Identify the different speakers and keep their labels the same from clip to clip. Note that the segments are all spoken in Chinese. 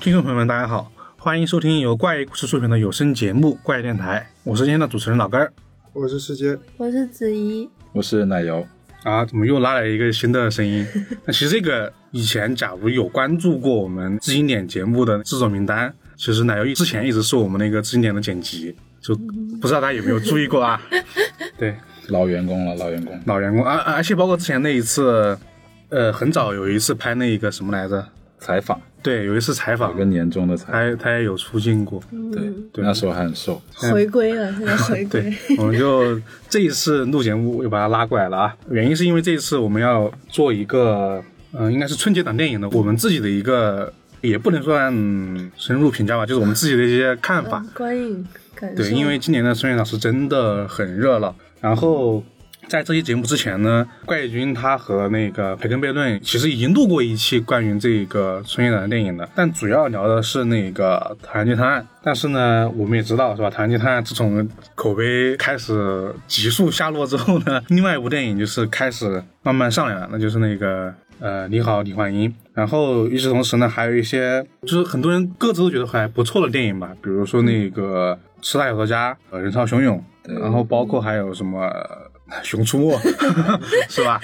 Speaker 1: 听众朋友们，大家好，欢迎收听由怪异故事出品的有声节目《怪异电台》，我是今天的主持人老根儿。
Speaker 2: 我是世杰，
Speaker 3: 我是子怡，
Speaker 4: 我是奶油，
Speaker 1: 啊，怎么又拉来一个新的声音？ 那其实这个以前假如有关注过我们知经点节目的制作名单，其实奶油之前一直是我们那个知经点的剪辑，就不知道大家有没有注意过 啊？对，
Speaker 4: 老员工了，老员工。
Speaker 1: 老员工啊，啊而且包括之前那一次，呃，很早有一次拍那个什么来着？
Speaker 4: 采访
Speaker 1: 对，有一次采
Speaker 4: 有
Speaker 1: 访，
Speaker 4: 个年终的采访，
Speaker 1: 他他也有出镜过。
Speaker 3: 嗯
Speaker 4: 对
Speaker 1: 对
Speaker 4: 那时候还很瘦，
Speaker 3: 回归了，现在回
Speaker 1: 嗯对
Speaker 3: 归。，
Speaker 1: 我们就这一次录节目又把他拉过来了啊。原因是因为这一次我们要做一个，嗯、应该是春节档电影的我们自己的一个，也不能算深入评价吧，就是我们自己的一些看法。
Speaker 3: 观影感受，
Speaker 1: 对，因为今年的春节档是真的很热闹。然后在这期节目之前呢，怪异君他和那个培根悖论其实已经录过一期关于这个春节档的电影了，但主要聊的是那个《唐人街探案》。但是呢，我们也知道是吧，《唐人街探案》自从口碑开始急速下落之后呢，另外一部电影就是开始慢慢上来了，那就是那个呃，你好，李焕英。然后与此同时呢，还有一些就是很多人各自都觉得还不错的电影吧，比如说那个《十大小说家》呃，《人潮汹涌》，
Speaker 4: 对
Speaker 1: 然后包括还有什么呃《熊出没》， 是吧？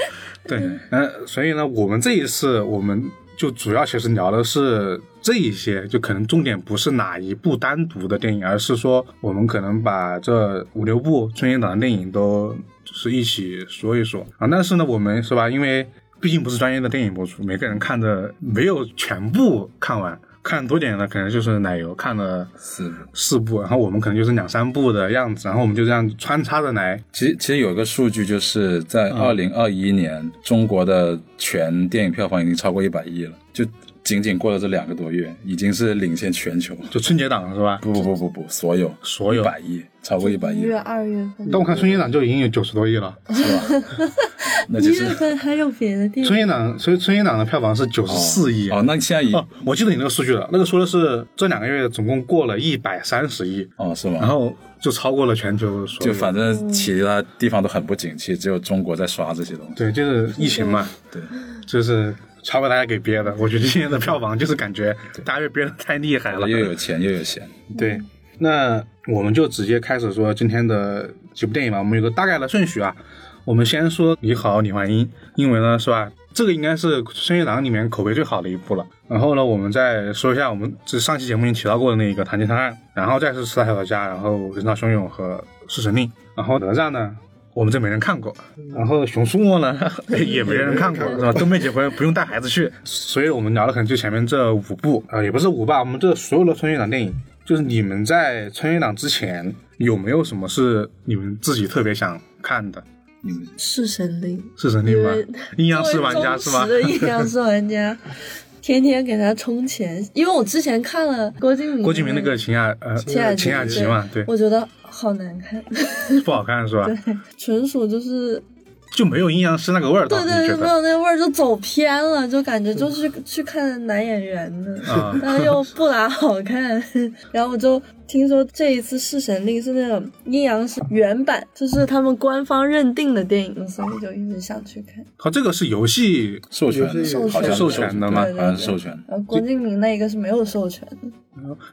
Speaker 1: 对，嗯、所以呢，我们这一次我们就主要其实聊的是这一些，就可能重点不是哪一部单独的电影，而是说我们可能把这五六部春节档的电影都就是一起说一说啊。但是呢，我们是吧，因为毕竟不是专业的电影博主，每个人看的没有全部看完。看多点呢，可能就是奶油看了
Speaker 4: 是。
Speaker 1: 四部，然后我们可能就是两三部的样子，然后我们就这样穿插着来。
Speaker 4: 其实其实有一个数据，就是在
Speaker 3: 嗯
Speaker 4: 二零二一年，中国的全电影票房已经超过一百亿了，就仅仅过了这两个多月，已经是领先全球。
Speaker 1: 就春节档是吧？
Speaker 4: 不不不不不，所有
Speaker 1: 所有
Speaker 4: 一百亿，超过一百
Speaker 3: 一
Speaker 4: 亿
Speaker 3: 月，二月份，
Speaker 1: 但我看春节档就已经有九十多亿了。
Speaker 4: 是吧？那哦
Speaker 3: 一
Speaker 4: 就
Speaker 3: 月
Speaker 4: 是
Speaker 3: 份还有别的电
Speaker 1: 春
Speaker 3: 影，
Speaker 1: 节档，所以春节档的票房是九十四亿。
Speaker 4: 哦，那现在已
Speaker 1: 哦，我记得你那个数据了，那个说的是这两个月总共过了一百三十亿，
Speaker 4: 哦是
Speaker 1: 然
Speaker 3: 嗯
Speaker 4: 吗？
Speaker 1: 后就超过了全球所有。
Speaker 4: 就反正其他地方都很不景气，只有中国在刷这些东西。
Speaker 1: 对，就是疫情嘛，
Speaker 4: 对，
Speaker 1: 就是超把大家给憋的。我觉得今年的票房就是感觉大家被憋的太厉害了。
Speaker 4: 哦又有钱又有闲，
Speaker 1: 对，那我们就直接开始说今天的几部电影吧。我们有个大概的顺序啊，我们先说《你好，李焕英》，因为呢是吧，这个应该是深夜档里面口碑最好的一部了。然后呢，我们再说一下我们这上期节目已经提到过的那个《唐吉探案》，然后再是《十大小说家》，然后《人潮汹涌》和《侍神令》，然后哪吒呢？我们这没人看过，然后《熊出没》呢 也没人看过， 是吧？都没结婚，不用带孩子去，所以我们聊了很就前面这五部啊、呃也不是五吧，我们这所有的春节档电影，就是你们在春节档之前有没有什么是你们自己特别想看的？
Speaker 4: 你们
Speaker 3: 是神灵，
Speaker 1: 是神灵吗？阴阳师玩家啊是
Speaker 3: 呃作
Speaker 1: 吗
Speaker 3: 为忠实？的阴阳师啊玩家，天天给他充钱，因为我之前看了郭敬明，
Speaker 1: 郭敬明那个秦雅呃
Speaker 3: 秦雅集
Speaker 1: 秦雅集嘛，对，
Speaker 3: 我觉得好难看，
Speaker 1: 不好看是吧？
Speaker 3: 纯属就是
Speaker 1: 就没有阴阳师那个味儿道，
Speaker 3: 对
Speaker 1: 你
Speaker 3: 对
Speaker 1: 觉
Speaker 3: 对，没
Speaker 1: 得？
Speaker 3: 有那味儿，就走偏了，就感觉就是去看男演员的
Speaker 1: 啊，
Speaker 3: 但是又不咋好看。然后我就听说这一次《弑神令》是那种阴阳师原版，就是他们官方认定的电影，所以就一直想去看。
Speaker 1: 它啊这个是游戏
Speaker 4: 授权
Speaker 2: 有些有
Speaker 4: 的，好像是
Speaker 1: 授权的吗
Speaker 4: 好像是授权的。
Speaker 3: 然后郭敬明那一个是没有授权的，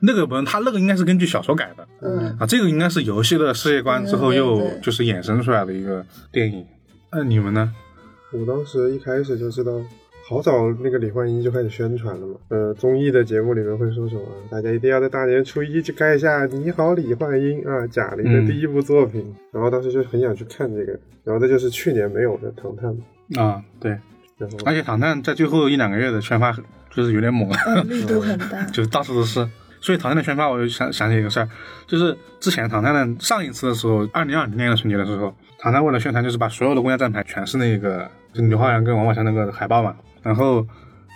Speaker 1: 那个不是，它那个应该是根据小说改的。
Speaker 3: 嗯，
Speaker 1: 啊，这个应该是游戏的世界观之后又
Speaker 3: 对呃对
Speaker 1: 就是衍生出来的一个电影。那、你们呢？
Speaker 2: 我当时一开始就知道，好早那个李焕英就开始宣传了嘛。呃，综艺的节目里面会说什么，大家一定要在大年初一去看一下《你好，李焕英》啊，贾玲
Speaker 4: 嗯
Speaker 2: 的第一部作品。然后当时就很想去看这个，然后这就是去年没有的《唐探》嘛，
Speaker 1: 啊，对，
Speaker 2: 然后
Speaker 4: 哎
Speaker 2: 嗯
Speaker 1: 而且《唐探》在最后一两个月的宣发嗯就是有点猛，
Speaker 3: 嗯
Speaker 1: 啊
Speaker 3: 力度很大。
Speaker 1: 就是到处都是。所以《唐探》的宣发，我就想想起一个事儿，就是之前《唐探》的上一次的时候，二零二零年的春节的时候，《唐探》为了宣传，就是把所有的公交站牌全是那个就刘昊然跟王宝强那个海报嘛。然后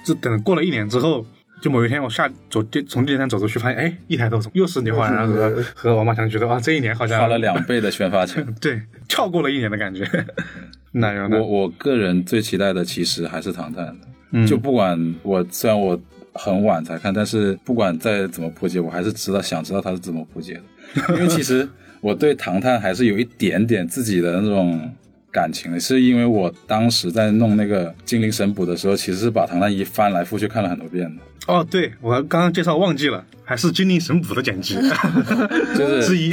Speaker 1: 就等过了一年之后，就某一天我下走地从地铁站走出去，发现哎，一抬头又是刘昊然 和和王宝强，觉得啊，这一年好像
Speaker 4: 花了两倍的宣发 钱。
Speaker 1: 对，跳过了一年的感觉。 奶油呢
Speaker 4: 我？我个人最期待的其实还是《唐探》的，
Speaker 1: 嗯
Speaker 4: 就不管我虽然我很晚才看，但是不管再怎么扑街，我还是知道想知道它 是怎么扑街的，因为其实我对《唐探》还是有一点点自己的那种感情的，是因为我当时在弄那个《精灵神捕》的时候，其实是把《唐探一》翻来覆去看了很多遍的，
Speaker 1: 哦，对我刚刚介绍忘记了，还是《精灵神捕》的剪辑
Speaker 4: 就是
Speaker 1: 之 一。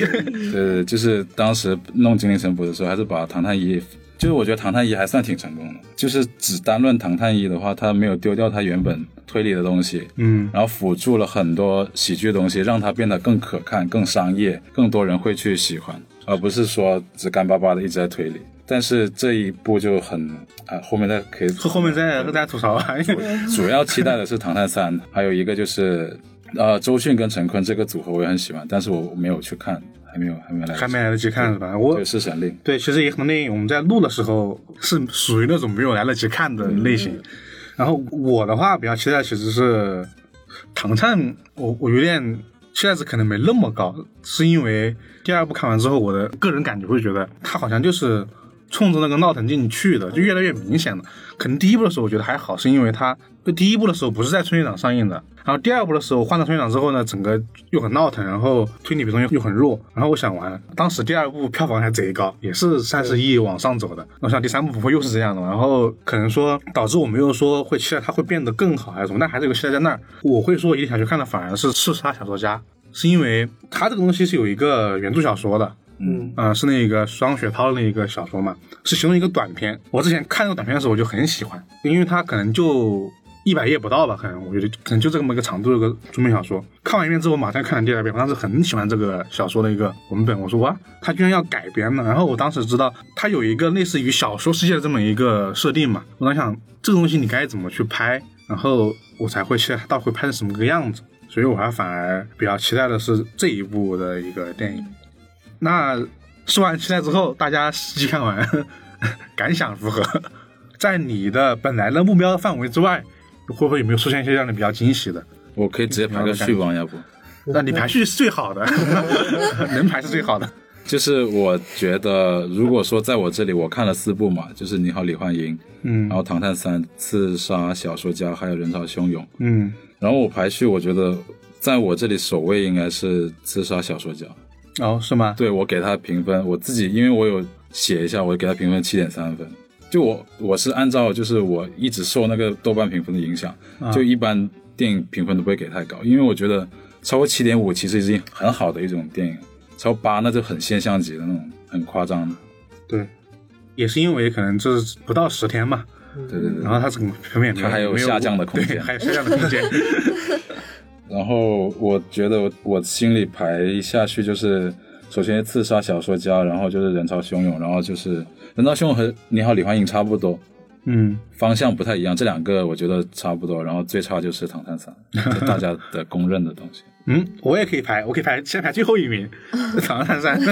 Speaker 4: 对，呃就是当时弄《精灵神捕》的时候，还是把《唐探一》，就是我觉得《唐探一》还算挺成功的。就是只单论《唐探一》的话，它没有丢掉它原本推理的东西，
Speaker 1: 嗯，
Speaker 4: 然后辅助了很多喜剧的东西，让它变得更可看、更商业，更多人会去喜欢，而不是说只干巴巴的一直在推理。但是这一步就很啊，后面再可以
Speaker 1: 后后面再和大家吐槽 啊，因为
Speaker 4: 主要期待的是《唐探三》，还有一个就是，呃，周迅跟陈坤这个组合我也很喜欢，但是我没有去看，还没有还没有来得及，
Speaker 1: 还没来得及看是吧？我
Speaker 4: 对《是神令》，
Speaker 1: 对，其实《银河电影》我们在录的时候是属于那种没有来得及看的类型。
Speaker 4: 嗯
Speaker 1: 然后我的话比较期待其实是《唐探》我，我有点期待值可能没那么高，是因为第二部看完之后，我的个人感觉会觉得它好像就是冲着那个闹腾劲去的，就越来越明显了。可能第一部的时候我觉得还好，是因为它就第一部的时候不是在春节档上映的，然后第二部的时候换到春节档之后呢，整个又很闹腾，然后推理比重又又很弱。然后我想完，当时第二部票房还贼高，也是三十亿往上走的。我想第三部不会又是这样的，然后可能说导致我没有说会期待它会变得更好还是什么，但还是有个期待在那儿。我会说一定想去看的反而是《刺杀小说家》，是因为它这个东西是有一个原著小说的，
Speaker 2: 嗯，
Speaker 1: 嗯，是那个双雪涛的那个小说嘛，是其中一个短篇。我之前看那个短篇的时候，我就很喜欢，因为它可能就一百页不到吧，可能我觉得可能就这么一个长度的一个中篇小说。看完一遍之后，马上看了第二遍，我当时很喜欢这个小说的一个文本，我说哇，它居然要改编了。然后我当时知道它有一个类似于小说世界的这么一个设定嘛，我当时想这个东西你该怎么去拍，然后我才会期待它到底会拍成什么个样子。所以我还反而比较期待的是这一部的一个电影。那说完期待之后，大家实际看完感想如何？在你的本来的目标范围之外，会不会有没有出现一些让你比较惊喜的？
Speaker 4: 我可以直接排个序吧，要不？
Speaker 1: 那你排序是最好的， 能排是最好的。
Speaker 4: 就是我觉得，如果说在我这里，我看了四部嘛，就是《你好，李焕英》，
Speaker 1: 嗯
Speaker 4: 然后《唐探三》《刺杀小说家》，还有《人潮汹涌》。
Speaker 1: 嗯，
Speaker 4: 然后我排序，我觉得在我这里首位应该是《刺杀小说家》。
Speaker 1: 哦，是吗？
Speaker 4: 对我给他评分，我自己因为我有写一下，我给他评分七点三分。就我我是按照就是我一直受那个豆瓣评分的影响，就一般电影评分都不会给太高，因为我觉得超过七点五其实已经很好的一种电影了，超过八那就很现象级的那种，很夸张的。
Speaker 1: 对，也是因为可能这不到十天嘛，
Speaker 4: 对对对。
Speaker 1: 然后它整个评分也没有，
Speaker 4: 它还有
Speaker 1: 没
Speaker 4: 下降的空间
Speaker 1: 对还有下降的 空间。
Speaker 4: 然后我觉得我我心里排下去就是，首先是刺杀小说家，然后就是人潮汹涌，然后就是人潮汹涌和你好李焕英差不多，
Speaker 1: 嗯，
Speaker 4: 方向不太一样，这两个我觉得差不多。然后最差就是《唐 探三》，这大家的公认的东西。
Speaker 1: 嗯，我也可以排，我可以排，先排最后一名，《唐探三》。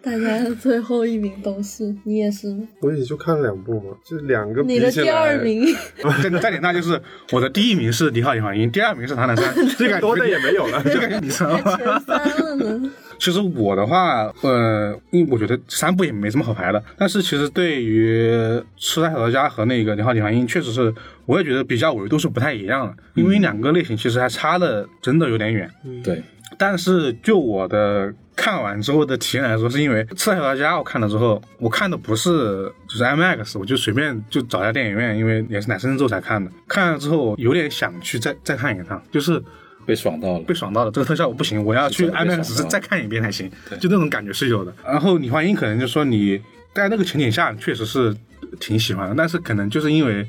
Speaker 3: 大家的最后一名都是你也是吗？
Speaker 2: 我也就看了两部嘛，这两个比
Speaker 3: 你的
Speaker 2: 起
Speaker 3: 第
Speaker 2: 来
Speaker 3: 二名
Speaker 1: 再再点大就是我的第一名是李浩杨英，第二名是唐探三，这个
Speaker 2: 多的也没有了
Speaker 1: 这个你知道吗？
Speaker 3: 前三了呢，
Speaker 1: 其实我的话，呃，因为我觉得三部也没什么好排的，但是其实对于《吃在小说家》和那个《你好，李焕英》，确实是我也觉得比较维度是不太一样的，因为两个类型其实还差的真的有点远。
Speaker 4: 对，
Speaker 1: 但是就我的看完之后的体验来说，是因为《刺杀小说家》我看了之后，我看的不是就是 IMAX，我就随便就找家电影院，因为也是来深圳之后才看的。看了之后，有点想去再再看一趟，就是
Speaker 4: 被爽到了
Speaker 1: 被。爽到了，这个特效我不行，我要去
Speaker 4: 是真的被
Speaker 1: IMAX
Speaker 4: 爽
Speaker 1: 再
Speaker 4: 到了
Speaker 1: 再看一遍才行，就那种感觉是有的。然后李焕英可能就说你在那个情景下确实是挺喜欢的，但是可能就是因为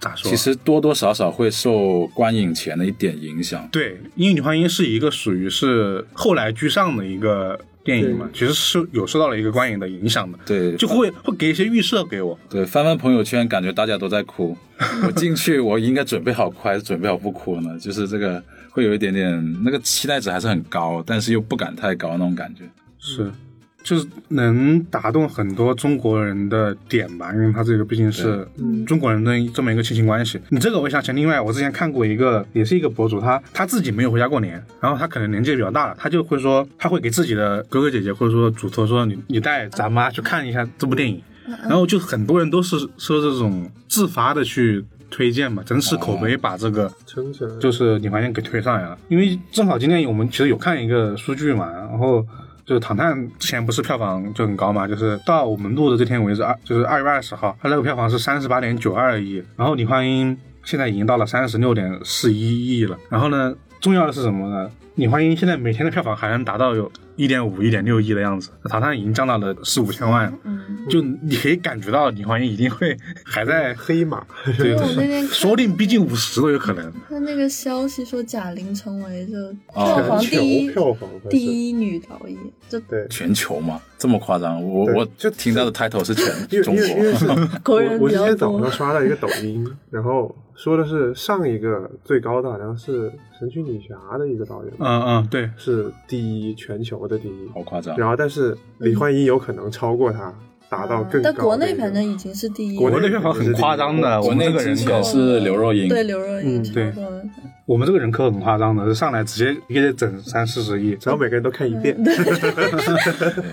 Speaker 1: 咋说？
Speaker 4: 其实多多少少会受观影前的一点影响，
Speaker 1: 对，因为李焕英是一个属于是后来居上的一个电影嘛，其实是有受到了一个观影的影响的，
Speaker 4: 对
Speaker 1: 就会会给一些预设给我。
Speaker 4: 对，翻翻朋友圈，感觉大家都在 哭。我进去，我应该准备好哭还是准备好不哭呢？就是这个会有一点点那个期待值还是很高，但是又不敢太高那种感觉。
Speaker 1: 是，就是能打动很多中国人的点吧，因为它这个毕竟是中国人的这么一个亲情关系。你这个我想起，另外我之前看过一个，也是一个博主，他他自己没有回家过年，然后他可能年纪也比较大了，他就会说，他会给自己的哥哥姐姐或者说嘱托说，你你带咱妈去看一下这部电影。然后就很多人都是说这种自发的去推荐嘛，真是口碑把这个
Speaker 2: 撑起来，
Speaker 1: 就是你发现给推上来了。因为正好今天我们其实有看一个数据嘛，然后就是《唐探》之前不是票房就很高嘛，就是到我们录的这天为止，二就是二月二十号，它那个票房是三十八点九二亿，然后《李焕英》现在已经到了三十六点四一亿了。然后呢，重要的是什么呢？《李焕英》现在每天的票房还能达到有一点五、一点六亿的样子，《唐探》已经降到了四五千万，就你可以感觉到《李焕英》一定会还在，
Speaker 2: 黑马，
Speaker 1: 对，
Speaker 3: 我那天看
Speaker 1: 说不定逼近五十都有可能。
Speaker 3: 他那个消息说贾玲成为就
Speaker 4: 哦
Speaker 3: 票房
Speaker 2: 全球
Speaker 3: 第一、
Speaker 2: 票房还是
Speaker 3: 第一女导演，就
Speaker 2: 对，
Speaker 4: 全球嘛，这么夸张？我
Speaker 2: 对
Speaker 4: 我
Speaker 2: 就
Speaker 4: 听到的 title 是
Speaker 2: 因
Speaker 4: 全
Speaker 2: 为
Speaker 4: 中
Speaker 2: 因为因为是
Speaker 4: 国，
Speaker 3: 国人
Speaker 2: 我我
Speaker 3: 比
Speaker 2: 今
Speaker 3: 较
Speaker 2: 天早
Speaker 3: 多
Speaker 2: 上。刷到一个抖音，然后说的是上一个最高的好像是《神奇女侠》的一个导演，
Speaker 1: 嗯嗯，对，
Speaker 2: 是第一，全球的第一。
Speaker 4: 好夸张。
Speaker 2: 然后但是李焕英有可能超过他，达到更高的一个。
Speaker 3: 嗯但国内反正已经是第一
Speaker 2: 国
Speaker 1: 国
Speaker 3: 了，
Speaker 1: 内票房很夸张的，我
Speaker 4: 国
Speaker 1: 们
Speaker 4: 内
Speaker 1: 这个
Speaker 4: 之
Speaker 1: 人
Speaker 4: 前
Speaker 1: 口
Speaker 4: 是刘若英，
Speaker 3: 对刘若英
Speaker 2: 嗯
Speaker 3: 超
Speaker 1: 对
Speaker 3: 过了，
Speaker 1: 我们这个人口很夸张的，上来直接一个整三四十亿，
Speaker 2: 只要每个人都看一
Speaker 3: 嗯
Speaker 2: 遍，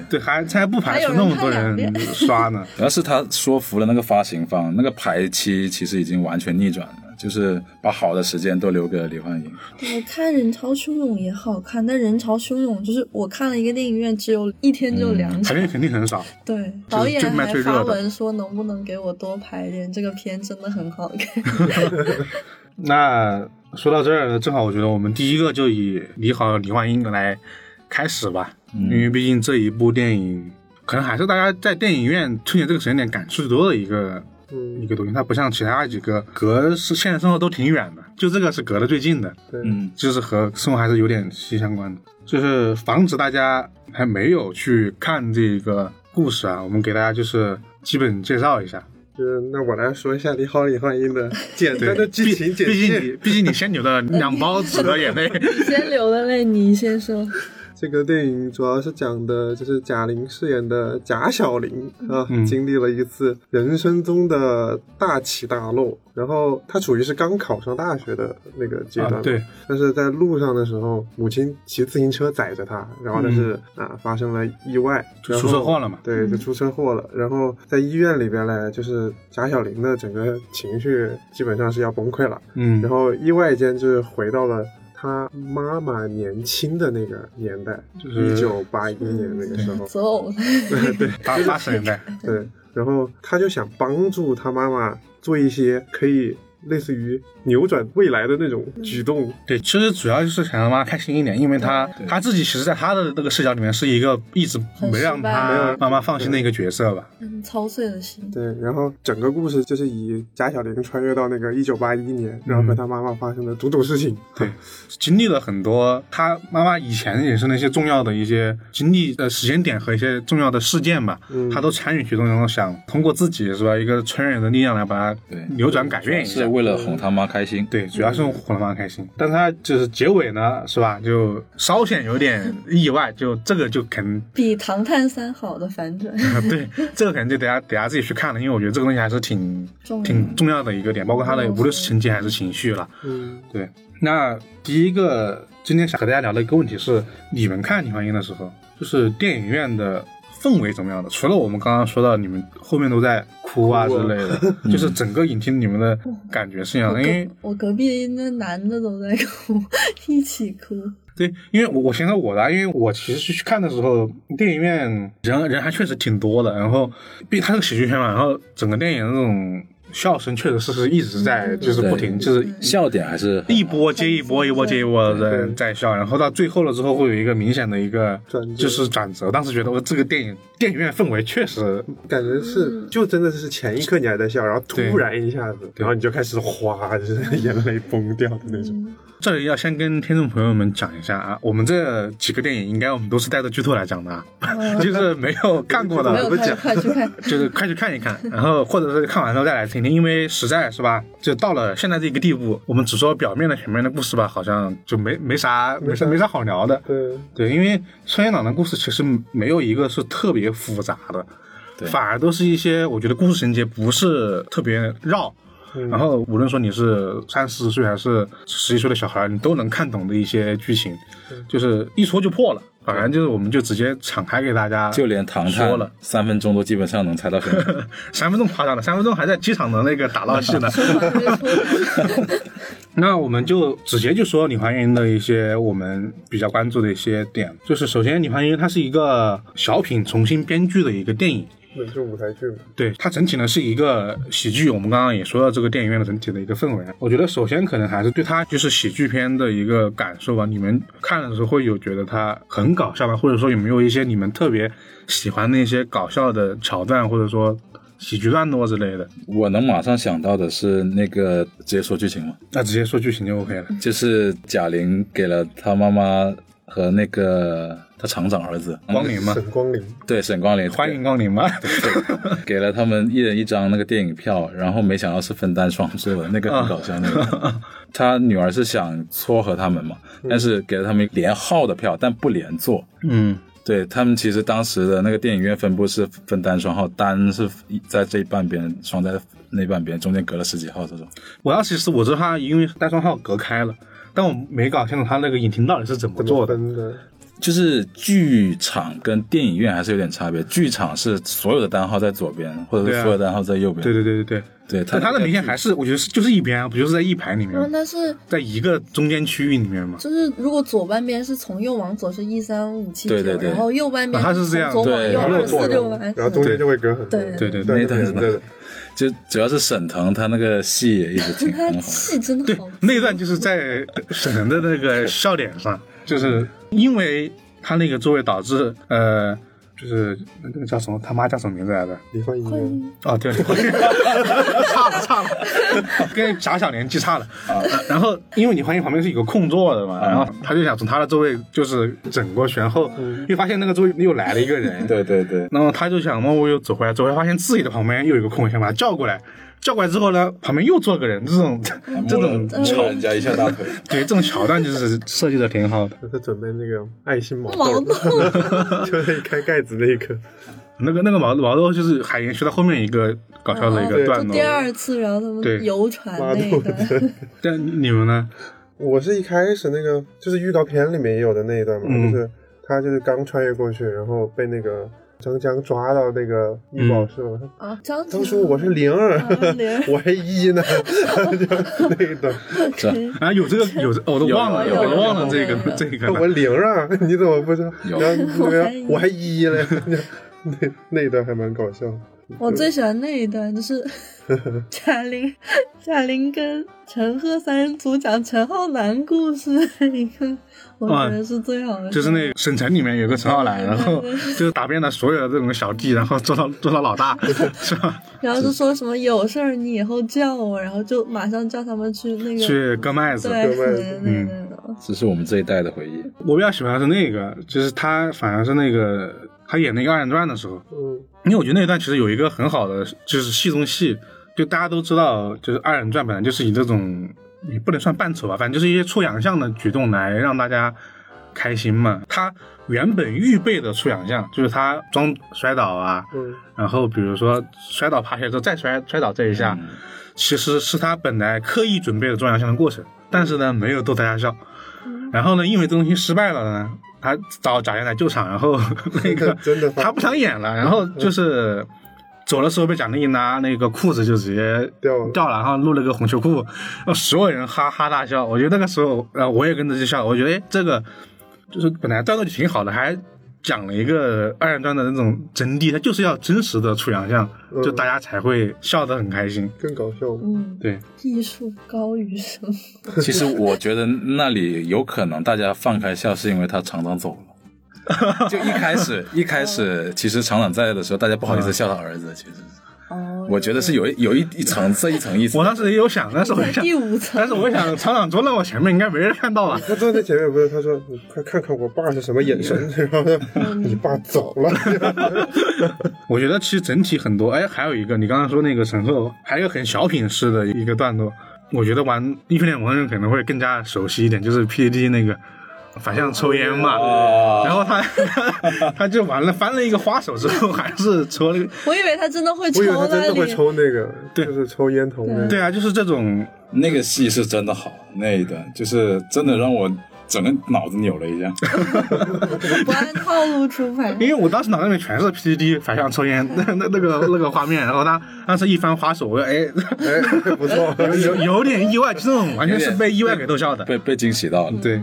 Speaker 1: 对，还才不排除那么多人刷呢。
Speaker 4: 主要是他说服了那个发行方，那个排期其实已经完全逆转了，就是把好的时间都留给了李焕英。
Speaker 3: 我看《人潮汹涌》也好看，但《人潮汹涌》就是我看了一个电影院，只有一天
Speaker 2: 嗯
Speaker 3: 就两场。
Speaker 1: 排练肯定很少，
Speaker 3: 对，导演
Speaker 1: 就卖
Speaker 3: 还
Speaker 1: 最热
Speaker 3: 发
Speaker 1: 的
Speaker 3: 文说能不能给我多排点，这个片真的很好看。
Speaker 1: 那说到这儿，正好我觉得我们第一个就以你好李焕英来开始吧，因为毕竟这一部电影可能还是大家在电影院春节这个时间点感触最多的一个。
Speaker 2: 嗯
Speaker 1: 一个东西，它不像其他几个隔是现实生活都挺远的，就这个是隔得最近的，
Speaker 2: 对，
Speaker 4: 嗯，
Speaker 1: 就是和生活还是有点息息相关的。就是防止大家还没有去看这个故事啊，我们给大家就是基本介绍一下。
Speaker 2: 就是那我来说一下《你好，李焕英》的 简单的剧情简
Speaker 1: 毕竟
Speaker 2: 介。
Speaker 1: 你毕竟你先流了两包纸的 眼泪，
Speaker 3: 你先流的泪，你先说。
Speaker 2: 这个电影主要是讲的就是贾玲饰演的贾小玲啊，
Speaker 1: 嗯
Speaker 2: 经历了一次人生中的大起大落，然后她处于是刚考上大学的那个阶段嘛、
Speaker 1: 啊对，
Speaker 2: 但是在路上的时候，母亲骑自行车载着她，然后但是、啊发生了意外，
Speaker 1: 就嗯出车祸了嘛。
Speaker 2: 对，就出车祸了。然后在医院里边呢，就是贾小玲的整个情绪基本上是要崩溃了。
Speaker 1: 嗯
Speaker 2: 然，后意外间就是回到了她妈妈年轻的那个年代，
Speaker 1: 就是
Speaker 2: 一九八一年那个时
Speaker 1: 嗯
Speaker 2: 候。
Speaker 3: 择偶，
Speaker 1: 八八十年代，
Speaker 2: 对，然后她就想帮助她妈妈做一些可以类似于扭转未来的那种举动。
Speaker 1: 对，其实主要就是想让妈开心一点，因为她
Speaker 4: 对
Speaker 1: 她自己其实，在她的那个视角里面是一个一直没让她妈妈放心的一个角色吧。
Speaker 3: 嗯，操碎了心。
Speaker 2: 对，然后整个故事就是以贾小玲穿越到那个一九八一年，然后和她妈妈发生的种种事情。
Speaker 1: 对，经历了很多，她妈妈以前也是那些重要的一些经历的时间点和一些重要的事件吧，
Speaker 2: 嗯
Speaker 1: 她都参与其中，然后想通过自己是吧，一个成人的力量来把它
Speaker 4: 对
Speaker 1: 扭转改变一下
Speaker 4: 是。为了哄他妈开心。
Speaker 1: 对，主要是哄他妈开心，但是他就是结尾呢，是吧？就稍显有点意外，就这个就肯
Speaker 3: 比《唐探三》好的反转，
Speaker 1: 对，这个可能就得下得下自己去看了，因为我觉得这个东西还是挺
Speaker 3: 重要
Speaker 1: 挺重要的一个点，包括他的
Speaker 3: 嗯
Speaker 1: 无论是情节还是情绪了。
Speaker 2: 嗯，
Speaker 1: 对，那第一个今天想和大家聊的一个问题是，你们看《李焕英》的时候，就是电影院的氛围怎么样的？除了我们刚刚说到你们后面都在哭啊之类 的，就是整个影厅你们的感觉是一样嗯
Speaker 3: 我
Speaker 1: 的，因为
Speaker 3: 隔我隔壁那男的都在哭， 一起哭。
Speaker 1: 对，因为我我先说我的啊，因为我其实去看的时候，电影院人人还确实挺多的，然后毕竟它是个喜剧片嘛，然后整个电影那种笑声确实是是一直在，就是不停，就是
Speaker 4: 笑点还是
Speaker 1: 一波接一波，一波接一波的
Speaker 2: 对
Speaker 1: 在在笑，然后到最后了之后会有一个明显的一个
Speaker 2: 转折
Speaker 1: 就是转折。当时觉得我这个电影电影院氛围确实
Speaker 2: 感觉是，就真的是前一刻你还在笑，然后突然一下子，然后你就开始哗，就是眼泪崩掉的那种。
Speaker 1: 这里要先跟听众朋友们讲一下啊，我们这几个电影应该我们都是带着剧透来讲的，啊， 就是没有看过的
Speaker 3: 嗯没有
Speaker 2: 不
Speaker 3: 看，
Speaker 2: 讲
Speaker 3: 快 去看。
Speaker 1: 就是快去看一看，然后或者是看完之后再来听听，因为实在是吧，就到了现在这个地步，我们只说表面的前面的故事吧，好像就没没啥没啥没啥好聊的。
Speaker 2: 对，
Speaker 1: 对，因为春叶党的故事其实没有一个是特别复杂的，
Speaker 4: 对
Speaker 1: 反而都是一些我觉得故事情节不是特别绕。
Speaker 4: 嗯
Speaker 1: 然后，无论说你是三四十岁还是十几岁的小孩，你都能看懂的一些剧情，
Speaker 4: 嗯
Speaker 1: 就是一说就破了。反正就是，我们就直接敞开给大家，
Speaker 4: 就连唐探
Speaker 1: 说了
Speaker 4: 三分钟都基本上能猜到什 么。
Speaker 1: 三分钟夸张了，三分钟还在机场的那个打闹戏呢。那我们就直接就说李焕英的一些我们比较关注的一些点，就是首先李焕英它是一个小品重新编剧的一个电影，
Speaker 2: 也是舞台剧嘛。
Speaker 1: 对它整体呢是一个喜剧，我们刚刚也说到这个电影院的整体的一个氛围啊。我觉得首先可能还是对它就是喜剧片的一个感受吧。你们看的时候会有觉得它很搞笑吗？或者说有没有一些你们特别喜欢的一些搞笑的桥段，或者说喜剧段落之类的？
Speaker 4: 我能马上想到的是那个直接说剧情嘛，
Speaker 1: 那直接说剧情就 OK 了。
Speaker 4: 就是贾玲给了她妈妈和那个她厂长儿子
Speaker 1: 光临嘛，
Speaker 2: 沈光林，
Speaker 4: 对沈光林
Speaker 1: 欢迎光临嘛。
Speaker 4: 给了他们一人一张那个电影票，然后没想到是分担双数的，那
Speaker 1: 啊
Speaker 4: 个很搞笑。那个 他女儿是想撮合他们嘛，但是给了他们连号的票，但不连坐。
Speaker 1: 嗯，
Speaker 4: 对他们其实当时的那个电影院分布是分单双号，单是一在这半边，双在那半边，中间隔了十几号这种。
Speaker 1: 我要其实我知道它因为单双号隔开了，但我没搞清楚它那个影厅到底是怎么
Speaker 2: 怎
Speaker 1: 做
Speaker 2: 么
Speaker 1: 的。
Speaker 2: 分的？
Speaker 4: 就是剧场跟电影院还是有点差别，剧场是所有的单号在左边，或者
Speaker 1: 对啊
Speaker 4: 是所有的单号在右边。
Speaker 1: 对对对对对，
Speaker 4: 对，他
Speaker 1: 但它的明显还是我觉得是就是一边啊，不就是在一排里面
Speaker 3: 然后
Speaker 1: 吗，
Speaker 3: 但是
Speaker 1: 在一个中间区域里面嘛。
Speaker 3: 就是如果左半边是从右往左是一三五七
Speaker 4: 对对
Speaker 3: 九，
Speaker 4: 对
Speaker 3: 然后右半边
Speaker 1: 啊它是这样
Speaker 3: 从左往
Speaker 4: 对
Speaker 3: 右
Speaker 4: 然后
Speaker 3: 二
Speaker 1: 做
Speaker 3: 四六八，
Speaker 2: 然后中间就会隔很多。
Speaker 3: 对
Speaker 1: 对对
Speaker 2: 对
Speaker 1: 对
Speaker 4: 那段
Speaker 2: 对
Speaker 4: 是吧
Speaker 2: 对，
Speaker 4: 就主要是沈腾他那个戏也一直 挺
Speaker 3: 他
Speaker 4: 很好。
Speaker 3: 气真
Speaker 1: 对
Speaker 3: 好，，
Speaker 1: 那段就是在沈腾的那个笑点上，就是因为他那个座位导致呃，就是那个叫什么他妈叫什么名字来着？
Speaker 2: 李焕英啊，
Speaker 1: 哦，对，差了差了，跟贾小年纪差了。然后因为你发现旁边是有个空座的嘛，然后他就想从他的座位就是整过去，然后又发现那个座位又来了一个人，
Speaker 4: 对对对，
Speaker 1: 然后他就想默默又走回来，走回来发现自己的旁边又有一个空位，想把他叫过来。叫过来之后呢，旁边又坐个人，这种 这种
Speaker 4: 敲人家一下大腿，
Speaker 1: 对这种桥段就是设计的挺好的。
Speaker 2: 他准备那个爱心毛
Speaker 3: 毛
Speaker 2: 豆，
Speaker 3: 豆
Speaker 2: 就在一开盖子那一刻，
Speaker 1: 那个那个毛毛豆就是还延续到后面一个搞笑的一个
Speaker 2: 对
Speaker 1: 段
Speaker 3: 啊就
Speaker 1: 落。
Speaker 3: 第二次，然后他
Speaker 1: 对
Speaker 3: 们游船
Speaker 2: 挖
Speaker 3: 那
Speaker 2: 豆
Speaker 3: 个，
Speaker 2: 的。
Speaker 1: 但你们呢？
Speaker 2: 我是一开始那个就是预告片里面也有的那一段嘛，
Speaker 1: 嗯
Speaker 2: 就是他就是刚穿越过去，然后被那个张江抓到那个医保是吧？
Speaker 3: 啊，张
Speaker 2: 他当时我是 零二
Speaker 3: 啊零，
Speaker 2: 我还一呢，就那一段，
Speaker 1: 啊，有这个有这，我都忘了，
Speaker 4: 有有
Speaker 1: 我都忘了
Speaker 3: 有
Speaker 1: 这个
Speaker 3: 有有
Speaker 1: 这个
Speaker 2: 我
Speaker 1: 了。
Speaker 2: 零啊，你怎么不知道？
Speaker 4: 有
Speaker 2: 然后那
Speaker 3: 我还
Speaker 2: 个
Speaker 3: 一
Speaker 2: 我还一嘞，那 那一段还蛮搞笑的。
Speaker 3: 我最喜欢那一段，就是 贾玲，贾玲跟陈赫三人组讲陈浩南故事那一个，我觉得是最好的。
Speaker 1: 就是那个省城里面有个陈浩南，然后就是打遍了所有的这种小弟，然后做到做到老大， 是吧？
Speaker 3: 然后就说什么有事儿你以后叫我，然后就马上叫他们去那个
Speaker 1: 去嗯割麦子，
Speaker 3: 对
Speaker 2: 割麦子
Speaker 3: 对对对对
Speaker 4: 这是我们这一代的回忆。
Speaker 1: 我比较喜欢的是那个，就是他反而是那个他演那个二人转的时候，
Speaker 2: 嗯，
Speaker 1: 因为我觉得那一段其实有一个很好的就是戏中戏，就大家都知道，就是二人转本来就是以这种也不能算扮丑吧，反正就是一些出洋相的举动来让大家开心嘛。他原本预备的出洋相就是他装摔倒啊，
Speaker 2: 嗯
Speaker 1: 然后比如说摔倒爬起来之后再摔摔倒这一
Speaker 2: 嗯
Speaker 1: 下，其实是他本来刻意准备的重要项的过程，但是呢没有逗大家笑。然后呢，因为这东西失败了呢，他找贾玲来救场，然 后那个
Speaker 2: 真的
Speaker 1: 他不想演了，然后就是走的时候被贾玲一拉，那个裤子就直接
Speaker 2: 掉了
Speaker 1: 掉了，然后露了个红秋裤，然后 所有人哈哈大笑。我觉得那个时候，呃，我也跟着就笑，我觉得哎，这个就是本来战斗就挺好的，还讲了一个二人转的那种真谛，它就是要真实的出洋相，就大家才会笑得很开心。
Speaker 2: 更搞笑。
Speaker 3: 嗯，
Speaker 1: 对，
Speaker 3: 艺术高于生活。
Speaker 4: 其实我觉得那里有可能大家放开笑，是因为他厂长走了。 就一开始一开始，其实厂长在的时候，大家不好意思笑他儿子。其实
Speaker 3: 哦
Speaker 4: 我觉得是有一有一一层这一层意思
Speaker 1: 我。当时也有想，但是我
Speaker 3: 在
Speaker 1: 想
Speaker 3: 第，五层，
Speaker 1: 但是我想厂长坐在我前面，应该没人看到吧？
Speaker 2: 他坐在前面不是？他说：“你快看看我爸是什么眼神。” 然后呢，你爸走 了。
Speaker 1: 我觉得其实整体很多，哎，还有一个你刚刚说那个沈赫，还有一个很小品式的一个段落，我觉得玩英雄联盟的人可能会更加熟悉一点，就是 PDD 那个反向抽烟嘛，
Speaker 4: 啊
Speaker 1: 然后他他 就完了翻了一个花手之后，还是抽了 一个，
Speaker 3: 我以为他真的会抽
Speaker 2: 我以为他真
Speaker 3: 那
Speaker 2: 的会
Speaker 3: 里，
Speaker 2: 抽那个，
Speaker 1: 对
Speaker 2: 就是抽烟头那个。
Speaker 1: 对啊，就是这种
Speaker 4: 那个戏是真的好，那一段就是真的让我整个脑子扭了一下。
Speaker 3: 不按套路出 牌。
Speaker 1: 因为我当时脑袋里面全是 PPT 反向抽烟 那那那个那个画面，然后他当时一番花手，我说哎，
Speaker 2: 哎，不 错，
Speaker 1: 有有有点意外，就这种完全是被意外给逗笑的。
Speaker 4: 被被惊喜到了。
Speaker 1: 对，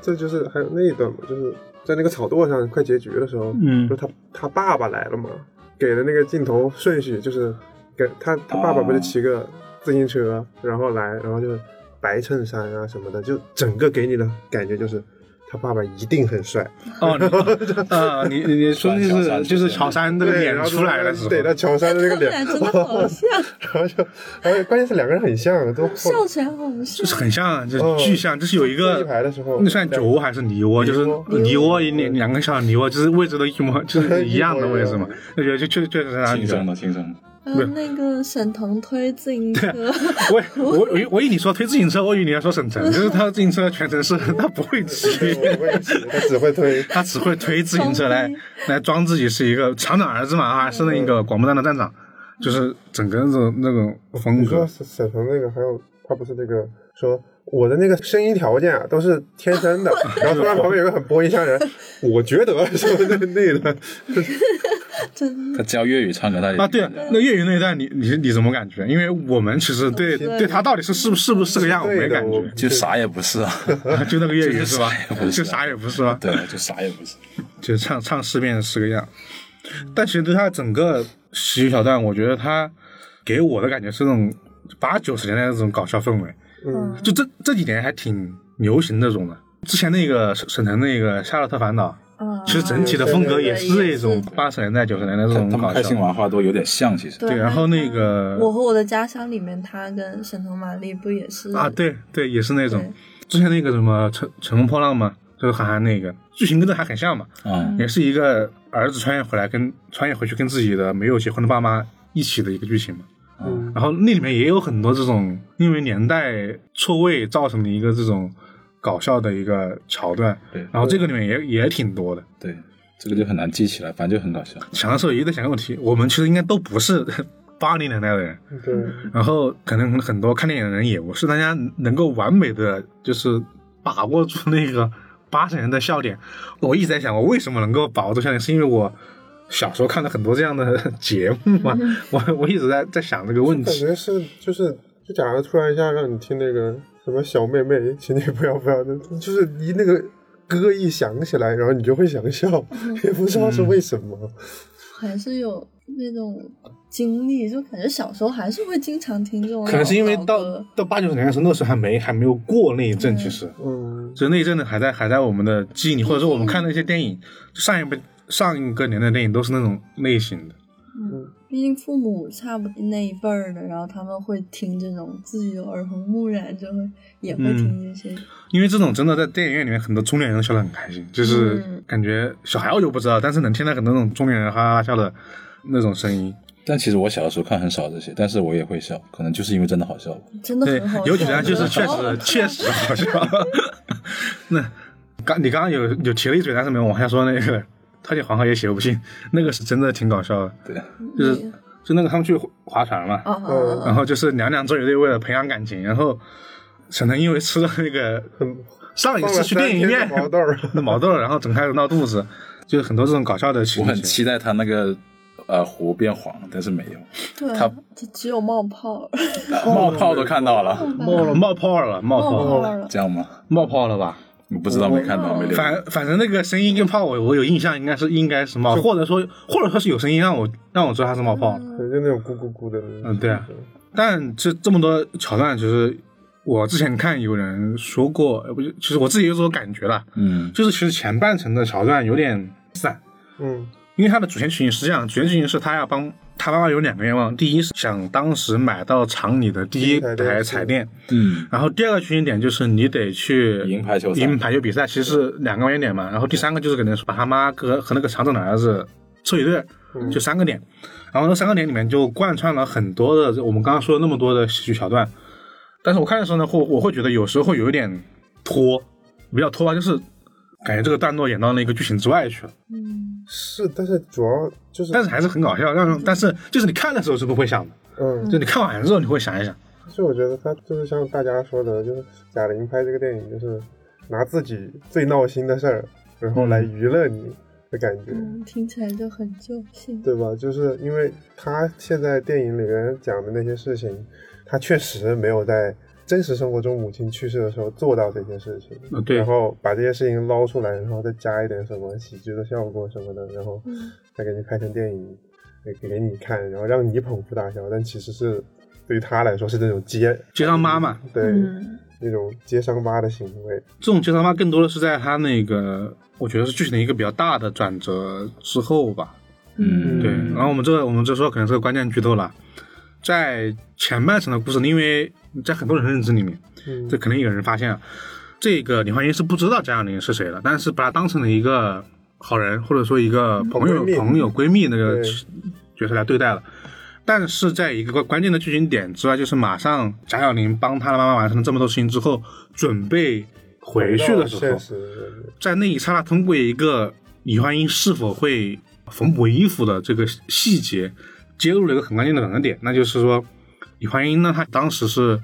Speaker 2: 这就是还有那一段嘛，就是在那个草垛上快结局的时候，
Speaker 1: 嗯
Speaker 2: 就他他爸爸来了嘛，给的那个镜头顺序就是给他他爸爸不是骑个自行车，然后来，然后就是白衬衫啊什么的，就整个给你的感觉就是他爸爸一定很帅，
Speaker 1: 哦，你 呃，你你你说的就
Speaker 4: 乔
Speaker 1: 是
Speaker 4: 杉
Speaker 1: 就是乔杉那个
Speaker 2: 对
Speaker 1: 脸
Speaker 2: 然后
Speaker 1: 出来的时候，
Speaker 2: 对，他乔杉的那个
Speaker 3: 他们
Speaker 2: 脸，
Speaker 3: 俩真的好 像，
Speaker 2: 然后就，而且关键是两个人很像，啊都
Speaker 3: 笑起来好像
Speaker 1: 就是。很像，就是
Speaker 2: 嗯
Speaker 1: 巨像，就是有一
Speaker 2: 坐一
Speaker 1: 个
Speaker 2: 排的时候
Speaker 1: 啊那算酒窝还是泥窝？就是
Speaker 2: 泥窝
Speaker 1: 泥窝，两两个小泥窝，就是位置都一模，就是一样的位置嘛
Speaker 2: 一模一样。
Speaker 1: 那就就就就是他
Speaker 4: 轻松的，轻松的。
Speaker 3: 还有呃那个沈腾推自行车，
Speaker 1: 我我我以我以为你说推自行车，我以为你要说沈腾，就是他自行车全程是他不会骑，
Speaker 2: 我不会骑，他只会推。
Speaker 1: 他只会推自行车来
Speaker 3: 装逼
Speaker 1: 来装自己是一个厂长儿子嘛，啊，是那个广播站的站长，就是整个那种那种风
Speaker 2: 你说
Speaker 1: 格。
Speaker 2: 沈沈腾那个，还有他不是那个说我的那个声音条件啊都是天生 的，然后突然旁边有个很播音腔人，我觉得什么 那那的，
Speaker 3: 真的
Speaker 4: 他教粤语唱歌，他也
Speaker 1: 啊，对啊，那粤语那一段你你你怎么感觉？因为我们其实对
Speaker 3: 对
Speaker 1: 对他到底是是不是不是这个样，我没
Speaker 2: 对的
Speaker 1: 感
Speaker 2: 我
Speaker 1: 觉，
Speaker 4: 就啥也不是啊。
Speaker 1: 就那个粤语
Speaker 4: 就是
Speaker 1: 吧
Speaker 4: 啥也不？是
Speaker 1: 就啥也不是吧？
Speaker 4: 对，就啥也不是。
Speaker 1: 就唱唱四遍是个样。但其实对他整个喜剧小段，我觉得他给我的感觉是那种八九十年代那种搞笑氛围，
Speaker 2: 嗯，
Speaker 1: 就这这几年还挺流行那种的。之前那个沈沈腾那个《夏洛特烦恼》，
Speaker 3: 啊，
Speaker 1: 其实整体的风格也是这种
Speaker 3: 对
Speaker 1: 八十年代九十年代这
Speaker 4: 他
Speaker 1: 种
Speaker 4: 他
Speaker 1: 嗯搞
Speaker 4: 们开心
Speaker 1: 笑。
Speaker 4: 麻花都有点像，其实。
Speaker 1: 对，然后那
Speaker 3: 我
Speaker 1: 个
Speaker 3: 和我的家乡里面，他跟沈腾、马丽不也是
Speaker 1: 啊，对对，也是那
Speaker 3: 嗯对
Speaker 1: 种之前那个什么《乘乘风破浪》嘛，就是韩寒那个剧情跟这还很像嘛。
Speaker 4: 嗯，
Speaker 1: 也是一个儿子穿越回来跟穿越回去跟自己的没有结婚的爸妈一起的一个剧情嘛。
Speaker 2: 嗯
Speaker 1: 然后那里面也有很多这种因为年代错位造成的一个这种搞笑的一个桥段。
Speaker 4: 对
Speaker 1: 然后这个里面也也挺多的。
Speaker 4: 对，这个就很难记起来，反正就很搞笑。
Speaker 1: 想的时候也在想个问题，我们其实应该都不是 八零年代的人，
Speaker 2: 对，
Speaker 1: 然后可能很多看电影的人也不是，大家能够完美的就是把握住那个 八十年的笑点。我一直在想，我为什么能够把握住笑点，是因为我小时候看了很多这样的节目嘛。 我我一直在在想这个问
Speaker 2: 感
Speaker 1: 题。
Speaker 2: 觉是就是就假如突然一下让你听那个什么小妹妹，请你不要不要的，就是你那个。歌一响起来，然后你就会想笑，
Speaker 1: 嗯
Speaker 2: 也不知道是为什么。
Speaker 3: 还是有那种经历，就感觉小时候还是会经常听这种老，
Speaker 1: 可能是因为
Speaker 3: 老
Speaker 1: 到
Speaker 3: 歌
Speaker 1: 到八九十年代的时候，那时候还没还没有过那一阵，其实，
Speaker 2: 嗯，
Speaker 1: 所以那一阵呢还在还在我们的记忆里，或者说我们看的一些电影，上一辈上一个年代的电影都是那种类型的。
Speaker 3: 毕竟父母差不多那一辈儿的，然后他们会听这种，自己有耳濡目染，就会也会
Speaker 1: 嗯
Speaker 3: 听这些。
Speaker 1: 因为这种真的在电影院里面，很多中年人都笑得很开心，就是
Speaker 3: 嗯
Speaker 1: 感觉小孩我就不知道，但是能听到很多那种中年人哈哈哈笑的那种声音。
Speaker 4: 但其实我小的时候看很少这些，但是我也会笑，可能就是因为真的好笑吧。
Speaker 3: 真的
Speaker 1: 对
Speaker 3: 很好，笑。
Speaker 1: 有几张就是 确
Speaker 3: 好好
Speaker 1: 实确实好笑。那刚你刚刚有有提了一嘴，但是没有往下说那个他姐黄河也写不信，那个是真的挺搞笑的，
Speaker 4: 对，
Speaker 1: 就是呃就那个他们去划船嘛，
Speaker 3: 啊，
Speaker 2: 嗯
Speaker 1: 然后就是娘娘周游队为了培养感情，然后沈腾因为吃了那个嗯
Speaker 2: 很
Speaker 1: 上一次去电影院
Speaker 2: 放了三天的毛豆儿
Speaker 1: 那毛豆儿，然后整开始闹肚子，就是很多这种搞笑的
Speaker 4: 我
Speaker 1: 情
Speaker 4: 很
Speaker 1: 节。
Speaker 4: 期待他那个呃湖变黄，但是没有，
Speaker 3: 对
Speaker 4: 他
Speaker 3: 啊，这只有冒泡，
Speaker 1: 哦
Speaker 4: 冒泡都看到了，
Speaker 1: 冒了冒泡了，冒
Speaker 3: 冒
Speaker 1: 泡
Speaker 3: 泡
Speaker 1: 了，
Speaker 3: 了。
Speaker 4: 这样吗？
Speaker 1: 冒泡了吧？
Speaker 4: 我不知道，没看到，没留意。
Speaker 1: 哦反反正那个声音跟泡我我有印象，应该是应该是嗯冒，或者说或者说是有声音让我让我知道它是冒泡。
Speaker 3: 嗯
Speaker 2: 对，就那种咕咕咕的。
Speaker 1: 嗯对啊但这这么多桥段，其实我之前看有人说过，呃不是，其实我自己有这种感觉了，
Speaker 4: 嗯，
Speaker 1: 就是其实前半程的桥段有点散，
Speaker 2: 嗯，
Speaker 1: 因为它的主线剧情是这样，主线剧情是他要帮他妈妈有两个愿望，第一是想当时买到厂里的第一台彩电，
Speaker 4: 嗯，
Speaker 1: 然后第二个群情点就是你得去
Speaker 4: 赢排球赛
Speaker 1: 赢排球比赛，其实是两个关键点嘛。然后第三个就是可能是把他妈和和那个厂长的儿子凑一对，就三个点。然后那三个点里面就贯穿了很多的我们刚刚说的那么多的喜剧桥段，但是我看的时候呢，会我会觉得有时候会有一点拖，比较拖吧，就是感觉这个段落演到那个剧情之外去了，
Speaker 3: 嗯，
Speaker 2: 是，但是主要就是，
Speaker 1: 但是还是很搞笑，让人但是就是你看的时候是不会想的，
Speaker 2: 嗯，
Speaker 1: 就你看完之后你会想一想，
Speaker 2: 就是我觉得他就是像大家说的，就是贾玲拍这个电影，就是拿自己最闹心的事儿，然后来娱乐你的感觉，
Speaker 3: 嗯，听起来就很就性。
Speaker 2: 对吧？就是因为他现在电影里面讲的那些事情，他确实没有在真实生活中母亲去世的时候做到这些事情，
Speaker 1: 呃对
Speaker 2: 然后把这些事情捞出来，然后再加一点什么喜剧的效果什么的，然后
Speaker 3: 嗯
Speaker 2: 再给你拍成电影，给给你看，然后让你捧腹大笑，但其实是对于他来说是那种揭
Speaker 1: 接上妈妈
Speaker 2: 对、
Speaker 3: 嗯
Speaker 2: 那种揭伤疤的行为。
Speaker 1: 这种接伤疤更多的是在他那个，我觉得是剧情的一个比较大的转折之后吧。
Speaker 4: 嗯
Speaker 1: 对，然后我们这我们这说可能是个关键剧透了，在前半程的故事，因为在很多人认知里面，
Speaker 2: 嗯
Speaker 1: 这肯定有人发现了，这个李焕英是不知道蒋小玲是谁的，但是把她当成了一个好人，或者说一个朋友
Speaker 2: 朋、友
Speaker 1: 朋友、闺蜜那个
Speaker 2: 对
Speaker 1: 角色来对待了。但是在一个关键的剧情点之外，就是马上贾小玲帮她的妈妈完成了这么多事情之后，准备回去的时
Speaker 2: 回到
Speaker 1: 候
Speaker 2: 现，哦实
Speaker 1: 在那一刹那，通过一个李焕英是否会缝补衣服的这个细节，揭露了一个很关键的转折点，那就是说，李焕英呢，她当时是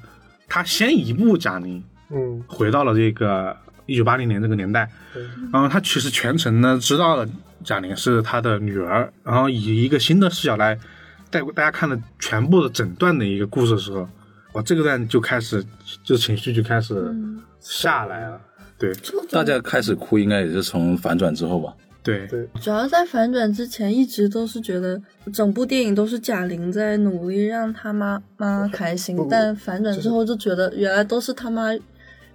Speaker 1: 她先一步贾玲
Speaker 2: 嗯，
Speaker 1: 回到了这个一九八零年这个年代
Speaker 2: 对，
Speaker 1: 然后她其实全程呢知道了贾玲是她的女儿，然后以一个新的视角来带大家看了全部的整段的一个故事的时候，我这个段就开始就情绪就开始
Speaker 3: 嗯
Speaker 1: 下来了，对
Speaker 4: 大家开始哭应该也是从反转之后吧？
Speaker 1: 对
Speaker 2: 对
Speaker 3: 主要在反转之前，一直都是觉得整部电影都是贾玲在努力让他妈妈开心
Speaker 2: 不，
Speaker 3: 但反转之后就觉得原来都是他妈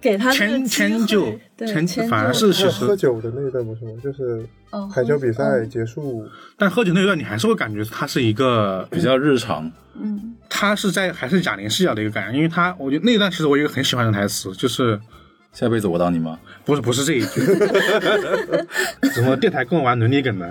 Speaker 3: 给他这
Speaker 1: 迁
Speaker 3: 个机会
Speaker 1: 迁就
Speaker 3: 对
Speaker 1: 迁
Speaker 3: 迁就
Speaker 1: 反而是
Speaker 2: 还
Speaker 1: 其
Speaker 2: 有
Speaker 1: 实
Speaker 2: 喝酒的那一段不是吗？就是
Speaker 3: 哦
Speaker 2: 排球比赛
Speaker 3: 嗯
Speaker 2: 结束，
Speaker 1: 但喝酒那段你还是会感觉它是一个
Speaker 4: 比较日常，
Speaker 3: 嗯
Speaker 1: 它是在还是贾玲视角的一个感觉，因为它我觉得那段其实我有一个很喜欢的台词就是。
Speaker 4: 下辈子我当你妈。
Speaker 1: 不是不是这一句， 怎么电台跟我玩伦理梗呢？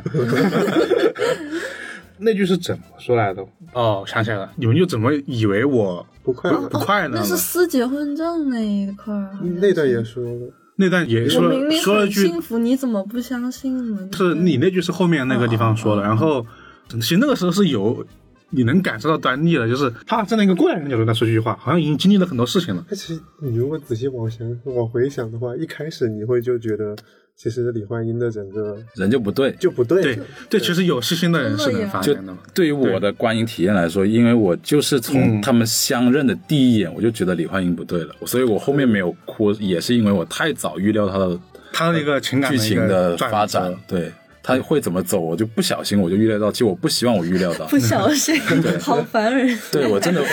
Speaker 1: 那句是怎么说来的？哦，想起来了，你们就怎么以为我
Speaker 2: 不快乐
Speaker 1: 不。快乐
Speaker 3: 那
Speaker 1: 呢？
Speaker 3: 是私结婚证那一块儿啊。
Speaker 2: 那段也说了，
Speaker 1: 那段也
Speaker 3: 我
Speaker 1: 说
Speaker 3: 明明
Speaker 1: 说了
Speaker 3: 很
Speaker 1: 句
Speaker 3: 幸福，你怎么不相信呢？
Speaker 1: 是你那句是后面那个地方说的，然后其实那个时候是有你能感受到端倪的，就是他站在一个过来人的角度在说这句话，好像已经经历了很多事情了。
Speaker 2: 但哎其实你如果仔细往想、往回想的话，一开始你会就觉得，其实李焕英的整个
Speaker 4: 人就不对。
Speaker 2: 就不对，
Speaker 1: 对对，其实有细心的人是
Speaker 3: 真的
Speaker 1: 能
Speaker 3: 呀
Speaker 1: 发
Speaker 4: 就
Speaker 1: 现的嘛。
Speaker 4: 对于我的观影体验来说，因为我就是
Speaker 1: 嗯
Speaker 4: 从他们相认的第一眼，我就觉得李焕英不对了，所以我后面没有哭，也是因为我太早预料他的
Speaker 1: 他的一个情感
Speaker 4: 剧
Speaker 1: 一
Speaker 4: 情
Speaker 1: 个
Speaker 4: 的
Speaker 1: 转
Speaker 4: 发
Speaker 1: 折
Speaker 4: 展，对他会怎么走，我就不小心我就预料到，其实我不希望我预料 到，
Speaker 3: 不小心，好烦人。
Speaker 4: 对我真的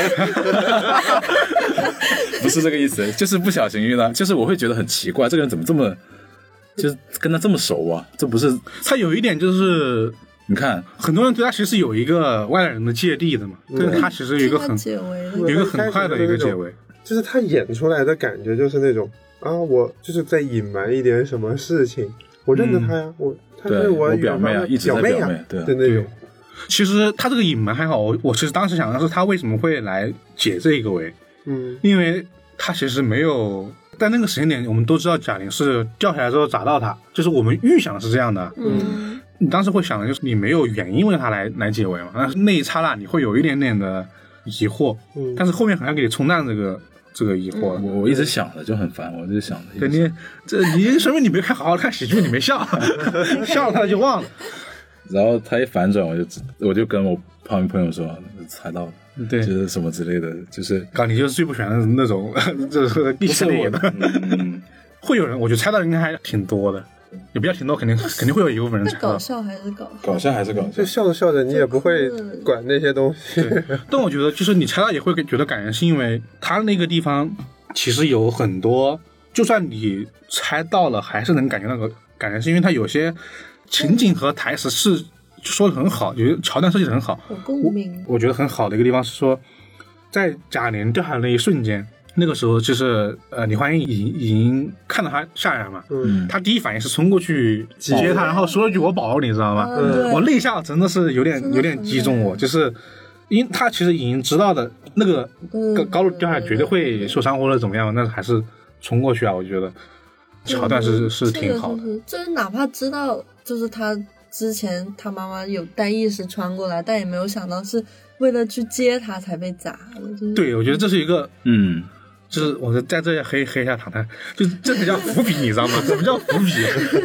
Speaker 4: 不是这个意思，就是不小心遇到，就是我会觉得很奇怪，这个人怎么这么就是跟他这么熟啊？这不是
Speaker 1: 他有一点就是
Speaker 4: 你看
Speaker 1: 很多人对他其实有一个外来人的芥蒂的嘛，但是他其实有一个很
Speaker 3: 听到解围
Speaker 1: 有
Speaker 3: 了
Speaker 1: 一个很快的一个结尾，
Speaker 2: 就是他演出来的感觉就是那种啊，我就是在隐瞒一点什么事情，我认得他呀，我他
Speaker 4: 对
Speaker 2: 是我
Speaker 4: 我表妹
Speaker 2: 远
Speaker 4: 啊
Speaker 2: 房的
Speaker 4: 一直在
Speaker 2: 表妹
Speaker 4: 表
Speaker 2: 呀
Speaker 4: 妹，对啊
Speaker 2: 的那种，
Speaker 1: 其实他这个隐瞒还好，我我其实当时想的是他为什么会来解这个围，
Speaker 2: 嗯，
Speaker 1: 因为他其实没有在那个时间点，我们都知道贾玲是掉下来之后砸到他，就是我们预想是这样的。
Speaker 3: 嗯，
Speaker 1: 你当时会想的就是你没有原因为他来来解围嘛，但是那一刹那你会有一点点的疑惑，
Speaker 2: 嗯
Speaker 1: 但是后面好像给你冲淡这个这个疑惑了。
Speaker 4: 我我一直想着就很烦，我就想着一
Speaker 1: 对
Speaker 4: 直
Speaker 1: 你这你说明你没看好好看喜剧，你没笑， 笑了他就忘了。
Speaker 4: 然后他一反转，我就知我就跟我旁边朋友说猜到了，
Speaker 1: 对
Speaker 4: 就是什么之类的，就是
Speaker 1: 搞你就是最不喜欢的那种，就是第
Speaker 4: 不是
Speaker 1: 三
Speaker 4: 我
Speaker 1: 类
Speaker 4: 的
Speaker 1: 的，，
Speaker 4: 嗯，
Speaker 1: 会有人，我觉得猜到应该还挺多的，也不要挺多，肯定肯定会有一部分人
Speaker 3: 那
Speaker 1: 猜到
Speaker 3: 搞。笑还是搞笑。
Speaker 4: 搞笑还是搞笑
Speaker 2: 就，笑着笑着你也不会
Speaker 3: 就哭了
Speaker 2: 管那些东西，
Speaker 1: 但我觉得就是你猜到也会觉得感人，是因为他那个地方其实有很多，就算你猜到了，还是能感觉到个感人，是因为他有些情景和台词是说的很好，有些桥段设计的很好，
Speaker 3: 有共鸣，
Speaker 1: 我觉得很好的一个地方是说，在贾玲掉下来那一瞬间，那个时候就是呃，李焕英已经已经看到她下来了嘛，
Speaker 2: 嗯，
Speaker 1: 她第一反应是冲过去接她，然后说了句“我保”，你知道吗？
Speaker 3: 嗯对
Speaker 1: 我那一下真的是有点
Speaker 3: 真的
Speaker 1: 有点
Speaker 3: 很
Speaker 1: 击中我，就是因为她其实已经知道的那个
Speaker 3: 嗯
Speaker 1: 高高度掉下来绝对会受伤或者怎么样，但是还是冲过去啊，我觉得桥段是是挺好的
Speaker 3: 嗯这个。就是就是哪怕知道，就是他之前他妈妈有带意识穿过来，但也没有想到是为了去接他才被砸的。就是、
Speaker 1: 对，我觉得这是一个
Speaker 4: 嗯，
Speaker 1: 就是我在这里黑黑一下唐探，就是这比较伏笔，你知道吗？ 什么叫伏笔？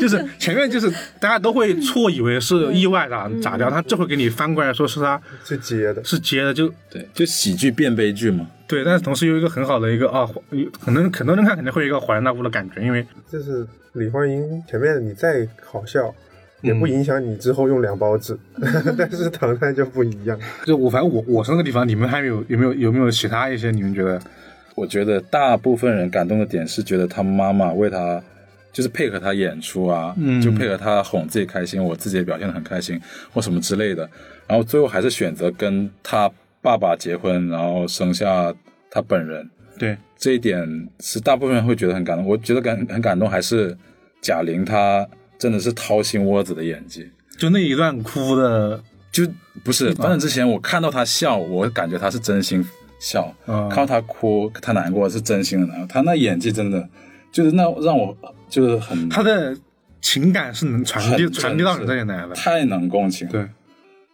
Speaker 1: 就是前面就是大家都会错以为是意外咋咋掉，他这回给你翻过来说是他
Speaker 2: 是接的，
Speaker 1: 是接的，就
Speaker 4: 对，就喜剧变悲剧嘛。
Speaker 1: 对。但是同时有一个很好的一个啊，可能很多人看肯定会有一个恍然大悟的感觉，因为
Speaker 2: 就是李焕英前面你再好笑。也
Speaker 1: 嗯
Speaker 2: 不影响你之后用两包纸，但是唐探就不一样。
Speaker 1: 就我反正我我是那个地方，你们还有有没有有没有其他一些你们觉得
Speaker 4: 我觉得大部分人感动的点是觉得他妈妈为他，就是配合他演出啊，
Speaker 1: 嗯
Speaker 4: 就配合他哄自己开心，我自己也表现得很开心或什么之类的。然后最后还是选择跟他爸爸结婚，然后生下他本人，
Speaker 1: 对？
Speaker 4: 这一点是大部分人会觉得很感动。我觉得感很感动还是贾玲她真的是掏心窝子的演技，
Speaker 1: 就那一段哭的，
Speaker 4: 就不是，反正之前我看到他笑，我感觉他是真心笑；
Speaker 1: 嗯
Speaker 4: 看到他哭，他难过是真心的难过。他那演技真的就是那让我就是很
Speaker 1: 他的情感是能传递
Speaker 4: 很
Speaker 1: 传递到你这里来的。
Speaker 4: 太能共情。
Speaker 1: 对，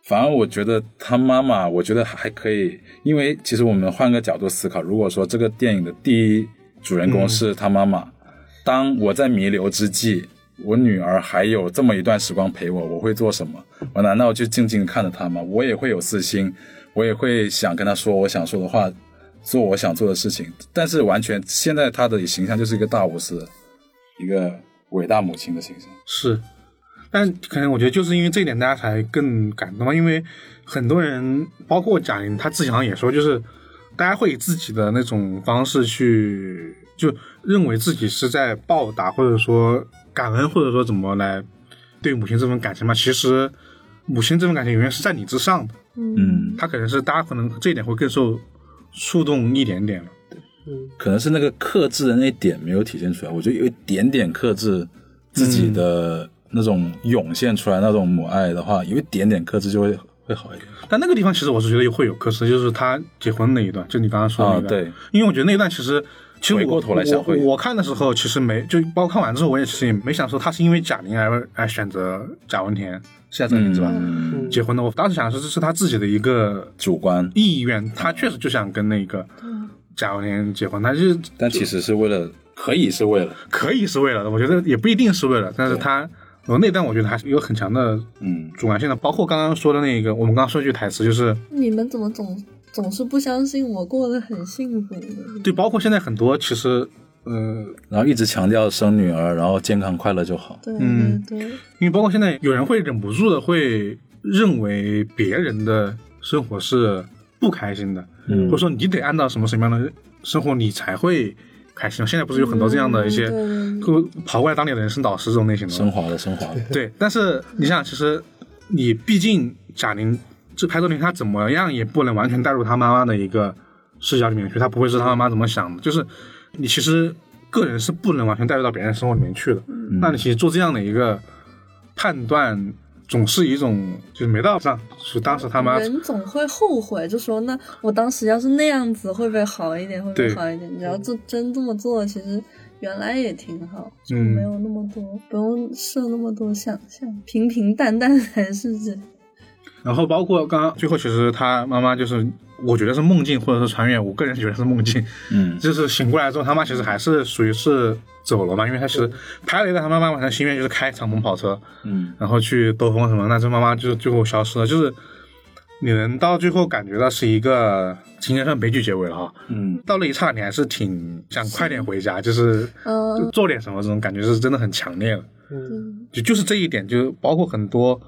Speaker 4: 反而我觉得他妈妈，我觉得还可以，因为其实我们换个角度思考，如果说这个电影的第一主人公是他妈妈，当我在弥留之际，我女儿还有这么一段时光陪我，我会做什么？我难道就静静地看着她吗？我也会有私心，我也会想跟她说我想说的话，做我想做的事情。但是完全现在她的形象就是一个大无私，一个伟大母亲的形象。
Speaker 1: 是，但可能我觉得就是因为这一点，大家才更感动吧。因为很多人，包括贾玲，她自己好像也说，就是大家会以自己的那种方式去，就认为自己是在报答或者说感恩，或者说怎么来对母亲这份感情嘛。其实母亲这份感情永远是在你之上的，
Speaker 4: 嗯，
Speaker 1: 她可能是大家可能这一点会更受触动一点点了。
Speaker 4: 可能是那个克制的那一点没有体现出来，我觉得有一点点克制自己的那种涌现出来那种母爱的话，有一点点克制就会会好一点。
Speaker 1: 但那个地方其实我是觉得会有磕碜，就是她结婚那一段，就你刚刚说的那
Speaker 4: 啊，
Speaker 1: 一段。
Speaker 4: 对，
Speaker 1: 因为我觉得那一段其实，其实我
Speaker 4: 回过头来想
Speaker 1: 我
Speaker 4: 会
Speaker 1: 我看的时候其实没，就包括看完之后，我也其实也没想说他是因为贾玲而而选择贾文田，是叫这个名字吧？
Speaker 4: 嗯，
Speaker 1: 结婚的，我当时想说这是他自己的一个
Speaker 4: 主观，
Speaker 1: 意愿，他确实就想跟那个
Speaker 3: 啊
Speaker 1: 贾文田结婚，他就是
Speaker 4: 但其实是为了，可以是为了，
Speaker 1: 可以是为了的，我觉得也不一定是为了，但是
Speaker 4: 对
Speaker 1: 他。我那段我觉得还是有很强的
Speaker 4: 嗯，
Speaker 1: 主观性的，包括刚刚说的那个，我们刚刚说一句台词，就是
Speaker 3: 你们怎么总总是不相信我过得很幸福呢？
Speaker 1: 对，包括现在很多其实，呃，
Speaker 4: 然后一直强调生女儿，然后健康快乐就好。
Speaker 3: 对
Speaker 1: 嗯
Speaker 3: 对对，
Speaker 1: 因为包括现在有人会忍不住的会认为别人的生活是不开心的，
Speaker 4: 嗯
Speaker 1: 或者说你得按照什么什么样的生活你才会开心。现在不是有很多这样的一些，
Speaker 3: 嗯
Speaker 1: 会跑过来当你的人生导师这种类型的
Speaker 4: 升
Speaker 1: 吗，
Speaker 4: 华了，升华了。
Speaker 1: 对。但是你想，其实你毕竟贾玲这拍作品，她怎么样也不能完全带入她妈妈的一个视角里面去，她不会是她妈妈怎么想的，就是你其实个人是不能完全带入到别人生活里面去的。
Speaker 4: 嗯
Speaker 1: 那你其实做这样的一个判断，总是一种就是没到上，是当时他妈
Speaker 3: 人总会后悔，就说那我当时要是那样子会不会好一点，会不会
Speaker 1: 对
Speaker 3: 好一点？你要这真这么做，其实原来也挺好，就
Speaker 1: 嗯
Speaker 3: 没有那么多、不用设那么多想象，平平淡淡才是这。
Speaker 1: 然后包括刚刚最后，其实他妈妈就是我觉得是梦境或者是穿越，我个人觉得是梦境，
Speaker 4: 嗯，
Speaker 1: 就是醒过来之后，他妈其实还是属于是走了嘛，因为他其实拍了一个他妈妈完成心愿就是开敞篷跑车，
Speaker 4: 嗯，
Speaker 1: 然后去兜风什么，那这妈妈就最后消失了，就是你能到最后感觉到是一个情节上悲剧结尾了哈。
Speaker 4: 嗯，
Speaker 1: 到那一刹，你还是挺想快点回家，就是
Speaker 3: 嗯
Speaker 1: 就做点什么，这种感觉是真的很强烈的。
Speaker 2: 嗯，
Speaker 1: 就就是这一点，就包括很多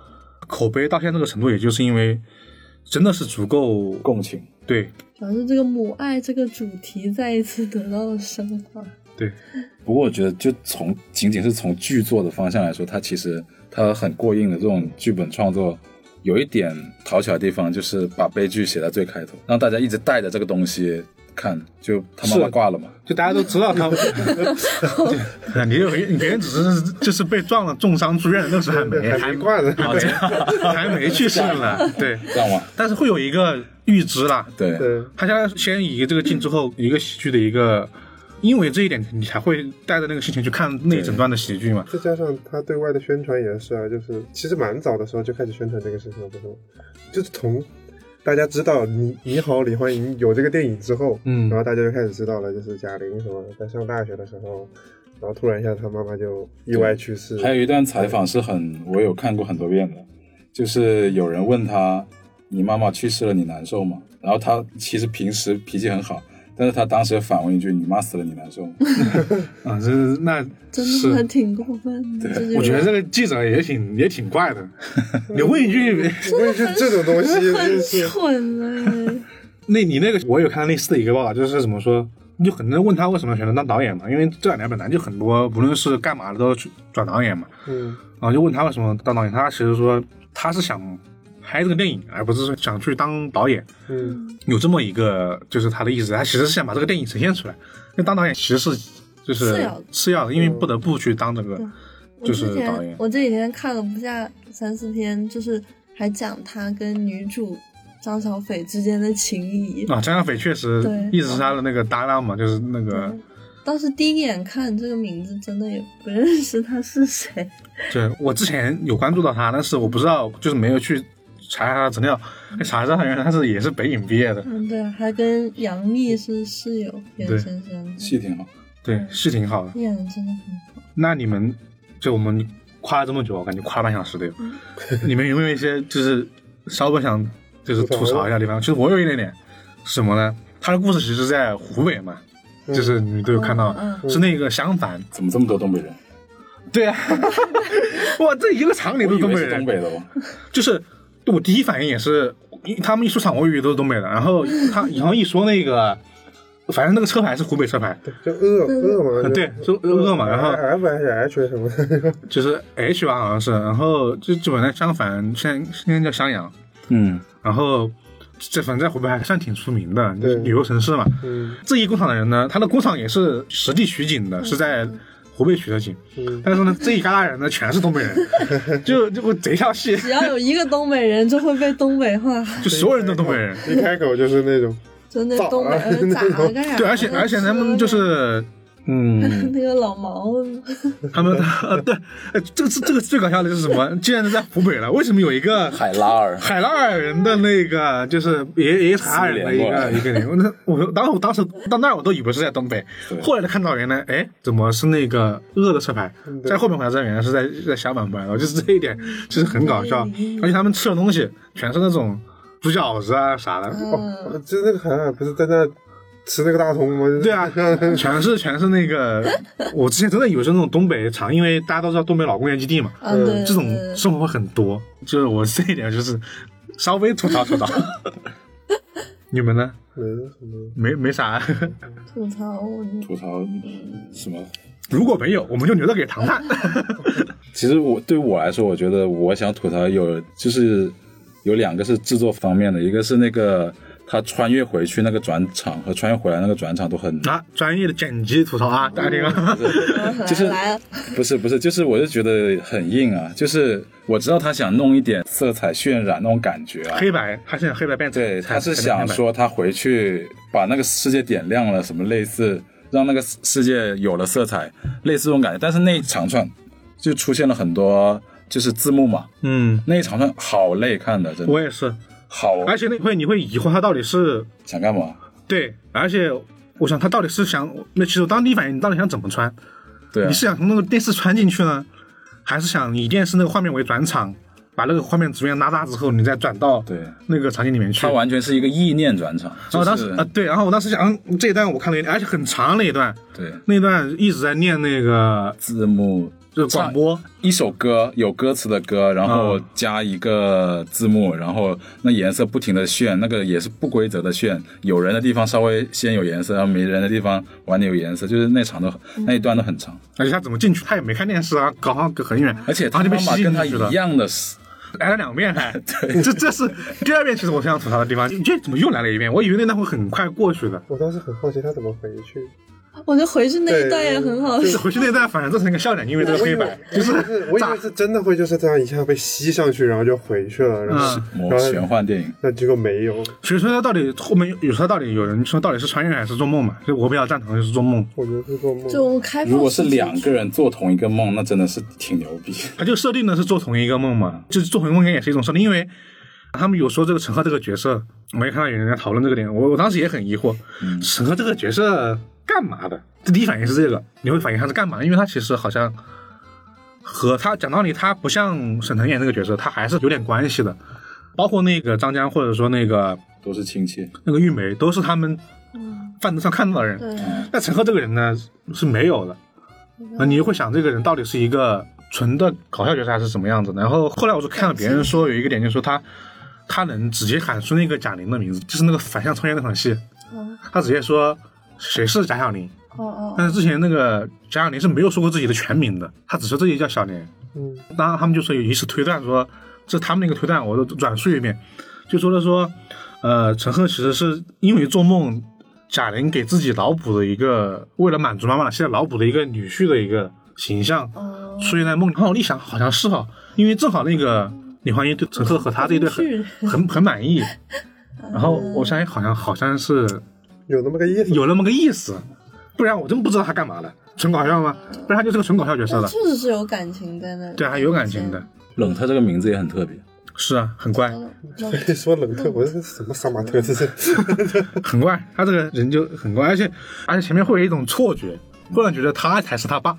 Speaker 1: 口碑到现在这个程度，也就是因为真的是足够
Speaker 4: 共情。
Speaker 1: 对
Speaker 3: 主要是这个母爱这个主题再一次得到了升华。
Speaker 1: 对，
Speaker 4: 不过我觉得，就从仅仅是从剧作的方向来说，它其实它很过硬的这种剧本创作，有一点讨巧的地方，就是把悲剧写在最开头，让大家一直带着这个东西看，就他妈妈
Speaker 1: 是
Speaker 4: 挂了嘛。
Speaker 1: 就大家都知道他们， 对你有你别人只是就是被撞了重伤住院，那时候还没啊
Speaker 2: 还没挂
Speaker 4: 嗯
Speaker 2: 呢。
Speaker 1: 还没还没去 世呢，对，
Speaker 4: 这样吗？
Speaker 1: 但是会有一个预知啦，
Speaker 4: 对，
Speaker 2: 对，
Speaker 1: 他现在先以这个进之后一个喜剧的一个，因为这一点你才会带着那个心情去看那一整段的喜剧嘛。
Speaker 2: 再加上他对外的宣传也是啊，就是其实蛮早的时候就开始宣传这个事情了，不是吗？就是从大家知道你你好李焕英有这个电影之后，
Speaker 1: 嗯
Speaker 2: 然后大家就开始知道了，就是贾玲什么在上大学的时候，然后突然一下她妈妈就意外去世，
Speaker 4: 还有一段采访是很我有看过很多遍的，就是有人问他：“你妈妈去世了，你难受吗？”然后他其实平时脾气很好，但是他当时反问一句：“你妈死了，你难受吗
Speaker 1: 啊，这那
Speaker 3: 真的还
Speaker 1: 是，
Speaker 3: 挺过分的。这就
Speaker 1: 我觉得这个记者也挺也挺怪 的。你问一句，
Speaker 2: 我也是这种东西，真
Speaker 3: 很
Speaker 2: 是
Speaker 3: 蠢哎、
Speaker 1: 那你那个我有看类似的一个报道，就是怎么说，就很多人问他为什么选择当导演嘛，因为这两年本来就很多，无论是干嘛的都去转导演嘛，
Speaker 2: 嗯
Speaker 1: 然后就问他为什么当导演，他其实说他是想拍这个电影，而不是说想去当导演，
Speaker 2: 嗯
Speaker 1: 有这么一个就是他的意思，他其实是想把这个电影呈现出来。那当导演其实是就是
Speaker 3: 次要的
Speaker 1: 次要的，因为不得不去当这个
Speaker 3: 对，
Speaker 1: 就
Speaker 3: 我
Speaker 1: 是
Speaker 3: 之
Speaker 1: 导演
Speaker 3: 前。我这几天看了不下三四篇，就是还讲他跟女主张小斐之间的情谊。
Speaker 1: 啊，张小斐确实
Speaker 3: 对
Speaker 1: 一直是他的那个搭档嘛，就是那个
Speaker 3: 当时第一眼看这个名字，真的也不认识他是谁。
Speaker 1: 对我之前有关注到他，但是我不知道，就是没有去查他的资料，查知道他原来他是也是北影毕业的，
Speaker 3: 嗯，对，还跟杨幂是室友，袁姗姗。？”
Speaker 4: 戏挺好。
Speaker 1: 对，是挺好的。
Speaker 3: 演的真的很好。
Speaker 1: 那你们就我们夸了这么久，我感觉夸半小时都有，
Speaker 3: 嗯
Speaker 1: 你们有没有一些就是稍微想就是吐槽一下的地方？其实我有一点点，是什么呢？他的故事其实在湖北嘛，
Speaker 4: 嗯
Speaker 1: 就是你们都有看到
Speaker 3: 嗯，
Speaker 1: 是那个襄樊。
Speaker 4: 怎么这么多东北人？
Speaker 1: 对 啊，哇，这一个厂里
Speaker 4: 我
Speaker 1: 都
Speaker 4: 以
Speaker 1: 东
Speaker 4: 为
Speaker 1: 北
Speaker 4: 是
Speaker 1: 人
Speaker 4: 东，北的哦。
Speaker 1: 就是我第一反应也是，一他们一出场我以为都是东北的，然后他然后一说那个，反正那个车牌是湖北车牌，
Speaker 2: 就饿饿嘛，
Speaker 1: 嗯对就饿嘛然后
Speaker 2: F 还是 H 什么的，
Speaker 1: 就是 H 吧好像是，然后就基本上相反，现在现在叫襄阳，
Speaker 4: 嗯，
Speaker 1: 然后这反正在湖北还算挺出名的，就是
Speaker 2: 对
Speaker 1: 旅游城市嘛。
Speaker 2: 嗯
Speaker 1: 这一工厂的人呢，他的工厂也是实地取景的，是在湖北取的景，
Speaker 2: 嗯，
Speaker 1: 但是呢，这一旮旯人呢全是东北 人，就就贼跳戏，
Speaker 3: 只要有一个东北人，就会被东北话，
Speaker 1: 就所有人都东北 人。
Speaker 2: 一开口就是那 种
Speaker 3: 真的东北呃
Speaker 2: 咋了
Speaker 3: 人咋了干啥？
Speaker 1: 对，而且而且他们就是，嗯，
Speaker 3: 那个老毛，嗯
Speaker 1: 他 们呃对，呃这个是这个最搞笑的是什么？ 既然是在湖北了，为什么有一个
Speaker 4: 海拉尔。
Speaker 1: 海拉尔人的那个，就是也也是海拉尔人的一个一个人？那我当时我当时到那儿我都以为是在东北，
Speaker 4: 对
Speaker 1: 后来才看到原来哎怎么是那个鄂的车牌，在后面我才知道原来是在在下半班，我就是这一点就是很搞笑，而且他们吃的东西全是那种猪饺子啊啥的，
Speaker 3: 嗯，
Speaker 2: 就那个韩寒不是在那吃那个大葱吗？
Speaker 1: 对啊，全是全是那个，我之前真的以为是那种东北厂，因为大家都知道东北老工业基地嘛，
Speaker 3: 啊对，对
Speaker 1: 呃这种
Speaker 3: 对
Speaker 1: 生活很多，就是我这一点就是稍微吐槽吐槽。 你们呢？
Speaker 2: 没什么，
Speaker 1: 没没啥。
Speaker 3: 吐槽我
Speaker 4: 吐槽什么？
Speaker 1: 如果没有，我们就留着给唐 探。
Speaker 4: 其实我对我来说，我觉得我想吐槽有就是有两个是制作方面的，一个是那个他穿越回去那个转场和穿越回来那个转场都很
Speaker 1: 啊，专业的剪辑吐槽啊，大家听啊。
Speaker 4: 就是
Speaker 3: 来了，
Speaker 4: 不是不是，就是我就觉得很硬啊，就是我知道他想弄一点色彩渲染那种感觉啊。
Speaker 1: 黑白，他现在黑白变
Speaker 4: 对，
Speaker 1: 彩
Speaker 4: 他是想，说他回去把那个世界点亮了，什么类似让那个世界有了色彩，类似这种感觉。但是那一长串就出现了很多就是字幕嘛，
Speaker 1: 彩嗯，
Speaker 4: 那一长串好累看的，真的
Speaker 1: 我也是，
Speaker 4: 好
Speaker 1: 而且那会你会疑惑他到底是
Speaker 4: 想干嘛？
Speaker 1: 对，而且我想他到底是想，那其实我当第一反应，你到底想怎么穿？
Speaker 4: 对啊
Speaker 1: 你，是想从那个电视穿进去呢，还是想以电视那个画面为转场，把那个画面逐渐拉大之后，你再转到
Speaker 4: 对
Speaker 1: 那个场景里面去？
Speaker 4: 他完全是一个意念转场，
Speaker 1: 然
Speaker 4: 就
Speaker 1: 后当时
Speaker 4: 是
Speaker 1: 啊、对，然后我当时想，嗯，这一段我看了一点，而且很长那一段，
Speaker 4: 对
Speaker 1: 那一段一直在念那个
Speaker 4: 字幕
Speaker 1: 就是广播，
Speaker 4: 一首歌有歌词的歌，然后加一个字幕，然后那颜色不停的炫，那个也是不规则的炫，有人的地方稍微先有颜色，然后没人的地方晚点有颜色，就是那场都那一段都很长，
Speaker 1: 而且他怎么进去，他也没看电视啊，搞好很远，
Speaker 4: 而且
Speaker 1: 他
Speaker 4: 他
Speaker 1: 就
Speaker 4: 妈
Speaker 1: 被吸
Speaker 4: 妈
Speaker 1: 进
Speaker 4: 跟他
Speaker 1: 去了
Speaker 4: 一，样的是，
Speaker 1: 来了两遍 还，这这是第二遍，其实我想吐槽的地方，你这怎么又来了一遍？我以为那段会很快过去的，
Speaker 2: 我当时很好奇他怎么回去，
Speaker 3: 我觉得回去那一段也很好
Speaker 2: 对
Speaker 1: 就是回去那段反而造成一个笑点，因为这个黑白，就是
Speaker 2: 我以为是真的会就是这样一下被吸上去，然后就回去了，然后
Speaker 4: 某
Speaker 1: 嗯
Speaker 2: 然
Speaker 4: 玄
Speaker 2: 后
Speaker 4: 幻电影，
Speaker 2: 那结果没有，
Speaker 1: 所以说他到底后面有说到底有人说到底是穿越还是做梦嘛？所以我比较赞同就是做梦，
Speaker 2: 我觉得是做梦，
Speaker 3: 就开放。
Speaker 4: 如果是两个，人做同一个梦，那真的是挺牛逼。
Speaker 1: 他就设定的是做同一个梦嘛，就是做同一个梦应该也是一种设定，因为他们有说这个陈赫这个角色，我也看到有人在讨论这个点，我我当时也很疑惑，陈赫这个角色干嘛的？第一反应是这个，你会反应他是干嘛的？因为他其实好像和他讲道理，他不像沈腾演这个角色，他还是有点关系的。包括那个张江，或者说那个
Speaker 4: 都是亲戚，
Speaker 1: 那个玉梅，都是他们
Speaker 3: 嗯，
Speaker 1: 饭桌上看到的人。
Speaker 3: 对，
Speaker 4: 嗯
Speaker 1: 但陈赫这个人呢是没有的，那你就会想这个人到底是一个纯的搞笑角色还是什么样子？然后后来我就看了别人说有一个点，就是说他他能直接喊出那个贾玲的名字，就是那个反向穿越那场戏，
Speaker 3: 哦
Speaker 1: 他直接说谁是贾小玲。
Speaker 3: 哦哦，
Speaker 1: 但是之前那个贾小玲是没有说过自己的全名的，她只说自己叫小玲。
Speaker 2: 嗯，
Speaker 1: 当然他们就说有一次推断说，这是他们那个推断，我都转述一遍，就说的说，呃，陈赫其实是因为做梦，贾玲给自己脑补的一个，为了满足妈妈现在脑补的一个女婿的一个形象
Speaker 3: 哦
Speaker 1: 出现在梦里。然后我一想，好像是哈，因为正好那个李焕英对陈赫和他这一对很
Speaker 3: 女
Speaker 1: 很很满意，然后我相信好像好像是
Speaker 2: 有那么个意思。
Speaker 1: 有那么个意思，不然我真不知道他干嘛了，纯搞笑吗？不然他就是个纯搞笑角色
Speaker 3: 但
Speaker 1: 了，
Speaker 3: 确实是有感情在那里，
Speaker 1: 对，还有感情的，
Speaker 4: 冷特这个名字也很特别，
Speaker 1: 是啊，很怪。
Speaker 3: 嗯。
Speaker 2: 说冷特，我是什么杀马特？这是
Speaker 1: 很怪，他这个人就很怪，而且而且前面会有一种错觉，会让人觉得他才是他爸，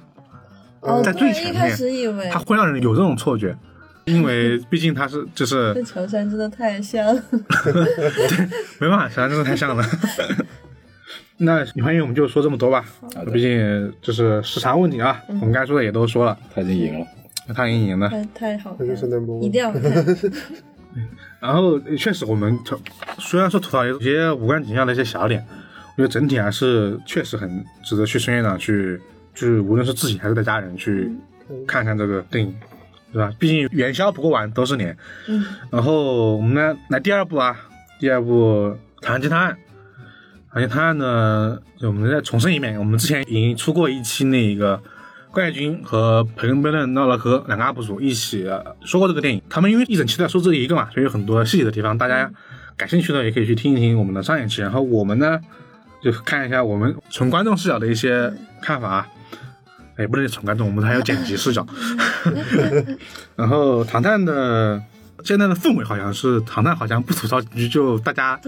Speaker 3: 哦，
Speaker 1: 在
Speaker 3: 对，
Speaker 1: 最前面
Speaker 3: 一开始以为
Speaker 1: 他会让人有这种错觉，因为毕竟他是就是
Speaker 3: 跟乔杉真的太像，
Speaker 1: 没办法，实在是太像了。 那女朋友我们就说这么多吧，
Speaker 4: 的
Speaker 1: 毕竟就是时长问题啊，我们该说的也都说了，
Speaker 4: 他已经赢了。
Speaker 1: 他已经 赢了。
Speaker 3: 太太好看
Speaker 2: 那就是
Speaker 3: 了，
Speaker 2: number one
Speaker 3: 一定 要看。
Speaker 1: 然后呃确实我们吐虽然说吐槽有些无关紧要的一些小点，我觉得整体还是确实很值得去深院长去，就是无论是自己还是带家人去看看这个电影，对吧？毕竟元宵不过完都是年。
Speaker 3: 嗯，
Speaker 1: 然后我们来来第二部啊，第二部啊《唐人街探案》。《唐人街探案》呢，我们再重申一遍，我们之前已经出过一期那个怪军和培根贝顿、闹了科两个 UP 主一起呃说过这个电影。他们因为一整期都在说这一个嘛，所以有很多细节的地方，大家感兴趣的也可以去听一听我们的上一期。然后我们呢，就看一下我们从观众视角的一些看法啊。也不能从观众，我们还有剪辑视角。 然后唐探的现在的氛围好像是唐探好像不吐槽局就大家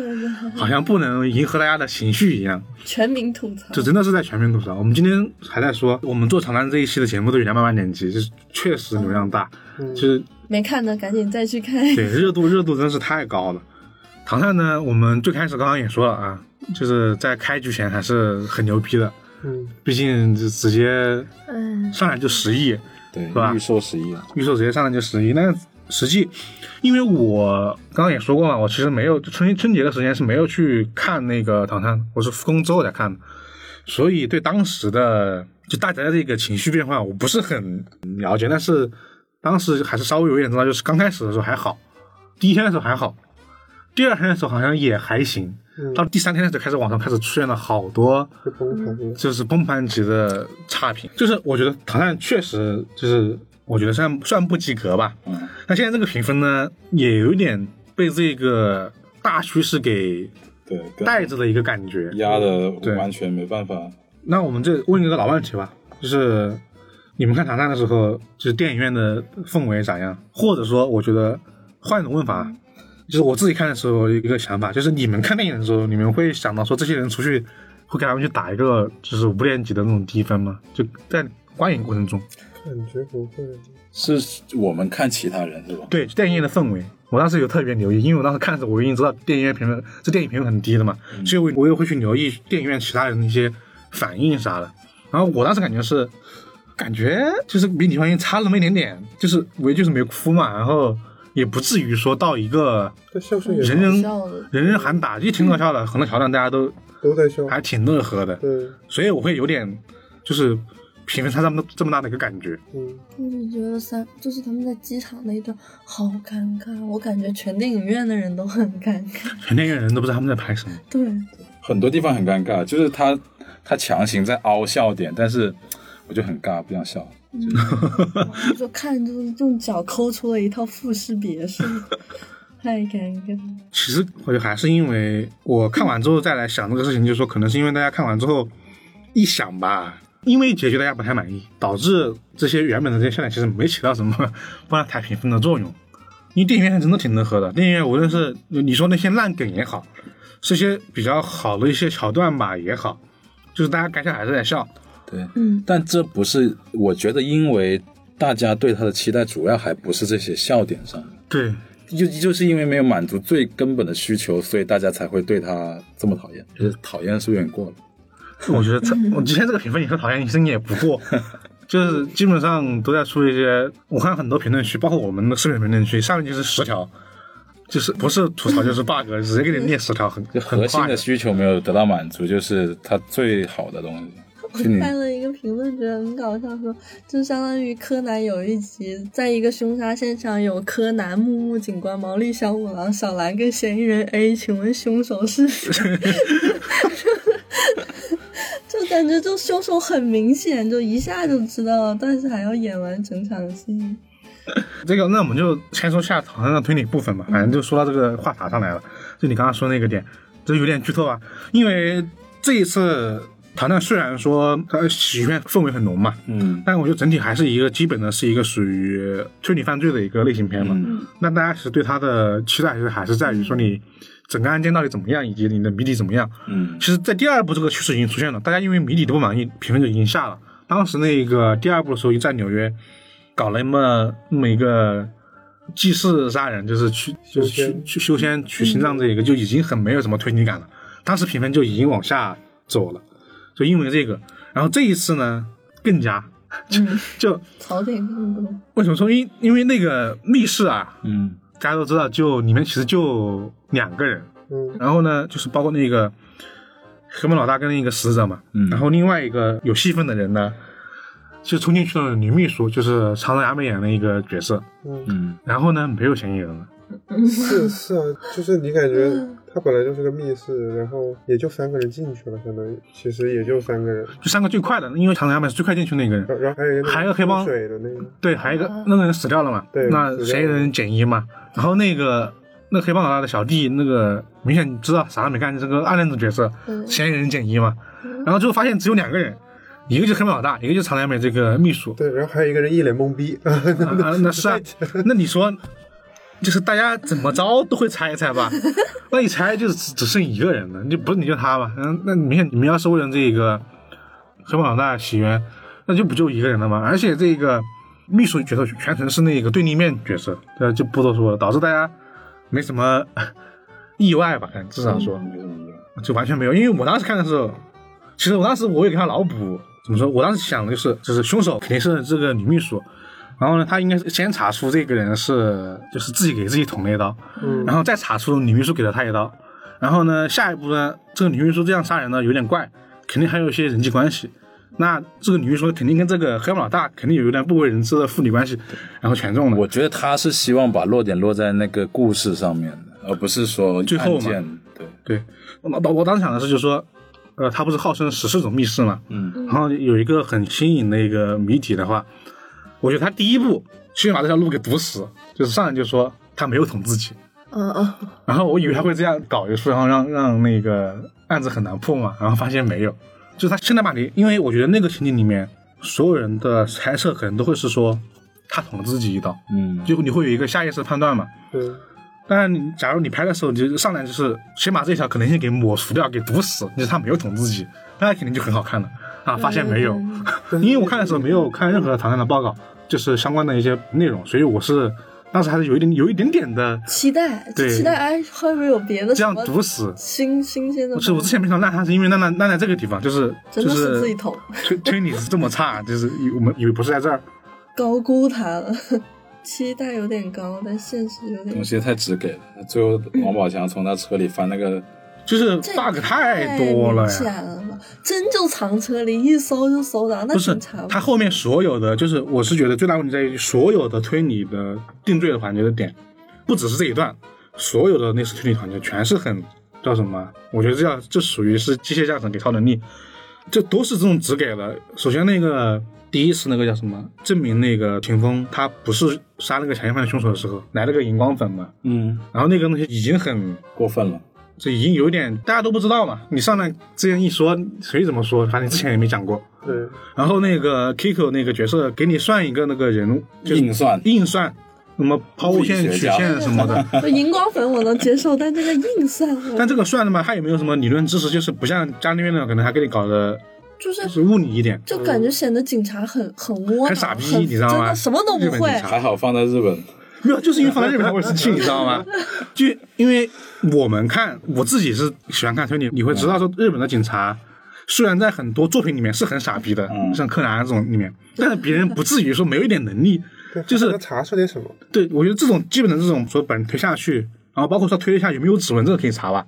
Speaker 1: 好像不能迎合大家的情绪一样，
Speaker 3: 全民吐槽
Speaker 1: 这，真的是在全民吐槽。我们今天还在说，我们做长安这一期的节目都有两百万点击，就是确实流量大，就是
Speaker 3: 没看的赶紧再去看。
Speaker 1: 对热度热度真是太高了。唐探呢，我们最开始刚刚也说了啊，就是在开局前还是很牛逼的，
Speaker 2: 嗯，
Speaker 1: 毕竟就直接
Speaker 3: 嗯，
Speaker 1: 上来就十亿，
Speaker 4: 对
Speaker 1: 吧，
Speaker 4: 预售十一了，
Speaker 1: 预售直接上来就十一，但实际，因为我刚刚也说过嘛，我其实没有春春节的时间是没有去看那个《唐探》，我是复工之后才看的，所以对当时的就大家的这个情绪变化，我不是很了解，但是当时还是稍微有点知道，就是刚开始的时候还好，第一天的时候还好，第二天的时候好像也还行，到第三天的时候开始网上开始出现了好多
Speaker 2: 就崩盘
Speaker 3: 嗯
Speaker 2: 了。
Speaker 1: 就是崩盘级的差评，就是我觉得《唐探》确实就是我觉得算算不及格吧。
Speaker 4: 嗯，
Speaker 1: 那现在这个评分呢，也有点被这个大趋势给
Speaker 4: 对，跟
Speaker 1: 带着的一个感觉。
Speaker 4: 压的
Speaker 1: 对
Speaker 4: 完全没办法。
Speaker 1: 那我们这问一个老问题吧，就是你们看《唐探》的时候，就是电影院的氛围咋样？或者说，我觉得换一种问法，就是我自己看的时候一个想法，就是你们看电影的时候，你们会想到说这些人出去会给他们去打一个就是五点几的那种低分吗？就在观影过程中，
Speaker 2: 感觉不会，
Speaker 4: 是我们看其他人是吧？
Speaker 1: 对电影院的氛围。我当时有特别留意，因为我当时看的时候，我已经知道电影院评分，这电影评分很低的嘛，所以我我也会去留意电影院其他人的一些反应啥的。然后我当时感觉是，感觉就是比李焕英差了那么一点点，就是我就是没哭嘛，然后也不至于说到一个
Speaker 2: 但笑声也
Speaker 1: 人人
Speaker 3: 搞笑的
Speaker 1: 人人喊打，就挺搞笑的，很多桥段大家都
Speaker 2: 都在笑。
Speaker 1: 还挺乐呵的，
Speaker 2: 对，
Speaker 1: 所以我会有点就是评分差这么这么大的一个感觉。
Speaker 2: 嗯，
Speaker 3: 我只觉得三就是他们在机场那一段好尴尬，我感觉全电影院的人都很尴尬。
Speaker 1: 全电影人都不知道他们在拍什么，
Speaker 3: 对，
Speaker 4: 很多地方很尴尬，就是他他强行在凹笑点，但是我就很尬，不想笑。
Speaker 3: 然后嗯就看就是用脚抠出了一套富士别墅，太尴尬了。
Speaker 1: 其实我觉得还是因为我看完之后再来想这个事情，就是说可能是因为大家看完之后一想吧，因为结局大家不太满意，导致这些原本的这些笑点其实没起到什么帮他抬评分的作用。因为电影院真的挺能喝的。电影院无论是你说那些烂梗也好，是些比较好的一些桥段吧也好，就是大家该笑还是得笑。
Speaker 4: 对，
Speaker 3: 嗯，
Speaker 4: 但这不是，我觉得因为大家对他的期待主要还不是这些笑点上，
Speaker 1: 对，
Speaker 4: 就就是因为没有满足最根本的需求，所以大家才会对他这么讨厌。就是讨厌是不是有点过了？
Speaker 1: 我觉得
Speaker 4: 嗯
Speaker 1: 这我今天这个评分，你说讨厌，其实你也不 过，就是基本上都在出一些。我看很多评论区，包括我们的视频评论区，上面就是十条，就是不是吐槽就是 bug，直接给你列十条，很
Speaker 4: 就
Speaker 1: 很
Speaker 4: 核心
Speaker 1: 快
Speaker 4: 的。需求没有得到满足，就是他最好的东西。就你
Speaker 1: 嗯
Speaker 3: 看了一个评论，觉得很搞笑，说就相当于柯南有一集，在一个凶杀现场有柯南、木木警官、毛利小五郎、小兰跟嫌疑人 A，请问凶手是谁？ 就感觉就凶手很明显，就一下就知道了，但是还要演完整场戏。
Speaker 1: 这个，那我们就先说下讨论的推理部分吧，反正就说到这个话茬上来了。就你刚刚说那个点，这有点剧透啊，因为这一次唐探虽然说它喜剧片氛围很浓嘛，
Speaker 4: 嗯
Speaker 1: 但我觉得整体还是一个基本的是一个属于推理犯罪的一个类型片嘛。
Speaker 4: 嗯
Speaker 1: 那大家其实对它的期待其实还是在于
Speaker 2: 嗯
Speaker 1: 说你整个案件到底怎么样，以及你的谜底怎么样。
Speaker 4: 嗯
Speaker 1: 其实，在第二部这个趋势已经出现了，大家因为谜底都不满意，评分就已经下了。当时那个第二部的时候，在纽约搞了那么那么一个祭祀杀人，就是去就是
Speaker 2: 修
Speaker 1: 去
Speaker 2: 仙
Speaker 1: 去修仙取心脏这一个，就已经很没有什么推理感了。当时评分就已经往下走了，就因为这个。然后这一次呢，更加
Speaker 3: 嗯，
Speaker 1: 就
Speaker 3: 槽点更多。
Speaker 1: 为什么说因因为那个密室啊，
Speaker 4: 嗯
Speaker 1: 大家都知道，就里面其实就两个人，
Speaker 2: 嗯，
Speaker 1: 然后呢，就是包括那个黑帮老大跟那个死者嘛，
Speaker 4: 嗯
Speaker 1: 然后另外一个有戏份的人呢，就冲进去的女秘书，就是长泽雅美演的一个角色，
Speaker 4: 嗯
Speaker 1: 然后呢，没有嫌疑人了，
Speaker 2: 是是啊，就是你感 觉它本来就是个密室，然后也就三个人进去了，相当于其实也就三个人，
Speaker 1: 就三个最快的，因为长泽雅美是最快进去那个人，
Speaker 2: 然后然后还有一个那
Speaker 1: 还有个黑帮
Speaker 2: 泼水的那个，
Speaker 1: 对，还有一个那个人死掉了嘛，
Speaker 2: 对
Speaker 1: 那
Speaker 2: 死掉了
Speaker 1: 嫌疑人减一嘛，然后那个那个黑帮老大的小弟，那个明显知道啥都没干，这个暗恋的角色，
Speaker 3: 嗯
Speaker 1: 嫌疑人减一嘛，然后最后发现只有两个人，一个就是黑帮老大，一个就是长泽雅美这个秘书，
Speaker 2: 对，然后还有一个人一脸懵逼， 嗯
Speaker 1: 啊，那是啊，那你说，就是大家怎么着都会猜一猜吧？那你猜就是只只剩一个人了，你就不是你就他吧？嗯，那你明显你们要是为了这个黑帮老大洗冤，那就不就一个人了吗？而且这个秘书角色全程是那个对立面角色，呃，就不多说了，导致大家没什么意外吧？嗯至少说就完全没有，因为我当时看的时候，其实我当时我也给他脑补，怎么说？我当时想的就是，就是凶手肯定是这个女秘书，然后呢，他应该是先查出这个人是就是自己给自己捅了一刀，
Speaker 2: 嗯
Speaker 1: 然后再查出女秘书给了他一刀，然后呢，下一步呢，这个女秘书这样杀人呢有点怪，肯定还有一些人际关系。那这个女秘书肯定跟这个黑帮老大肯定有一点不为人知的父女关系，然后全中了。
Speaker 4: 我觉得他是希望把落点落在那个故事上面的，而不是说
Speaker 1: 最后嘛
Speaker 4: 案件。对，
Speaker 1: 对，我我我当时想的是，就是说，呃，他不是号称十四种密室嘛，
Speaker 4: 嗯
Speaker 1: 然后有一个很新颖的一个谜底的话，我觉得他第一步先把这条路给堵死，就是上来就说他没有捅自己，
Speaker 3: 嗯嗯，
Speaker 1: 然后我以为他会这样搞一出，然后让让那个案子很难破嘛，然后发现没有，就是他现在把你，因为我觉得那个情景里面，所有人的猜测可能都会是说他捅了自己一刀，
Speaker 4: 嗯，
Speaker 1: 就你会有一个下意识的判断嘛。
Speaker 2: 嗯，
Speaker 1: 但你假如你拍的时候，你就是上来就是先把这条可能性给抹除掉，给堵死，就是他没有捅自己，那肯定就很好看了
Speaker 3: 嗯
Speaker 1: 啊！发现没有，因为我看的时候没有看任何唐探的报告，就是相关的一些内容，所以我是当时还是有一点有一点点的
Speaker 3: 期待，
Speaker 1: 对
Speaker 3: 期待哎，会不会有别的
Speaker 1: 这
Speaker 3: 什
Speaker 1: 样
Speaker 3: 么
Speaker 1: 堵死。
Speaker 3: 新新鲜的
Speaker 1: 不
Speaker 3: 吗？
Speaker 1: 是我之前没想烂他，是因为烂烂烂在这个地方，就是
Speaker 3: 真
Speaker 1: 就
Speaker 3: 的是
Speaker 1: 是
Speaker 3: 自己捅。
Speaker 1: 推推理是这么差，就是以我们以为不是在这儿，
Speaker 3: 高估他了，期待有点高，但现实有点
Speaker 4: 东西太直给了。最后王宝强从他车里翻那个，
Speaker 1: 就是
Speaker 3: 这
Speaker 1: bug 太多了
Speaker 3: 太明
Speaker 1: 呀。
Speaker 3: 显了吧？真就藏车里一搜就搜到，那
Speaker 1: 不是
Speaker 3: 警察，
Speaker 1: 他后面所有的就是，我是觉得最大问题在于所有的推理的定罪的环节的点，不只是这一段，所有的那次推理环节全是很叫什么？我觉得这叫这属于是机械驾驶给超能力，这都是这种只给了。首先那个第一次那个叫什么，证明那个霆锋他不是杀那个强奸犯的凶手的时候，来了个荧光粉嘛，
Speaker 4: 嗯，
Speaker 1: 然后那个东西已经很
Speaker 4: 过分了。
Speaker 1: 这已经有点大家都不知道嘛，你上来之前一说，谁怎么说，反正之前也没讲过。
Speaker 2: 对，
Speaker 1: 然后那个 Kiko 那个角色给你算一个那个人物，就是
Speaker 4: 硬算
Speaker 1: 硬算，什么抛物线、
Speaker 5: 物理
Speaker 1: 曲
Speaker 5: 学家
Speaker 1: 线什么 的。
Speaker 3: 就荧光粉我能接受，但这个硬算我
Speaker 1: 但这个算的嘛，它也没有什么理论知识，就是不像伽利略那种，可能还给你搞的
Speaker 3: 就是
Speaker 1: 就是物理一点。
Speaker 3: 就感觉显得警察很很窝
Speaker 1: 很
Speaker 3: 囊，
Speaker 1: 傻逼
Speaker 3: 很
Speaker 1: 你知道吗
Speaker 3: 真的什么都
Speaker 1: 日
Speaker 3: 不
Speaker 1: 本
Speaker 3: 会
Speaker 1: 警，察
Speaker 4: 还好放在日本，
Speaker 1: 没有，就是因为放在日本才会生气，你知 道吗？就因为我们看，我自己是喜欢看推理，你会知道说日本的警察。
Speaker 5: 嗯
Speaker 1: 虽然在很多作品里面是很傻逼的，
Speaker 4: 嗯
Speaker 1: 像柯南这种里面，但是别人不至于说没有一点能力，就是
Speaker 2: 能查出点什么。
Speaker 1: 对，我觉得这种基本的这种说把人推下去，然后包括说推一下有没有指纹，这个可以查吧？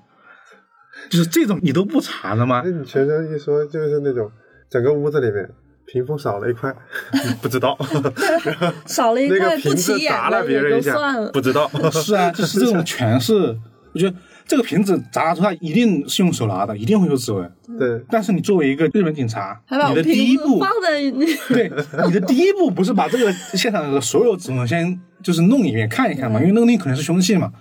Speaker 1: 就是这种你都不查的吗
Speaker 2: 那？你全身一说就是那种，整个屋子里面屏风少了一块，不知道。
Speaker 3: 少了一
Speaker 2: 那个
Speaker 3: 块
Speaker 2: 瓶
Speaker 3: 不
Speaker 2: 子
Speaker 3: 起眼
Speaker 2: 砸了
Speaker 3: 的
Speaker 2: 别人
Speaker 3: 也
Speaker 2: 一
Speaker 3: 就算
Speaker 2: 下
Speaker 3: 了，。
Speaker 2: 不知道。
Speaker 1: 是啊，就是这种全是，我觉得这个瓶子砸出来一定是用手拿的，一定会有指纹。
Speaker 2: 对，
Speaker 1: 但是你作为一个日本警察
Speaker 3: 还，把
Speaker 1: 你
Speaker 3: 我
Speaker 1: 的第
Speaker 3: 瓶
Speaker 1: 一
Speaker 3: 子
Speaker 1: 步
Speaker 3: 放，在 那，
Speaker 1: 对，你的第一步不是把这个现场的所有指纹先就是弄一遍看一看
Speaker 3: 嗯
Speaker 1: 嘛，因为那个东西可能是凶器嘛，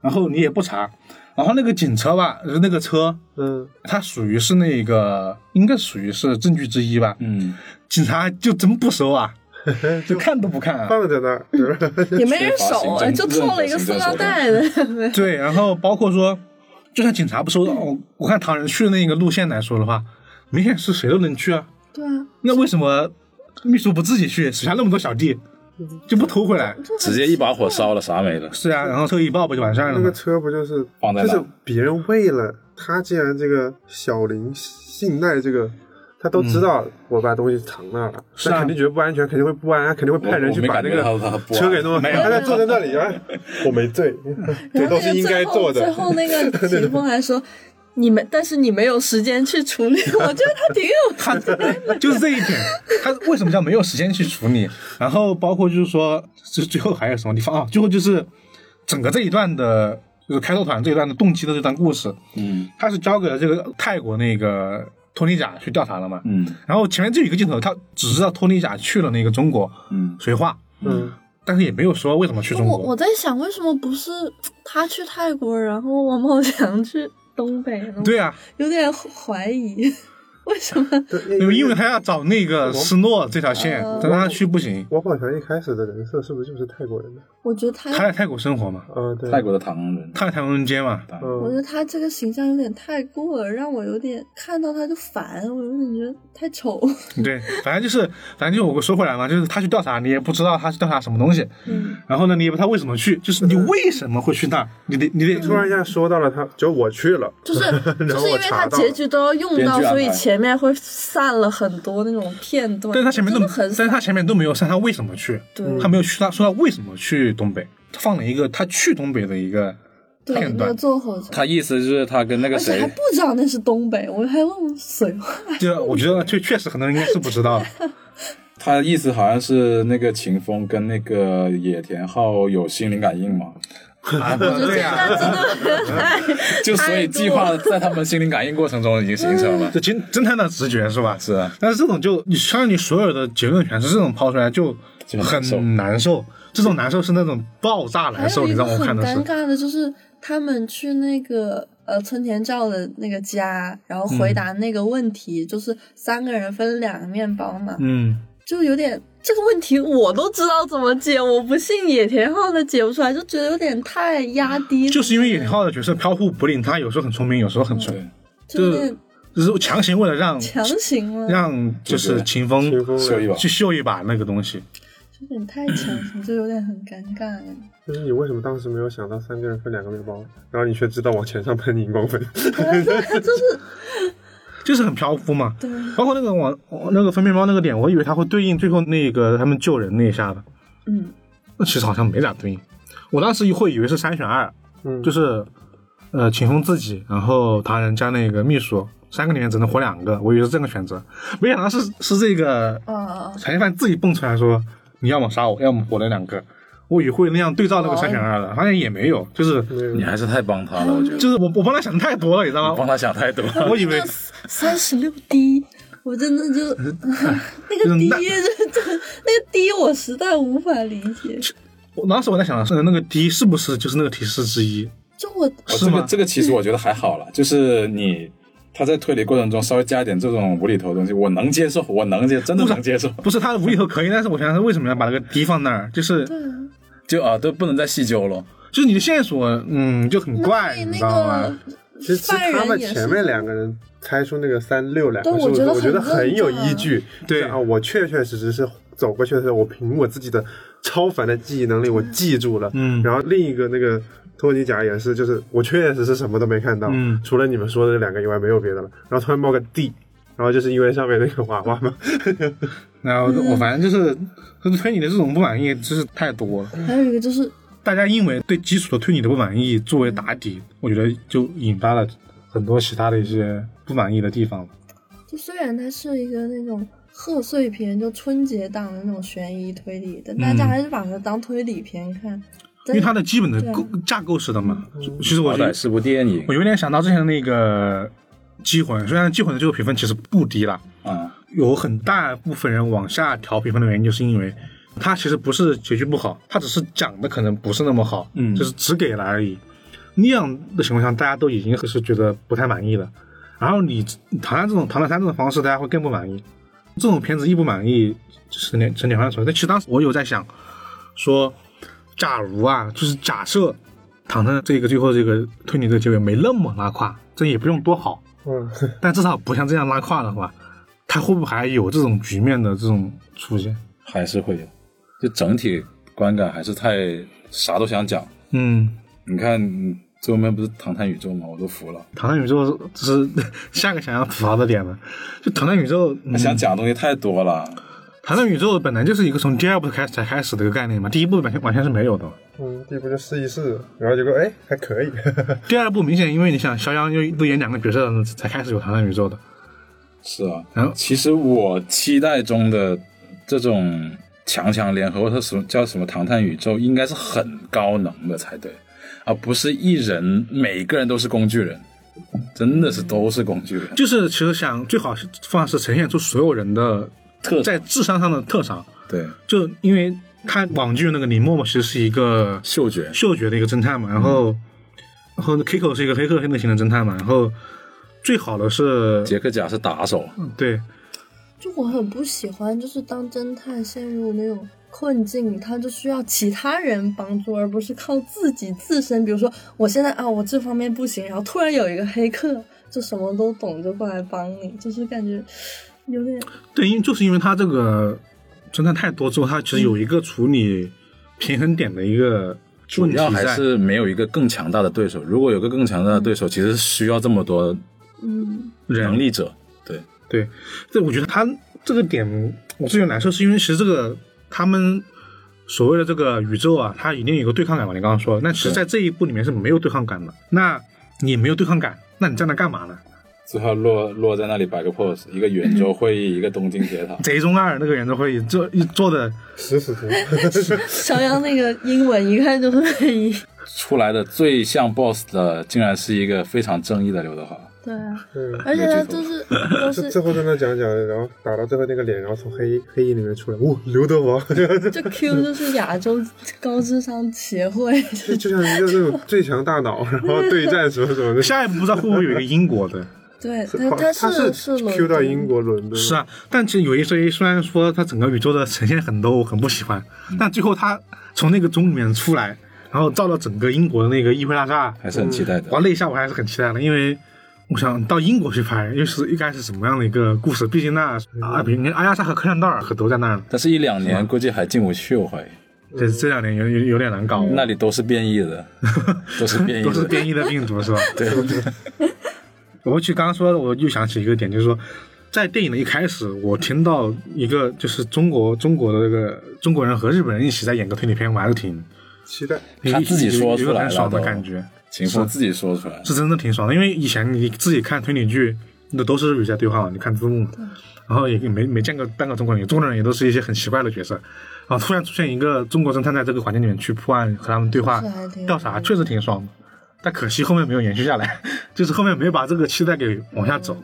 Speaker 1: 然后你也不查，然后那个警车吧，就是那个车，
Speaker 2: 嗯，
Speaker 1: 它属于是那个，应该属于是证据之一吧。
Speaker 4: 嗯，
Speaker 1: 警察就真不收啊， 就看都不看啊。
Speaker 2: 放在那儿，
Speaker 3: 也没人
Speaker 4: 缺乏
Speaker 3: 手，
Speaker 4: 行
Speaker 3: 哎
Speaker 4: 政
Speaker 3: 就套了一个塑料袋的，
Speaker 1: 对，然后包括说，就算警察不收，我我看唐人去的那个路线来说的话，明显是谁都能去啊。
Speaker 3: 对啊，
Speaker 1: 那为什么秘书不自己去，手下那么多小弟，就不偷回来？
Speaker 4: 直接一把火烧了，啥没了，
Speaker 1: 是啊，然后特意报不就完事儿了
Speaker 2: 那个
Speaker 1: 吗？
Speaker 2: 车不就是
Speaker 4: 嗯放在
Speaker 2: 就
Speaker 4: 那
Speaker 2: 是别人为了他，既然这个小林信赖这个，他都知
Speaker 4: 嗯
Speaker 2: 道我把东西藏那儿了，
Speaker 1: 是啊
Speaker 2: 那肯定觉得不安全，肯定会不安，肯定会派人
Speaker 4: 我
Speaker 2: 去
Speaker 4: 没
Speaker 2: 把
Speaker 4: 感
Speaker 2: 那
Speaker 4: 觉到他
Speaker 2: 个
Speaker 4: 不安
Speaker 2: 车给弄。
Speaker 1: 没有
Speaker 2: 他在坐在那里啊， 我没醉，这
Speaker 3: 然后
Speaker 2: 都
Speaker 3: 那
Speaker 2: 是
Speaker 3: 个
Speaker 2: 应该
Speaker 3: 最
Speaker 2: 做
Speaker 3: 后
Speaker 2: 的
Speaker 3: 最。后那 个秦风还说。你们，但是你没有时间去处理， 我觉得他 挺有
Speaker 1: 他就是这一点，他为什么叫没有时间去处理？然后包括就是说，这最后还有什么地方啊？最后就是整个这一段的，就是开拓团这一段的动机的这段故事，
Speaker 4: 嗯
Speaker 1: 他是交给了这个泰国那个托尼贾去调查了嘛。
Speaker 4: 嗯
Speaker 1: 然后前面就有一个镜头，他只知道托尼贾去了那个中国
Speaker 4: 嗯，
Speaker 1: 绥化，
Speaker 2: 嗯，
Speaker 1: 但是也没有说为什么去中
Speaker 3: 我
Speaker 1: 国
Speaker 3: 我。在想，为什么不是他去泰国，然后王宝强去东北呢？
Speaker 1: 对啊，
Speaker 3: 有点怀疑，为什么？
Speaker 2: 对
Speaker 1: 因为因为他要找那个斯诺这条线
Speaker 3: 哦，
Speaker 1: 但他去不行，
Speaker 2: 王宝强一开始的人设是不是就是泰国人呢？
Speaker 3: 我觉得
Speaker 1: 他在泰国生活嘛，
Speaker 2: 啊，对，
Speaker 4: 泰国的唐人，
Speaker 1: 他在台湾街嘛，
Speaker 3: 我觉
Speaker 2: 嗯，
Speaker 3: 得他这个形象有点太过了，让我有点看到他就烦，我有点觉得太丑。
Speaker 1: 对，反正就是，反正就是我说回来嘛，就是他去调查，你也不知道他去调查什么东西，
Speaker 3: 嗯，
Speaker 1: 然后呢，你也不知道为什么去，就是你为什么会去那儿，你得你得
Speaker 2: 突然一下说到了他，就我去了，
Speaker 3: 就是就是因为他
Speaker 2: 查到了
Speaker 3: 结局都要用
Speaker 4: 编剧
Speaker 3: 到，
Speaker 4: 安排
Speaker 3: 所以前面会散了很多那种片段。
Speaker 1: 但是他前面都，
Speaker 3: 真的很
Speaker 1: 但
Speaker 3: 散
Speaker 1: 是他前面都没有删他为什么去，
Speaker 3: 对
Speaker 1: 他没有去他说他为什么去东北，他放了一个他去东北的一个
Speaker 3: 对
Speaker 1: 片
Speaker 3: 那个
Speaker 1: 段，
Speaker 3: 坐火车，
Speaker 4: 他意思就是他跟那个
Speaker 3: 而且还
Speaker 4: 谁
Speaker 3: 不知道那是东北，我还问谁话。
Speaker 1: 就我觉得确确实很多人应该是不知道 的，
Speaker 4: 他意思好像是那个秦风跟那个野田浩有心灵感应嘛，
Speaker 1: 啊对呀、
Speaker 3: 真的太
Speaker 4: 就所以计划在他们心灵感应过程中已经形成了
Speaker 1: 这。侦侦探的直觉是吧？
Speaker 4: 是啊，
Speaker 1: 但是这种就你相当于所有的结论全是这种抛出来就
Speaker 4: 就很难受
Speaker 1: 很难受，这种难受是那种爆炸难
Speaker 3: 还
Speaker 1: 受，
Speaker 3: 有
Speaker 1: 你
Speaker 3: 一
Speaker 1: 知
Speaker 3: 个
Speaker 1: 道我
Speaker 3: 很
Speaker 1: 看的是
Speaker 3: 尴。尬的就是他们去那个呃村田照的那个家，然后回答那个问题，就是三个人分两个面包嘛，
Speaker 1: 嗯，
Speaker 3: 就有点这个问题我都知道怎么解，我不信野田昊的解不出来，就觉得有点太压低，
Speaker 1: 就是因为野浩的角色飘忽不定，他有时候很聪明，有时候很蠢，
Speaker 4: 对，
Speaker 3: 就有点
Speaker 1: 就是强行为了让
Speaker 3: 强行了，
Speaker 1: 让就是秦风
Speaker 2: 清风
Speaker 4: 秀一把
Speaker 1: 去秀一把那个东西。
Speaker 3: 有点太强行，就有点很尴尬了。
Speaker 2: 就是你为什么当时没有想到三个人分两个面包，然后你却知道往钱上喷荧光粉？
Speaker 1: 就是很飘忽嘛。
Speaker 3: 对
Speaker 1: 包括那个网那个分面包那个点，我以为他会对应最后那个他们救人那一下的，
Speaker 3: 嗯，
Speaker 1: 那其实好像没咋对应。我当时会以为是三选二，
Speaker 2: 嗯，
Speaker 1: 就是呃秦风自己，然后唐人加那个秘书，三个里面只能活两个，我以为是这个选择，没想到是是这个
Speaker 3: 啊啊啊！
Speaker 1: 产业犯自己蹦出来说，你要么杀我，要么活那两个。我以为会那样对照那个三选二的，发现也没有，就是
Speaker 2: 没有
Speaker 4: 你还是太帮他了，我觉得。
Speaker 1: 就是我我帮他想的太多了，你知道
Speaker 4: 帮
Speaker 1: 吗？
Speaker 4: 他想太多，
Speaker 1: 我以为
Speaker 3: 三十六 D，我真的就那个 D，
Speaker 1: 那
Speaker 3: 这这那个 D 我实在无法理解。
Speaker 1: 我当时我在想的是那个 D 是不是就是那个提示之一？
Speaker 3: 就我
Speaker 4: 我
Speaker 1: 是
Speaker 4: 哦这
Speaker 1: 吗
Speaker 4: 个这个其实我觉得还好了，就是你他在推理过程中稍微加一点这种无厘头的东西，我能接受，我能接，真的能接受。
Speaker 1: 不是他的无厘头可以，但是我想想为什么要把那个 D 放那儿？就是
Speaker 3: 对啊，
Speaker 4: 就啊都不能再细究了。
Speaker 1: 就是你的线索，嗯，就很怪，
Speaker 3: 对
Speaker 1: 你
Speaker 3: 那
Speaker 1: 知道吗
Speaker 3: 个？
Speaker 2: 其实
Speaker 3: 犯
Speaker 2: 他
Speaker 3: 人
Speaker 2: 们
Speaker 3: 也
Speaker 2: 前
Speaker 3: 是
Speaker 2: 面两个人猜出那个三六两个
Speaker 3: 对
Speaker 2: 数
Speaker 3: 我
Speaker 2: 字，
Speaker 3: 觉得
Speaker 2: 我觉得
Speaker 3: 很
Speaker 2: 很有
Speaker 3: 认真啊
Speaker 2: 依据。
Speaker 1: 对
Speaker 2: 啊，我确确实实是走过去的时候，我凭我自己的超凡的记忆能力，我记住了。
Speaker 1: 嗯
Speaker 2: 然后另一个那个托尼贾也是，就是我确实是什么都没看到，
Speaker 1: 嗯
Speaker 2: 除了你们说的这两个以外没有别的了。然后突然冒个 D，然后就是因为上面那个娃娃 嘛。
Speaker 1: 然后我反正就是，就是推理的这种不满意真是太多了。
Speaker 3: 还有一个就是
Speaker 1: 大家因为对基础的推理的不满意作为打底，我觉得就引发了很多其他的一些不满意的地方。
Speaker 3: 就虽然它是一个那种贺岁片，就春节档的那种悬疑推理，但大家还是把它当推理片看。
Speaker 1: 因为它的基本的
Speaker 3: 对
Speaker 1: 构架构是的嘛，其实
Speaker 4: 好
Speaker 1: 我觉得
Speaker 4: 歹是部电影
Speaker 1: 我有点想到之前那个《机魂》，虽然《机魂》的最后评分其实不低啦，
Speaker 4: 啊，
Speaker 1: 有很大部分人往下调评分的原因，就是因为它其实不是结局不好，它只是讲的可能不是那么好，
Speaker 4: 嗯
Speaker 1: 就是只给了而已。那样的情况下，大家都已经是觉得不太满意了。然后你唐探这种唐探三这种方式，大家会更不满意。这种片子一不满意，十年十年翻船。但其实当时我有在想，说假如啊，就是假设唐探这个最后这个推理的结尾没那么拉胯，这也不用多好，
Speaker 2: 嗯，
Speaker 1: 但至少不像这样拉胯的话，他会不会还有这种局面的这种出现？
Speaker 4: 还是会有，就整体观感还是太啥都想讲。
Speaker 1: 嗯，
Speaker 4: 你看嗯最后面不是唐探宇宙吗？我都服了，
Speaker 1: 唐探宇宙这是 下个想要吐槽的点了。就唐探宇宙，嗯
Speaker 4: 想讲的东西太多了。
Speaker 1: 唐探宇宙本来就是一个从第二部开始才开始的一个概念嘛，第一部完全完全是没有的嘛。
Speaker 2: 嗯，第一步就试一试，然后结果哎还可以，
Speaker 1: 第二部明显因为你想肖央又又演两个角色了才开始有唐探宇宙的。
Speaker 4: 是啊，
Speaker 1: 然后
Speaker 4: 其实我期待中的这种强强联合，或者什么叫什么唐探宇宙，应该是很高能的才对，而不是一人每个人都是工具人，真的是都是工具人。
Speaker 1: 就是其实想最好是方式呈现出所有人的
Speaker 4: 特
Speaker 1: 在智商上的特长，
Speaker 4: 对
Speaker 1: 就因为他网剧那个林默默其实是一个
Speaker 4: 嗅觉，
Speaker 1: 嗅觉的一个侦探
Speaker 4: 嗯
Speaker 1: 嘛，然后、然后 Kiko 是一个黑客类型的侦探嘛，然后最好的是
Speaker 4: 杰克甲是打手，
Speaker 1: 对
Speaker 3: 就我很不喜欢，就是当侦探陷入那种困境，他就需要其他人帮助，而不是靠自己自身。比如说，我现在啊，我这方面不行，然后突然有一个黑客，就什么都懂，就过来帮你，就是感觉有点
Speaker 1: 对，因为就是因为他这个侦探太多之后，他其
Speaker 4: 嗯
Speaker 1: 实有一个处理平衡点的一个
Speaker 4: 主
Speaker 1: 问题
Speaker 4: 要还
Speaker 1: 在。嗯
Speaker 4: 是没有一个更强大的对手。如果有个更强大的对手，其实是需要这么多
Speaker 3: 嗯，
Speaker 4: 能力者。对，
Speaker 1: 对，这我觉得他这个点我最难受，是因为其实这个他们所谓的这个宇宙啊，它一定有一个对抗感嘛。你刚刚说，那其实在这一部里面是没有对抗感的。那你没有对抗感，那你站那干嘛呢？。
Speaker 4: 最后落落在那里摆个 pose，一个圆桌会议，一个东京铁塔
Speaker 1: 贼中二那个人都会做一做的
Speaker 2: 死死死。
Speaker 3: 哎肖央那个英文一看就是配音，
Speaker 4: 出来的最像 boss 的，竟然是一个非常正义的刘德华。
Speaker 3: 对啊，
Speaker 2: 嗯
Speaker 3: 而且他就 是都
Speaker 2: 就是最后在那讲讲，然后打到最后那个脸，然后从黑黑影里面出来，哦，刘德华，
Speaker 3: 就 Q 就是亚洲高智商协会，
Speaker 2: 就就像一个那种最强大脑，然后对战什么什么的。
Speaker 1: 下一步不知道会不会有一个英国的？
Speaker 3: 对他
Speaker 2: 他
Speaker 3: 是
Speaker 2: 是
Speaker 3: 伦
Speaker 2: Q 到
Speaker 3: 敦
Speaker 2: 英国伦敦，
Speaker 1: 是啊，但其实有一说一，虽然说它整个宇宙的呈现很多我很不喜欢，但最后它从那个钟里面出来，然后照到整个英国的那个议会大厦，
Speaker 4: 还是很期待的。
Speaker 1: 哇，那一下我还是很期待的，因为我想到英国去拍，又是应该是什么样的一个故事？毕竟那啊，比如阿亚莎和柯南道尔可都在那儿了，
Speaker 4: 但是，一两年估计还进不去，我怀疑
Speaker 1: 这这两年有有有点难搞，
Speaker 4: 那里都是变异 的，都是变异
Speaker 1: 都是
Speaker 4: 的。
Speaker 1: 变异的病毒是吧？对。我去刚刚说的，我又想起一个点，就是说，在电影的一开始，我听到一个就是中国中国的这个中国人和日本人一起在演个推理片，我还是挺
Speaker 2: 期待。
Speaker 4: 他自己说出
Speaker 1: 有有有
Speaker 4: 来
Speaker 1: 很
Speaker 4: 了
Speaker 1: 爽的
Speaker 4: 都
Speaker 1: 感觉，
Speaker 4: 秦风自己说出来，
Speaker 1: 是真的挺爽的。因为以前你自己看推理剧，那都是日语在对话嘛，你看字幕嘛，然后也没没见过半个中国人，中国人也都是一些很奇怪的角色，然后突然出现一个中国侦探在这个环境里面去破案和他们对话
Speaker 3: 是啊还挺
Speaker 1: 调
Speaker 3: 有
Speaker 1: 查，
Speaker 3: 意思
Speaker 1: 确实挺爽的。但可惜后面没有延续下来， 就是后面没有把这个期待给往下走。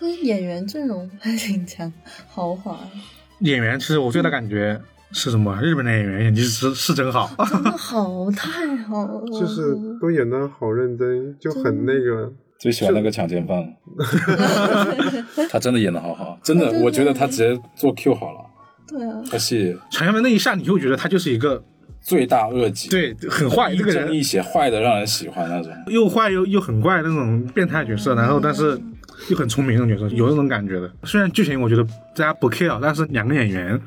Speaker 3: 但是演员阵容还挺强，豪华，
Speaker 1: 演员其实我最大感觉是什么？啊日本的演员演技是是真好，
Speaker 3: 真的好太好了，
Speaker 2: 就是
Speaker 3: 嗯
Speaker 2: 都演的好认真，就很那个，
Speaker 4: 最喜欢那个强 奸犯了，他真的演的好好，真的
Speaker 3: 他真，的
Speaker 4: 我觉得他直接做 Q 好了，
Speaker 3: 对啊，
Speaker 4: 他戏
Speaker 1: 前面那一下你就觉得他就是一个
Speaker 4: 罪大恶极，，
Speaker 1: 对，很坏
Speaker 4: 一
Speaker 1: 这个
Speaker 4: 正
Speaker 1: 人
Speaker 4: 一，邪，坏的让人喜欢那种。
Speaker 1: 又坏又又很怪那种变态角色，然后但是又很聪明那种角色，有那种感觉的。虽然剧情我觉得大家不 care，但是两个演员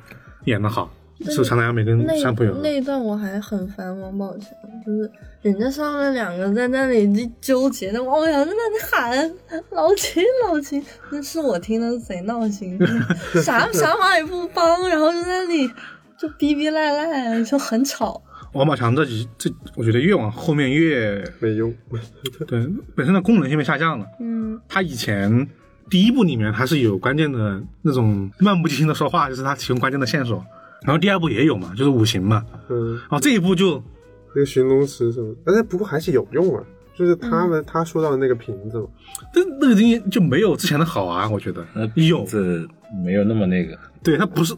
Speaker 1: 演的好，是长岛美跟
Speaker 3: 那
Speaker 1: 山浦友
Speaker 3: 那一段我还很烦王宝强，就是人家上面两个在那里就纠结，那王宝强在那里喊老秦老秦，那是我听的贼闹心，就是啥啥忙也不帮，然后就在那里就逼逼赖赖，就很吵。
Speaker 1: 王宝强这几这，我觉得越往后面越
Speaker 2: 没用。
Speaker 1: 对本身的功能性被下降了。
Speaker 3: 嗯，
Speaker 1: 他以前第一部里面还是有关键的那种漫不经心的说话，就是他提供关键的线索。然后第二部也有嘛，就是五行嘛。
Speaker 2: 嗯，
Speaker 1: 然后这一部就
Speaker 2: 那个寻龙石什么的，但是不过还是有用啊，就是他
Speaker 3: 嗯
Speaker 2: 们、他说到的那个瓶子嘛，
Speaker 1: 这那个东西就没有之前的好啊，我觉得
Speaker 4: 呃
Speaker 5: 那
Speaker 1: 有
Speaker 5: 这没有那么那个，
Speaker 1: 对他不是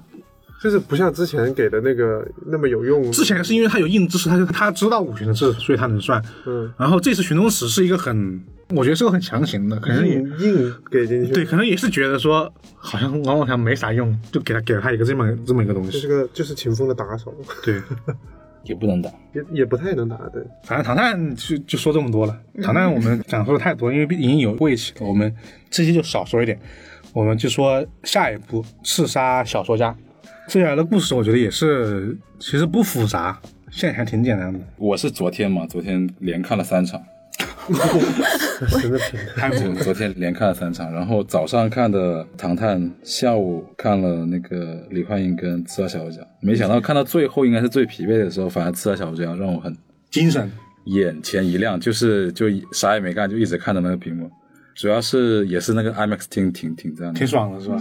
Speaker 2: 就是不像之前给的那个那么有用。
Speaker 1: 之前是因为他有硬知识，他就他知道五行的知识，所以他能算。
Speaker 2: 嗯，
Speaker 1: 然后这次寻龙石是一个很，我觉得是个很强行的，可能也
Speaker 2: 硬硬给进去，
Speaker 1: 对，可能也是觉得说好像王宝强没啥用，就给他给了他一个这么这么一个东
Speaker 2: 就是
Speaker 1: 西。
Speaker 2: 个就是秦风的打手，
Speaker 1: 对，
Speaker 5: 也不能打。
Speaker 2: 也也不太能打对。
Speaker 1: 反正唐探就就说这么多了。唐探我们讲述的太多，因为已经有过一期了，我们这期就少说一点。我们就说下一步刺杀小说家。接下来的故事我觉得也是其实不复杂，现在还挺简单的。
Speaker 4: 我是昨天嘛，昨天连看了三场，
Speaker 2: 真的平
Speaker 1: 还
Speaker 2: 淡。
Speaker 4: 我昨天连看了三场，然后早上看的《唐探》，下午看了那个李焕英跟《刺杀小说家》，没想到看到最后应该是最疲惫的时候，反而《刺杀小说家》让我很
Speaker 1: 精神
Speaker 4: 眼前一亮，就是就啥也没干，就一直看着那个屏幕，主要是也是那个 IMAX 厅挺挺赞的，
Speaker 1: 挺爽的是吧？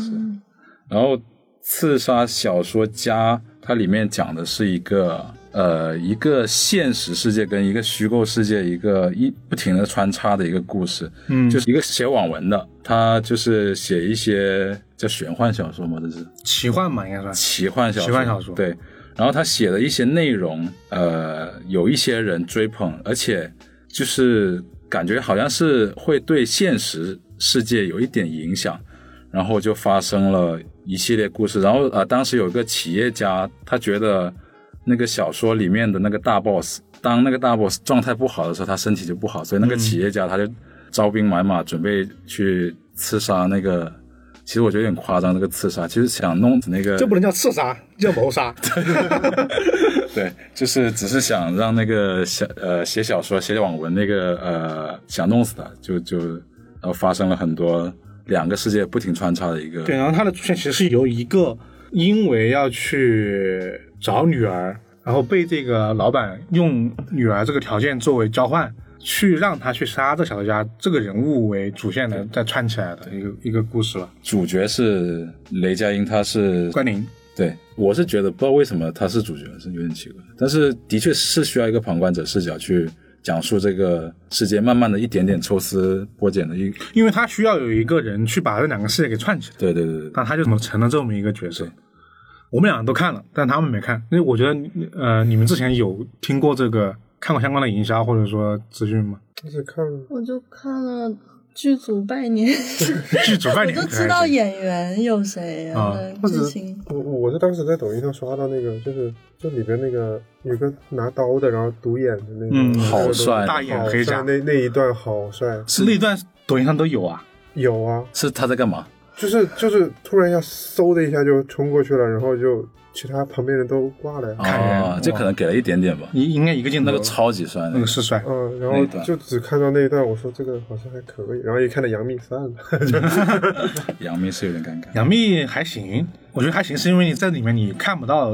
Speaker 4: 然后《刺杀小说家》它里面讲的是一个呃一个现实世界跟一个虚构世界一个一不停的穿插的一个故事，
Speaker 1: 嗯
Speaker 4: 就是一个写网文的，他就是写一些叫玄幻小说嘛，这是
Speaker 1: 奇幻嘛，应该算。
Speaker 4: 奇幻小说，
Speaker 1: 奇幻小说
Speaker 4: 对。然后他写的一些内容，呃，有一些人追捧，而且就是感觉好像是会对现实世界有一点影响，然后就发生了一系列故事。然后呃，当时有一个企业家，他觉得那个小说里面的那个大 boss，当那个大 boss 状态不好的时候，他身体就不好，所以那个企业家他就招兵买马，准备去刺杀那个。其实我觉得有点夸张，这个刺杀其实想弄死那个
Speaker 1: 这不能叫刺杀，叫谋杀。
Speaker 4: 对，就是只是想让那个小呃写小说、写网文那个呃想弄死他，就就然后发生了很多两个世界不停穿插的一个
Speaker 1: 对，啊然后他的主线其实是由一个因为要去找女儿，然后被这个老板用女儿这个条件作为交换，去让他去杀这个小说家这个人物为主线的再串起来的一个一个故事了。
Speaker 4: 主角是雷佳音，他是
Speaker 1: 关宁，
Speaker 4: 对，我是觉得不知道为什么他是主角，是有点奇怪，但是的确是需要一个旁观者视角去讲述这个世界，慢慢的一点点抽丝剥茧的一，
Speaker 1: 因为他需要有一个人去把这两个世界给串起来，
Speaker 4: 对对对对，
Speaker 1: 那他就怎么成了这么一个角色。我们两个都看了，但他们没看，因为我觉得你呃，你们之前有听过这个看过相关的营销或者说资讯吗？
Speaker 2: 就是看
Speaker 3: 我就看了剧组拜年，
Speaker 1: 剧组拜
Speaker 3: 我
Speaker 1: 年
Speaker 3: 就
Speaker 1: 可能
Speaker 3: 知
Speaker 1: 还
Speaker 3: 道
Speaker 1: 行
Speaker 3: 演员有谁，然后
Speaker 1: 啊
Speaker 2: 或者
Speaker 3: 剧情。
Speaker 2: 我我是当时在抖音上刷到那个，就是就里边那个有个拿刀的，然后独眼的那个，
Speaker 1: 嗯
Speaker 4: 好帅
Speaker 1: 大眼黑甲
Speaker 2: 好帅那那一段好帅，
Speaker 1: 是那段抖音上都有啊。
Speaker 2: 有啊，
Speaker 4: 是他在干嘛？
Speaker 2: 就是就是突然一下嗖的一下就冲过去了，然后就其他旁边人都挂了呀，
Speaker 1: 看人
Speaker 4: 哦，这
Speaker 1: 哇
Speaker 4: 可能给了一点点吧，
Speaker 1: 应应该一个镜头，
Speaker 4: 那个超级帅，
Speaker 1: 那个是帅，
Speaker 2: 嗯，然
Speaker 4: 哦那一
Speaker 2: 后
Speaker 4: 段
Speaker 2: 就只看到那一段，我说这个好像还可以，然后一看到杨幂算了，
Speaker 4: 杨幂是有点尴尬。
Speaker 1: 杨幂还行，我觉得还行，是因为你在里面你看不到，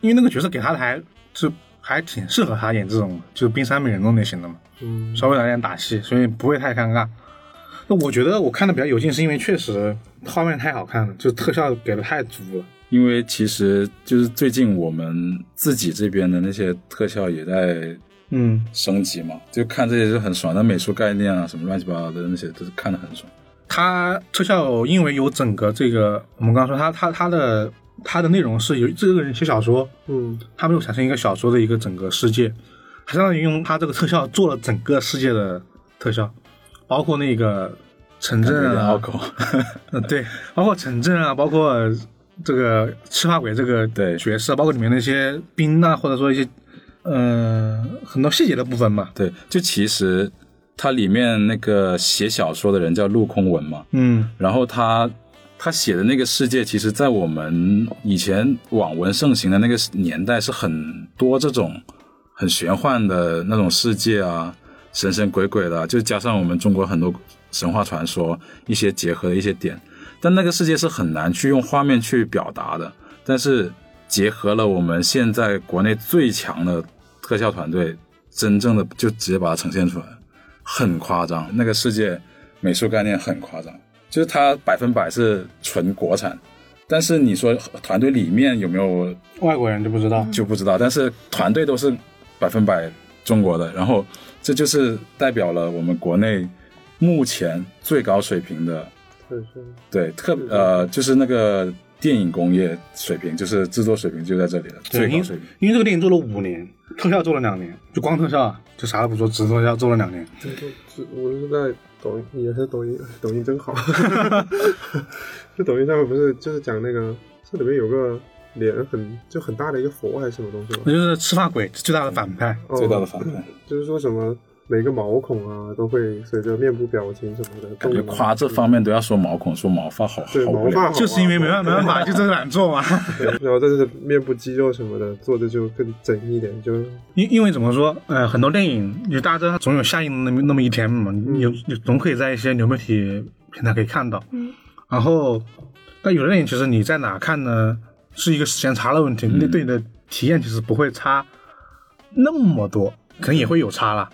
Speaker 1: 因为那个角色给她的还是还挺适合她演这种就是冰山美人那种类型的嘛，
Speaker 2: 嗯，
Speaker 1: 稍微来点打戏，所以不会太尴尬。那我觉得我看的比较有劲，是因为确实画面太好看了，就特效给的太足了。
Speaker 4: 因为其实就是最近我们自己这边的那些特效也在
Speaker 1: 嗯，
Speaker 4: 升级嘛，就看这些就很爽。那美术概念啊，什么乱七八糟的那些，都是看得很爽。
Speaker 1: 它特效因为有整个这个，我们刚刚说它它它的它的内容是有这个人写小说，
Speaker 2: 嗯，
Speaker 1: 他没有产生一个小说的一个整个世界，它相当于用它这个特效做了整个世界的特效，包括那个城
Speaker 4: 感觉有
Speaker 1: 镇
Speaker 4: 点
Speaker 1: 啊
Speaker 4: 拗，口，
Speaker 1: 呃对，包括城镇啊，包括这个赤发鬼这个
Speaker 4: 对
Speaker 1: 角色，包括里面那些兵啊，或者说一些呃很多细节的部分嘛，
Speaker 4: 对，就其实它里面那个写小说的人叫陆空文嘛，
Speaker 1: 嗯
Speaker 4: 然后他他写的那个世界，其实在我们以前网文盛行的那个年代，是很多这种很玄幻的那种世界啊，神神鬼鬼的啊，就加上我们中国很多神话传说一些结合的一些点，但那个世界是很难去用画面去表达的，但是结合了我们现在国内最强的特效团队，真正的就直接把它呈现出来，很夸张，那个世界美术概念很夸张。就是它百分百是纯国产，但是你说团队里面有没有
Speaker 1: 外国人就不知道，
Speaker 4: 就不知道，但是团队都是百分百中国的，然后这就是代表了我们国内目前最高水平的，
Speaker 2: 对是，
Speaker 4: 对特呃就是那个电影工业水平，就是制作水平就在这里了，
Speaker 1: 对
Speaker 4: 最
Speaker 1: 因
Speaker 4: 高
Speaker 1: 为
Speaker 4: 水平。
Speaker 1: 因为这个电影做了五年，特效做了两年，就光特效啊，就啥都不做，只做特效做了两年。
Speaker 2: 这这这我是在抖音，也是抖音，抖音真好。 就抖音上面不是就是讲那个，这里面有个脸很就很大的一个佛还是什么东西吗？
Speaker 1: 那就是赤发鬼嗯最大的反派，
Speaker 2: 哦
Speaker 4: 最大的反派，
Speaker 2: 就是说什么每个毛孔啊都会随着面部表情什么的
Speaker 4: 感
Speaker 2: 动啊，
Speaker 4: 觉夸这方面都要说毛孔，说毛发好
Speaker 2: 对
Speaker 4: 好
Speaker 2: 毛
Speaker 4: 无
Speaker 2: 发
Speaker 4: 聊
Speaker 2: 好。啊，
Speaker 1: 就是因为没办没办法，就这个懒做嘛。
Speaker 2: 对然后但是面部肌肉什么的做的就更整一点，就
Speaker 1: 因因为怎么说，呃，很多电影，你大家知道它总有下映的那么那么一天嘛，你有你总可以在一些流媒体平台可以看到。
Speaker 3: 嗯。
Speaker 1: 然后，但有的电影其实你在哪看呢，是一个时间差的问
Speaker 4: 嗯
Speaker 1: 题，那、对你的体验其实不会差那么多，可能也会有差啦。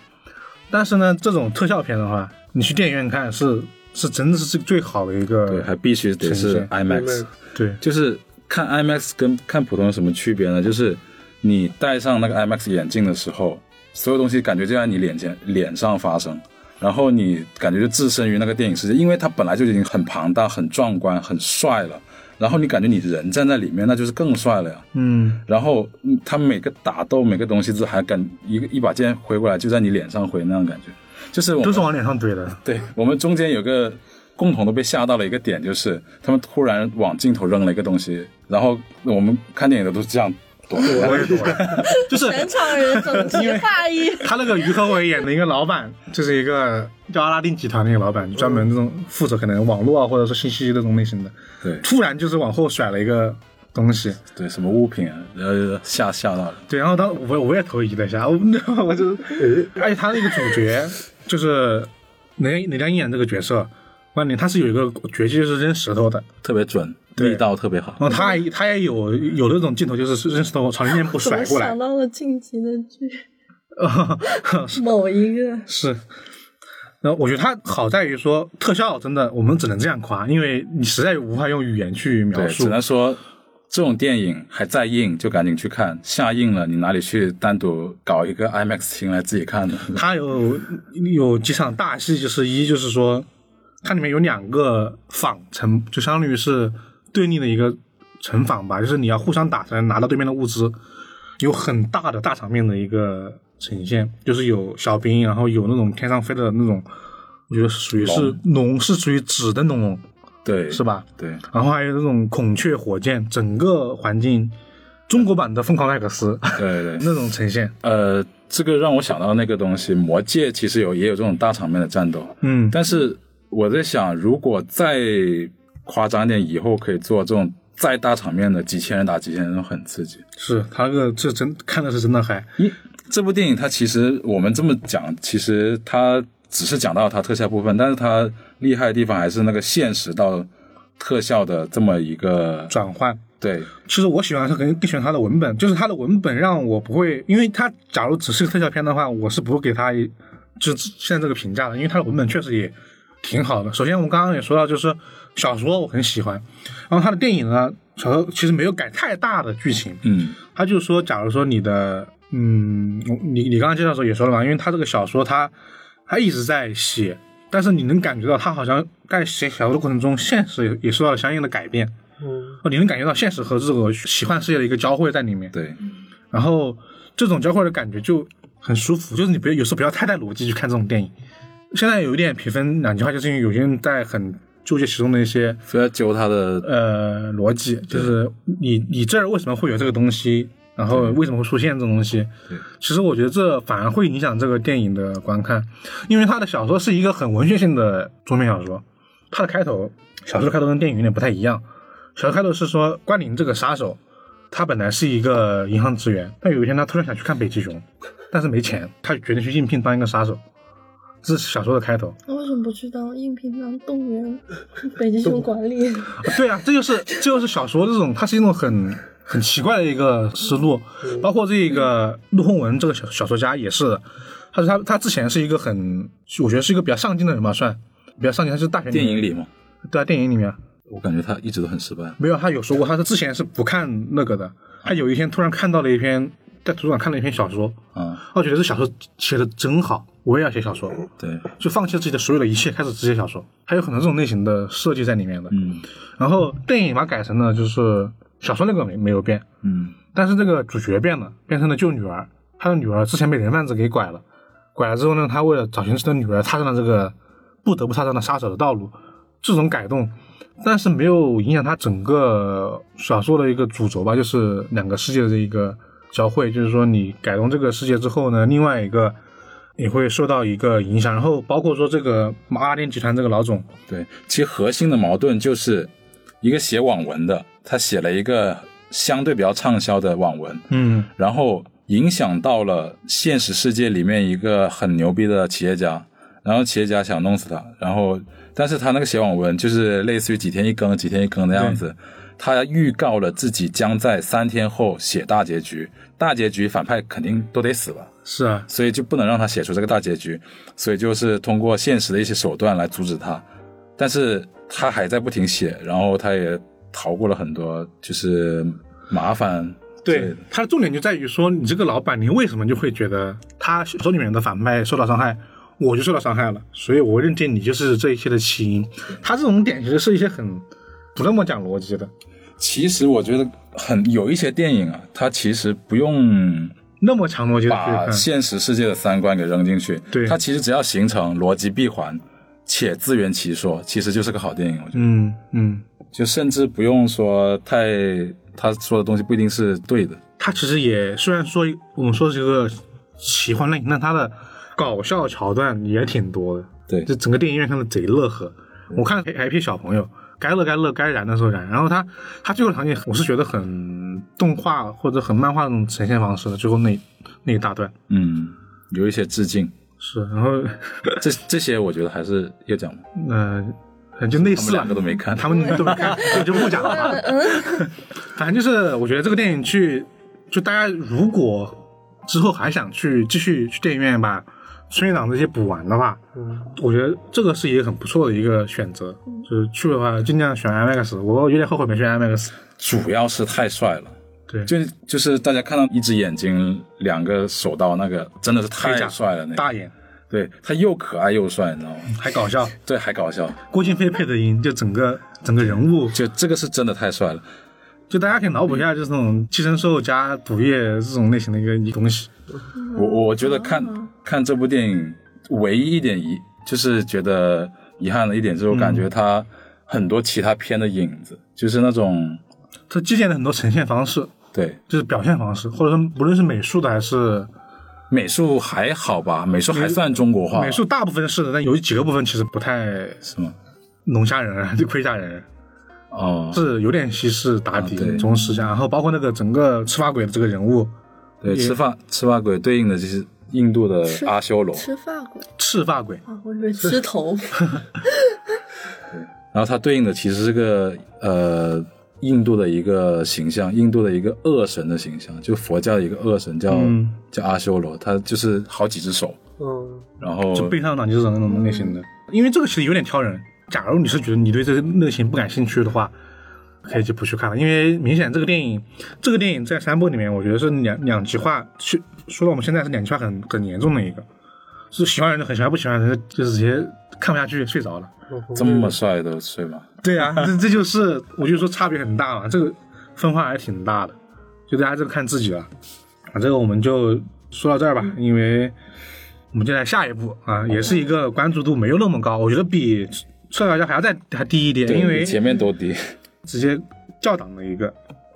Speaker 1: 但是呢，这种特效片的话，你去电影院看是是真的是最最好的一个
Speaker 4: 对，还必须得是
Speaker 1: 呈现
Speaker 4: IMAX。
Speaker 1: 对
Speaker 4: 就是看 IMAX 跟看普通有什么区别呢？就是你戴上那个 IMAX 眼镜的时候，所有东西感觉就在你脸前脸上发生，然后你感觉就置身于那个电影世界，因为它本来就已经很庞大、很壮观、很帅了，然后你感觉你人站在里面，那就是更帅了呀。
Speaker 1: 嗯
Speaker 4: 然后嗯他每个打斗、每个东西都还敢一个一把剑挥过来就在你脸上挥那种感觉，就是我们
Speaker 1: 都是往脸上怼的。
Speaker 4: 对我们中间有个共同都被吓到了一个点，就是他们突然往镜头扔了一个东西，然后我们看电影的都是这样躲着
Speaker 1: 我也懂， 就是
Speaker 3: 全场人整齐划一，
Speaker 1: 他那个于和伟演的一个老板，就是一个叫阿拉丁集团的一个老板，专门这种负责可能网络啊，或者说信息这种类型的，
Speaker 4: 对
Speaker 1: 突然就是往后甩了一个东西，
Speaker 4: 对，什么物品啊，然后吓吓到了。
Speaker 1: 对，然后当我我也投疑了一下，我 我就，而且他那个主角就是雷雷亮演这个角色，关键他是有一个绝技就是扔石头的，
Speaker 4: 特别准，
Speaker 1: 对嗯
Speaker 4: 力道特别好。
Speaker 1: 然后他也他也有有那种镜头就是扔石头朝你面部
Speaker 3: 怎么
Speaker 1: 甩过来哦
Speaker 3: 想，到了晋级的剧？
Speaker 1: 是
Speaker 3: 某一个
Speaker 1: 是，然后我觉得它好在于说特效真的，我们只能这样夸，因为你实在无法用语言去描
Speaker 4: 对，只
Speaker 1: 述。
Speaker 4: 能说这种电影还在映，就赶紧去看。下映了，你哪里去单独搞一个 IMAX 厅来自己看 呢？
Speaker 1: 它有有几场大戏，就是一就是说，它里面有两个仿城，就相当于是对立的一个城防吧，就是你要互相打才能拿到对面的物资，有很大的大场面的一个呈现，就是有小兵，然后有那种天上飞的那种，我觉得是属于是龙，是属于纸的那种龙，
Speaker 4: 对，
Speaker 1: 是？吧？
Speaker 4: 对，
Speaker 1: 然后还有那种孔雀火箭，整个环境中国版的疯狂麦克斯
Speaker 4: 对对。
Speaker 1: 那种呈现，
Speaker 4: 呃，这个让我想到那个东西，《魔戒》其实有也有这种大场面的战斗，
Speaker 1: 嗯，
Speaker 4: 但是我在想，如果再夸张点，以后可以做这种再大场面的几千人打几千人，都很刺激。
Speaker 1: 是他那个这真看的是真的嗨，
Speaker 4: 一这部电影它其实我们这么讲，其实它只是讲到它特效部分，但是它厉害的地方还是那个现实到特效的这么一个
Speaker 1: 转换。
Speaker 4: 对
Speaker 1: 其实我喜欢他，肯定更喜欢他的文本，就是他的文本让我不会，因为他假如只是个特效片的话，我是不会给他一就现在这个评价的，因为他的文本确实也挺好的。首先，我们刚刚也说到，就是小说我很喜欢，然后他的电影呢，小说其实没有改太大的剧情，
Speaker 4: 嗯
Speaker 1: 他就说，假如说你的，嗯，你你刚刚介绍的时候也说了嘛，因为他这个小说他他一直在写，但是你能感觉到他好像在写小说的过程中，现实也也受到了相应的改变，
Speaker 2: 嗯，
Speaker 1: 哦，你能感觉到现实和这个奇幻世界的一个交汇在里面，
Speaker 4: 对
Speaker 1: 然后这种交汇的感觉就很舒服，就是你不要有时候不要太带逻辑去看这种电影。现在有一点评分两极化，就是因为有些人在很纠结其中的一些
Speaker 4: 非要揪他的，
Speaker 1: 呃逻辑，就是你你这儿为什么会有这个东西，然后为什么会出现这种东西
Speaker 4: 对？
Speaker 1: 其实我觉得这反而会影响这个电影的观看，因为他的小说是一个很文学性的桌面小说，它的开头小说开头跟电影有点不太一样，小说开头是说关林这个杀手，他本来是一个银行职员，但有一天他突然想去看北极熊，但是没钱，他决定去应聘当一个杀手。这是小说的开头，
Speaker 3: 那为什么不去当应聘当动物 园北极熊管理？
Speaker 1: 对啊，这就是这就是小说这种，它是一种很很奇怪的一个思路。
Speaker 4: 嗯
Speaker 1: 包括这个陆鸿文这个小小说家也是的，他是他他之前是一个很，我觉得是一个比较上进的人吧，算比较上进，他是大学里
Speaker 4: 电
Speaker 1: 面
Speaker 4: 影里嘛，
Speaker 1: 对啊，电影里面
Speaker 4: 我感觉他一直都很失败。
Speaker 1: 没有他有说过，他是之前是不看那个的，他有一天突然看到了一篇在图书馆看了一篇小说，
Speaker 4: 啊，
Speaker 1: 他觉得这小说写的真好，我也要写小说，
Speaker 4: 对，
Speaker 1: 就放弃了自己的所有的一切，开始只写小说，还有很多这种类型的设计在里面的。
Speaker 4: 嗯
Speaker 1: 然后电影把它改成了就是小说那个没没有变，
Speaker 4: 嗯，
Speaker 1: 但是这个主角变了，变成了救女儿。他的女儿之前被人贩子给拐了，拐了之后呢，他为了找寻自己的女儿，踏上了这个不得不踏上了杀手的道路。这种改动，但是没有影响他整个小说的一个主轴吧，就是两个世界的这一个呃交汇，就是说你改动这个世界之后呢，另外一个也会受到一个影响。然后包括说这个马阿甸集团这个老总，
Speaker 4: 对，其实核心的矛盾就是一个写网文的，他写了一个相对比较畅销的网文，
Speaker 1: 嗯
Speaker 4: 然后影响到了现实世界里面一个很牛逼的企业家，然后企业家想弄死他，然后但是他那个写网文就是类似于几天一更、几天一更的样子，他预告了自己将在三天后写大结局，大结局反派肯定都得死吧。
Speaker 1: 是啊，
Speaker 4: 所以就不能让他写出这个大结局，所以就是通过现实的一些手段来阻止他，但是他还在不停写，然后他也逃过了很多就是麻烦之类的，
Speaker 1: 对，它的重点就在于说，你这个老板，你为什么就会觉得他手里面的反派受到伤害，我就受到伤害了，所以我认定你就是这一切的起因。他这种点其实是一些很不那么讲逻辑的，
Speaker 4: 其实我觉得很有一些电影啊，它其实不用
Speaker 1: 那么强逻辑的去
Speaker 4: 把
Speaker 1: 看，
Speaker 4: 现实世界的三观给扔进去，
Speaker 1: 嗯对
Speaker 4: 它其实只要形成逻辑闭环。且自圆其说，其实就是个好电影。我觉得，
Speaker 1: 嗯嗯，
Speaker 4: 就甚至不用说太他说的东西不一定是对的，
Speaker 1: 他其实也虽然说我们说这个奇幻类，但他的搞笑桥段也挺多的，
Speaker 4: 对
Speaker 1: 就整个电影院看的贼乐呵。我看还还有一批小朋友，该乐该乐，该燃的时候燃。然后他他最后场景，我是觉得很动画或者很漫画那种呈现方式的，最后那那一大段
Speaker 4: 嗯，有一些致敬。
Speaker 1: 是，然后
Speaker 4: 这这些我觉得还是要讲吧，
Speaker 1: 嗯、呃，就类
Speaker 4: 他
Speaker 1: 似
Speaker 4: 们两
Speaker 1: 了
Speaker 4: 个都没 看。
Speaker 1: 他们都没看，我就不讲了吧。反正就是，我觉得这个电影去，就大家如果之后还想去继续去电影院把春叶档这些补完的话，
Speaker 2: 嗯，
Speaker 1: 我觉得这个是一个很不错的一个选择。就是去的话，尽量选 IMAX。我有点后悔没选 IMAX。
Speaker 4: 主要是太帅了，
Speaker 1: 对，
Speaker 4: 就就是大家看到一只眼睛、两个手刀那个，真的是太
Speaker 1: 黑甲
Speaker 4: 帅了。那个，
Speaker 1: 大眼
Speaker 4: 对他又可爱又帅，你知道吗？
Speaker 1: 还搞笑，
Speaker 4: 对，还搞笑，
Speaker 1: 郭京飞配的音，就整个整个人物，
Speaker 4: 就这个是真的太帅了。
Speaker 1: 就大家可以脑补一下，就是那种寄生兽加毒液这种类型的一个一个东西。
Speaker 4: 我我我觉得看看这部电影，唯一一点遗就是觉得遗憾的一点是我感
Speaker 1: 嗯
Speaker 4: 觉它很多其他片的影子，就是那种
Speaker 1: 它借鉴了很多呈现方式，
Speaker 4: 对
Speaker 1: 就是表现方式，或者说无论是美术的还是
Speaker 4: 美术还好吧，美术还算中国化吧，
Speaker 1: 美术大部分是的，但有几个部分其实不太
Speaker 4: 是吗？
Speaker 1: 龙虾人，啊 就盔甲人
Speaker 4: 哦，
Speaker 1: 是有点西式打
Speaker 4: 啊对
Speaker 1: 底中式像，然后包括那个整个赤发鬼的这个人物，
Speaker 4: 对，
Speaker 1: 也
Speaker 4: 赤发赤发鬼对应的就是印度的
Speaker 3: 吃
Speaker 4: 阿修罗，
Speaker 3: 吃发鬼
Speaker 1: 赤发鬼，
Speaker 3: 啊，我以 为吃头。
Speaker 4: 然后它对应的其实是个呃印度的一个形象，印度的一个恶神的形象，就佛教的一个恶神叫、
Speaker 1: 嗯
Speaker 4: 叫阿修罗，他就是好几只手，
Speaker 2: 哦，
Speaker 4: 然后
Speaker 1: 就背上党就是那种类型的。因为这个其实有点挑人，假如你是觉得你对这个类型不感兴趣的话，可以就不去看了。因为明显这个电影，这个电影在三部里面，我觉得是两两极化，去说到我们现在是两极化很很严重的一个，是喜欢人就很喜欢，不喜欢人就直接看不下去睡着了。
Speaker 4: 这么帅的睡吗？
Speaker 1: 对啊，这这就是我就说差别很大嘛，这个分化还挺大的，就大家这个看自己了。啊，这个我们就说到这儿吧，因为我们就来下一步啊，也是一个关注度没有那么高，我觉得比臭脚丫还要再还低一点，因为
Speaker 4: 前面多低，
Speaker 1: 直接教导了一个，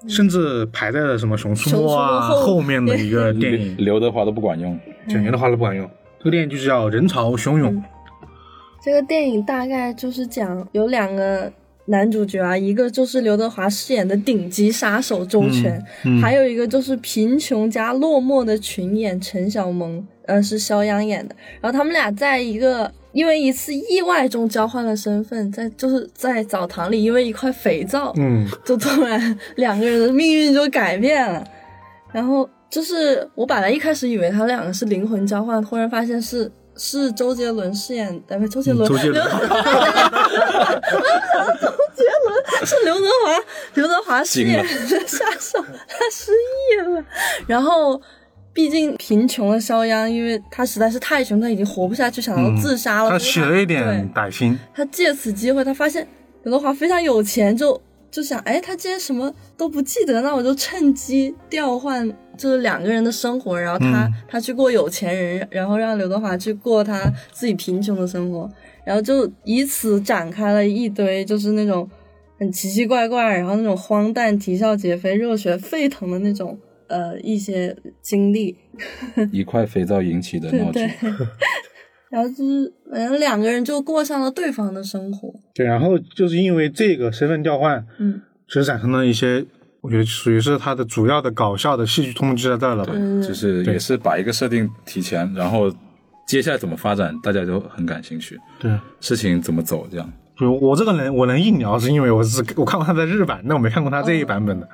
Speaker 1: 甚至排在了什么《熊出没》啊
Speaker 3: 熊出没后
Speaker 1: 后面嗯的一个电影，
Speaker 4: 刘德华都不管用。
Speaker 1: 简直的话都不敢用。这个电影就叫《人潮汹涌》，
Speaker 3: 这个电影大概就是讲有两个男主角啊，一个就是刘德华饰演的顶级杀手周全，
Speaker 1: 嗯
Speaker 3: 还有一个就是贫穷加落寞的群演陈小萌，呃，是肖央演的。然后他们俩在一个因为一次意外中交换了身份，在就是在澡堂里，因为一块肥皂，
Speaker 1: 嗯，
Speaker 3: 就突然两个人的命运就改变了。然后就是我本来一开始以为他两个是灵魂交换，突然发现是是周杰伦饰演，呃，不是周杰伦，
Speaker 1: 嗯周 杰伦
Speaker 3: 周杰伦是刘德华，刘德华饰演的杀手，他失忆了。然后，毕竟贫穷的肖央，因为他实在是太穷，他已经活不下去，想要自杀了。
Speaker 1: 嗯他
Speaker 3: 所以
Speaker 1: 起了一
Speaker 3: 对
Speaker 1: 点歹心，
Speaker 3: 他借此机会，他发现刘德华非常有钱，就就想，哎，他既然什么都不记得，那我就趁机调换，就是两个人的生活，然后他、
Speaker 1: 嗯
Speaker 3: 他去过有钱人，然后让刘德华去过他自己贫穷的生活，然后就以此展开了一堆就是那种很奇奇怪怪，然后那种荒诞、啼笑皆非、热血沸腾的那种呃一些经历，
Speaker 4: 一块肥皂引起的
Speaker 3: 对
Speaker 4: 闹剧
Speaker 3: 对。然后就是，反正两个人就过上了对方的生活，
Speaker 1: 对，然后就是因为这个身份调换，
Speaker 3: 嗯。
Speaker 1: 其实产生了一些，我觉得属于是它的主要的搞笑的戏剧冲击在这儿了吧。
Speaker 3: 嗯
Speaker 4: 对，就是也是把一个设定提前，然后接下来怎么发展，大家都很感兴趣，
Speaker 1: 对，
Speaker 4: 事情怎么走这样。
Speaker 1: 就我这个人，我能硬聊，是因为我是我看过他的日版，但我没看过他这
Speaker 3: 哦
Speaker 1: 一版本的。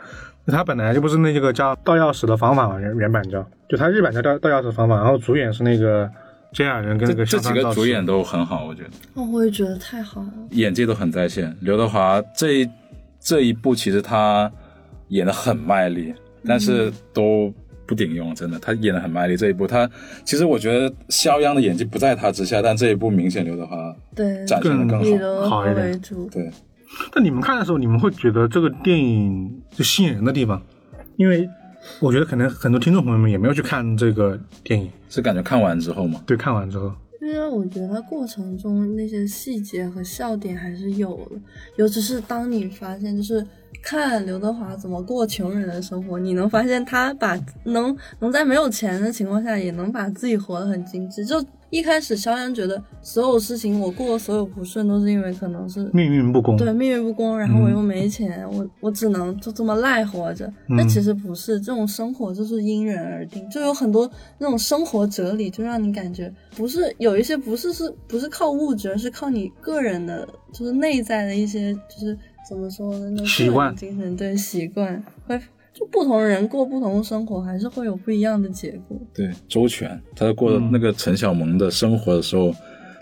Speaker 1: 他本来就不是那个叫《盗钥匙的方法》嘛，原原版叫，就他日版叫《盗盗钥匙的方法》，然后主演是那个这两人跟那
Speaker 4: 这
Speaker 1: 个小
Speaker 4: 这几
Speaker 1: 三
Speaker 4: 个
Speaker 1: 造
Speaker 4: 主
Speaker 1: 型
Speaker 4: 演都很好，我觉得
Speaker 3: 哦，我也觉得太好了。
Speaker 4: 演技都很在线。刘德华这一这一部其实他演的很卖力，但是都不顶用，真的，他演的很卖力。这一部他其实我觉得肖央的演技不在他之下，但这一部明显刘德华
Speaker 3: 对，
Speaker 4: 展现的更
Speaker 3: 以
Speaker 4: 好。
Speaker 3: 刘
Speaker 1: 好一点
Speaker 3: 为主。
Speaker 4: 对，
Speaker 1: 但你们看的时候，你们会觉得这个电影就吸引人的地方，因为我觉得可能很多听众朋友们也没有去看这个电影，
Speaker 4: 是感觉看完之后嘛，
Speaker 1: 对，看完之后，
Speaker 3: 因为我觉得它过程中那些细节和笑点还是有的，尤其是当你发现就是看刘德华怎么过穷人的生活，你能发现他把能能在没有钱的情况下也能把自己活得很精致。就一开始肖央觉得所有事情我过得所有不顺都是因为可能是
Speaker 1: 命运不公，
Speaker 3: 对，命运不公，然后
Speaker 1: 嗯
Speaker 3: 我又没钱，我我只能就这么赖活着。但
Speaker 1: 嗯
Speaker 3: 其实不是，这种生活就是因人而定，就有很多那种生活哲理，就让你感觉不是有一些不是是不是靠物质，而是靠你个人的，就是内在的一些就是怎么说呢，那种
Speaker 1: 习
Speaker 3: 个人
Speaker 1: 惯
Speaker 3: 精神对习惯会。就不同人过不同的生活，还是会有不一样的结果。
Speaker 4: 对，周全，他在过
Speaker 1: 嗯
Speaker 4: 那个陈小萌的生活的时候，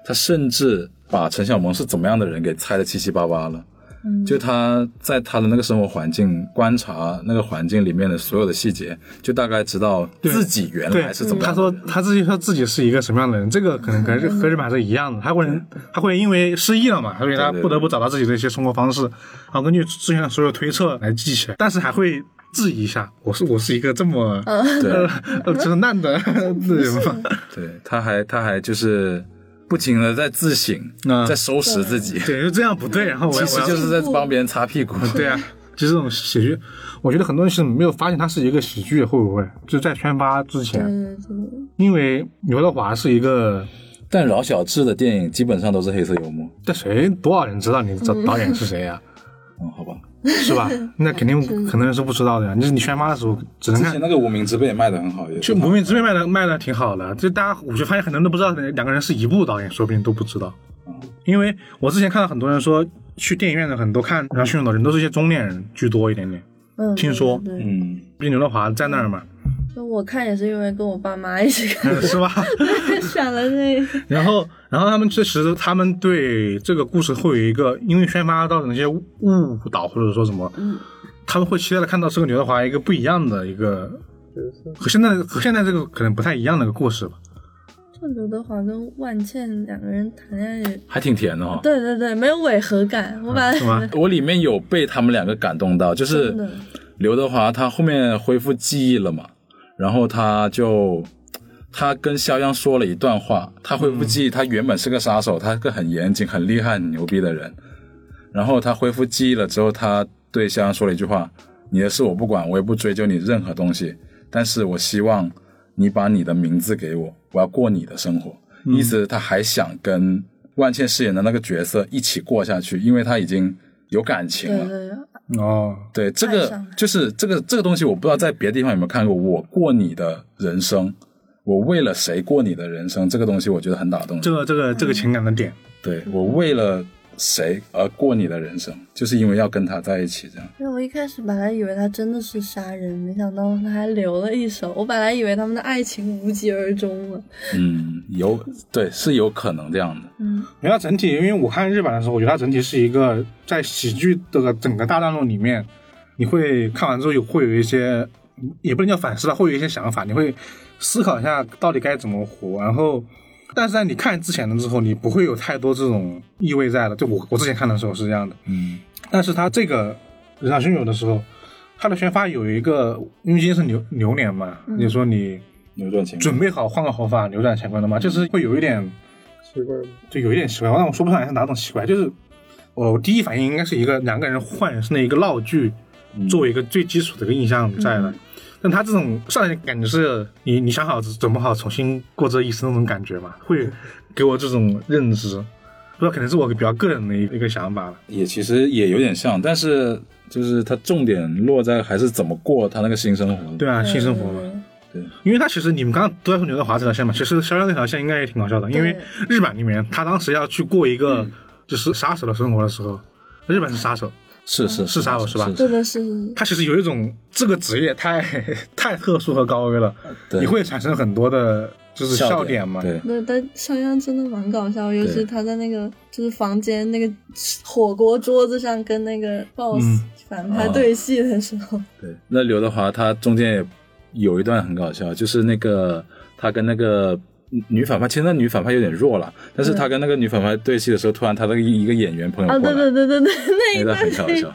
Speaker 4: 他甚至把陈小萌是怎么样的人给猜得七七八八了。
Speaker 3: 嗯，
Speaker 4: 就他在他的那个生活环境观察那个环境里面的所有的细节，就大概知道
Speaker 1: 对
Speaker 4: 自己原
Speaker 1: 对嗯
Speaker 4: 来是怎么
Speaker 1: 他
Speaker 4: 样的
Speaker 1: 说
Speaker 4: 人。
Speaker 1: 他自己说自己是一个什么样的人，这个可能跟和日版是一样的。他会他会因为失忆了嘛，所以他
Speaker 4: 对对对
Speaker 1: 不得不找到自己的一些生活方式，然后根据之前的所有推测来记起来，但是还会质疑一下，我是我是一个这么
Speaker 3: 嗯
Speaker 4: 对
Speaker 1: 呃这烂的这人吗？
Speaker 4: 对，他还他还就是不停的在自省，
Speaker 1: 嗯
Speaker 4: 在收拾自己，
Speaker 1: 对，就这样不对，然后我
Speaker 4: 其
Speaker 1: 要
Speaker 4: 实
Speaker 1: 我要
Speaker 4: 就是在帮别人擦屁股。
Speaker 1: 对啊，就这种喜剧，我觉得很多人是没有发现它是一个喜剧，会不会就在宣发之前，
Speaker 3: 嗯，真的
Speaker 1: 因为刘德华是一个。
Speaker 4: 但饶小志的电影基本上都是黑色幽默。
Speaker 1: 这谁多少人知道你这导演是谁啊呀、
Speaker 4: 嗯，好吧。
Speaker 1: 是 吧？那肯定很多人是不知道的呀。就是你宣发的时候只能
Speaker 4: 之
Speaker 1: 看
Speaker 4: 前，那个《无名之辈》卖的很好，也
Speaker 1: 就《无名之辈》卖的卖的挺好的。就大家，我就发现很多人都不知道两个人是一部导演，说不定都不知道。
Speaker 4: 嗯
Speaker 1: 因为我之前看到很多人说，去电影院的很多看《燃迅勇》的人都是一些中年人居多一点点。
Speaker 3: 嗯，
Speaker 1: 听说
Speaker 3: 对，对对
Speaker 4: 嗯，
Speaker 1: 毕竟刘德华在那儿 嘛，
Speaker 3: 就我看也是因为跟我爸妈一起看，
Speaker 1: 嗯是吧？
Speaker 3: 选了这个。
Speaker 1: 然后，然后他们确实，他们对这个故事会有一个，因为宣发到的那些误导或者说什么，他们会期待的看到这个刘德华一个不一样的一个和现在和现在这个可能不太一样的一个故事吧。
Speaker 3: 就刘德华跟万茜两个人谈恋爱也，
Speaker 4: 还挺甜的哈、
Speaker 3: 对对对，没有违和
Speaker 4: 啊
Speaker 3: 感。我把、？
Speaker 1: 是吗
Speaker 4: 我里面有被他们两个感动到，就是
Speaker 3: 真的
Speaker 4: 刘德华他后面恢复记忆了嘛，然后他就他跟肖央说了一段话，他恢复记忆，他原本是个杀手，他是个很严谨、很厉害、很牛逼的人。然后他恢复记忆了之后，他对肖央说了一句话：“你的事我不管，我也不追究你任何东西，但是我希望你把你的名字给我，我要过你的生活。意思是他还想跟万茜饰演的那个角色一起过下去，因为他已经有感情
Speaker 3: 对
Speaker 4: 了。
Speaker 3: 对，啊对
Speaker 1: 哦，
Speaker 4: 对，这
Speaker 3: 爱
Speaker 4: 个
Speaker 3: 上了
Speaker 4: 就是这个这个东西，我不知道在别的地方有没有看过。我过你的人生，我为了谁过你的人生，这个东西我觉得很打动人。
Speaker 1: 这个这个这个情感的点，
Speaker 4: 对我为了谁而过你的人生，就是因为要跟他在一起这样。
Speaker 3: 因为我一开始本来以为他真的是杀人，没想到他还留了一手。我本来以为他们的爱情无疾而终了。
Speaker 4: 嗯，有对是有可能这样的。
Speaker 3: 嗯，
Speaker 1: 因为它整体，因为我看日版的时候，我觉得它整体是一个在喜剧这个整个大段落里面，你会看完之后有会有一些，也不能叫反思吧，会有一些想法，你会思考一下到底该怎么活。然后，但是在你看之前的时候，你不会有太多这种意味在了。就我我之前看的时候是这样的，
Speaker 4: 嗯
Speaker 1: 但是它这个《人上汹涌》的时候，它的宣发有一个，因为今天是牛牛年嘛，你说你
Speaker 4: 扭转情
Speaker 1: 准备好换个活法扭转乾坤了吗？就是会有一点。
Speaker 2: 奇怪吗？
Speaker 1: 就有一点奇怪，但我说不上来是哪种奇怪，就是我第一反应应该是一个两个人换人生的一个闹剧，作为一个最基础的一个印象在的。但他这种上来感觉是你你想好准备好重新过这一生那种感觉嘛，会给我这种认知，不知道可能是我比较个人的一个一个想法了。
Speaker 4: 也其实也有点像，但是就是他重点落在还是怎么过他那个新生活。
Speaker 1: 对啊，
Speaker 3: 嗯
Speaker 1: 性生活嘛，
Speaker 3: 嘛，
Speaker 1: 因为他其实你们刚刚都在说刘德华这条线嘛，其实肖央那条线应该也挺搞笑的，因为日版里面他当时要去过一个就是杀手的生活的时候，日本是杀手，
Speaker 4: 是是
Speaker 1: 是杀手是吧
Speaker 3: 对的是，
Speaker 1: 他其实有一种这个职业太 太特殊和高危了，
Speaker 4: 对
Speaker 1: 你会产生很多的，就是笑点嘛。
Speaker 4: 对，
Speaker 3: 对，但肖央真的蛮搞笑，尤
Speaker 4: 对
Speaker 3: 其他在那个就是房间那个火锅桌子上跟那个 boss
Speaker 1: 嗯
Speaker 3: 反
Speaker 4: 哦
Speaker 3: 派对戏的时候，
Speaker 4: 对，那刘德华他中间也有一段很搞笑，就是那个他跟那个女反派，其实那女反派有点弱了，但是他跟那个女反派对戏的时候，突然他那个一一个演员朋友
Speaker 3: 嗯啊，
Speaker 4: 过
Speaker 3: 对
Speaker 4: 来，
Speaker 3: 对对对对，那
Speaker 4: 那
Speaker 3: 一
Speaker 4: 段
Speaker 3: 段
Speaker 4: 很搞笑。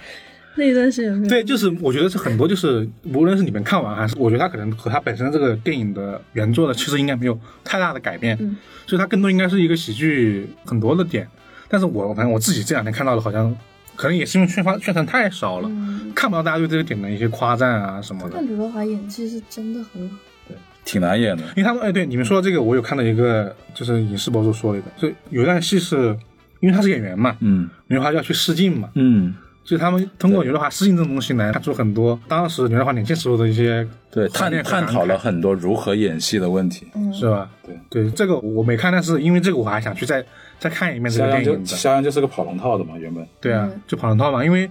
Speaker 3: 那一段是有没有？
Speaker 1: 对，就是我觉得是很多，就是无论是你们看完还是，我觉得他可能和他本身这个电影的原作的其实应该没有太大的改变，
Speaker 3: 嗯
Speaker 1: 所以它更多应该是一个喜剧很多的点。但是我反正我自己这两天看到的，好像可能也是因为宣发宣传太少了，
Speaker 3: 嗯，
Speaker 1: 看不到大家对这个点的一些夸赞啊什么的
Speaker 3: 但。刘德华演技是真的很好。
Speaker 4: 挺难演的。
Speaker 1: 因为他们哎，对你们说的这个，我有看到一个就是影视博主说了一个，就有一段戏是因为他是演员嘛，
Speaker 4: 嗯
Speaker 1: 刘德华就要去试镜嘛，
Speaker 4: 嗯，
Speaker 1: 所以他们通过刘德华试镜这种东西来看出很多当时刘德华年轻时候的一些
Speaker 4: 对，
Speaker 1: 怀
Speaker 4: 探
Speaker 1: 念和
Speaker 4: 探讨了
Speaker 1: 感
Speaker 4: 很多如何演戏的问题。
Speaker 6: 嗯
Speaker 1: 慨，是吧？
Speaker 4: 嗯对
Speaker 1: 对，这个我没看，但是因为这个我还想去再再看一遍这
Speaker 4: 肖
Speaker 1: 个
Speaker 4: 央
Speaker 1: 电
Speaker 4: 就
Speaker 1: 影的。
Speaker 4: 肖央就是个跑龙套的嘛，原本。
Speaker 1: 对啊，就跑龙套嘛，因为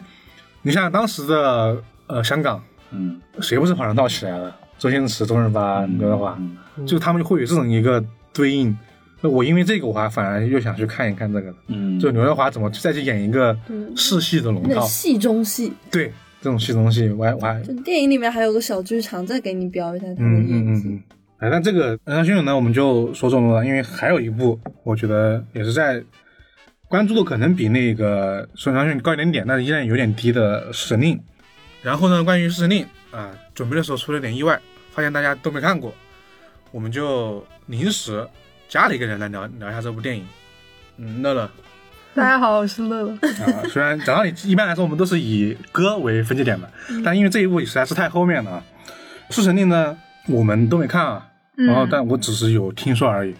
Speaker 1: 你想想当时的呃香港，
Speaker 4: 嗯，
Speaker 1: 谁不是跑龙套起来的？周星驰、周润发、刘德华，
Speaker 4: 嗯
Speaker 1: 就他们会有这种一个对应。那我因为这个，我还反而又想去看一看这个了。
Speaker 4: 嗯，
Speaker 1: 就刘德华怎么再去演一个世系的龙
Speaker 3: 那
Speaker 1: 套，
Speaker 3: 戏中戏，
Speaker 1: 对这种戏东西，我还我还
Speaker 3: 就电影里面还有个小剧场，再给你表演一下他的
Speaker 1: 嗯嗯
Speaker 3: 演
Speaker 1: 嗯
Speaker 3: 技。
Speaker 1: 嗯。哎，但这个《人上汹涌》呢，我们就说中了，因为还有一部，我觉得也是在关注度可能比那个《水上汹涌》高一点点，但是依然有点低的《侍神令》。然后呢，关于《侍神令》啊，准备的时候出了点意外，发现大家都没看过，我们就临时加了一个人来聊聊一下这部电影。嗯，乐乐
Speaker 3: 大家好，我是乐乐。
Speaker 1: 啊，虽然讲道理，一般来说我们都是以歌为分界点的，
Speaker 3: 嗯
Speaker 1: 但因为这一部实在是太后面了啊。《侍神令》呢，我们都没看啊，然后但我只是有听说而已。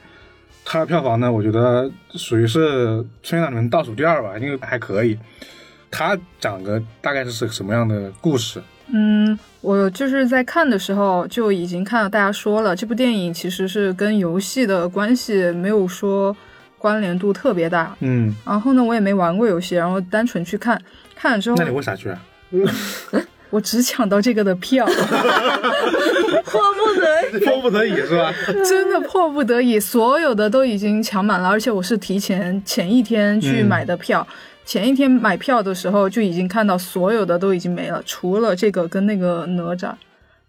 Speaker 1: 它的票房呢，我觉得属于是春节档里面倒数第二吧，因为还可以。它讲个大概是什么样的故事？
Speaker 6: 嗯，我就是在看的时候就已经看到大家说了，这部电影其实是跟游戏的关系没有说关联度特别大。
Speaker 1: 嗯，
Speaker 6: 然后呢，我也没玩过游戏，然后单纯去看，看了之后
Speaker 1: 那你为啥去 啊？
Speaker 6: 我只 抢到这个的票，
Speaker 3: 迫不得已，
Speaker 1: 迫不得已是吧？
Speaker 6: 真的迫不得已，所有的都已经抢满了，而且我是提前前一天去
Speaker 1: 嗯
Speaker 6: 买的票。前一天买票的时候就已经看到所有的都已经没了，除了这个跟那个哪吒，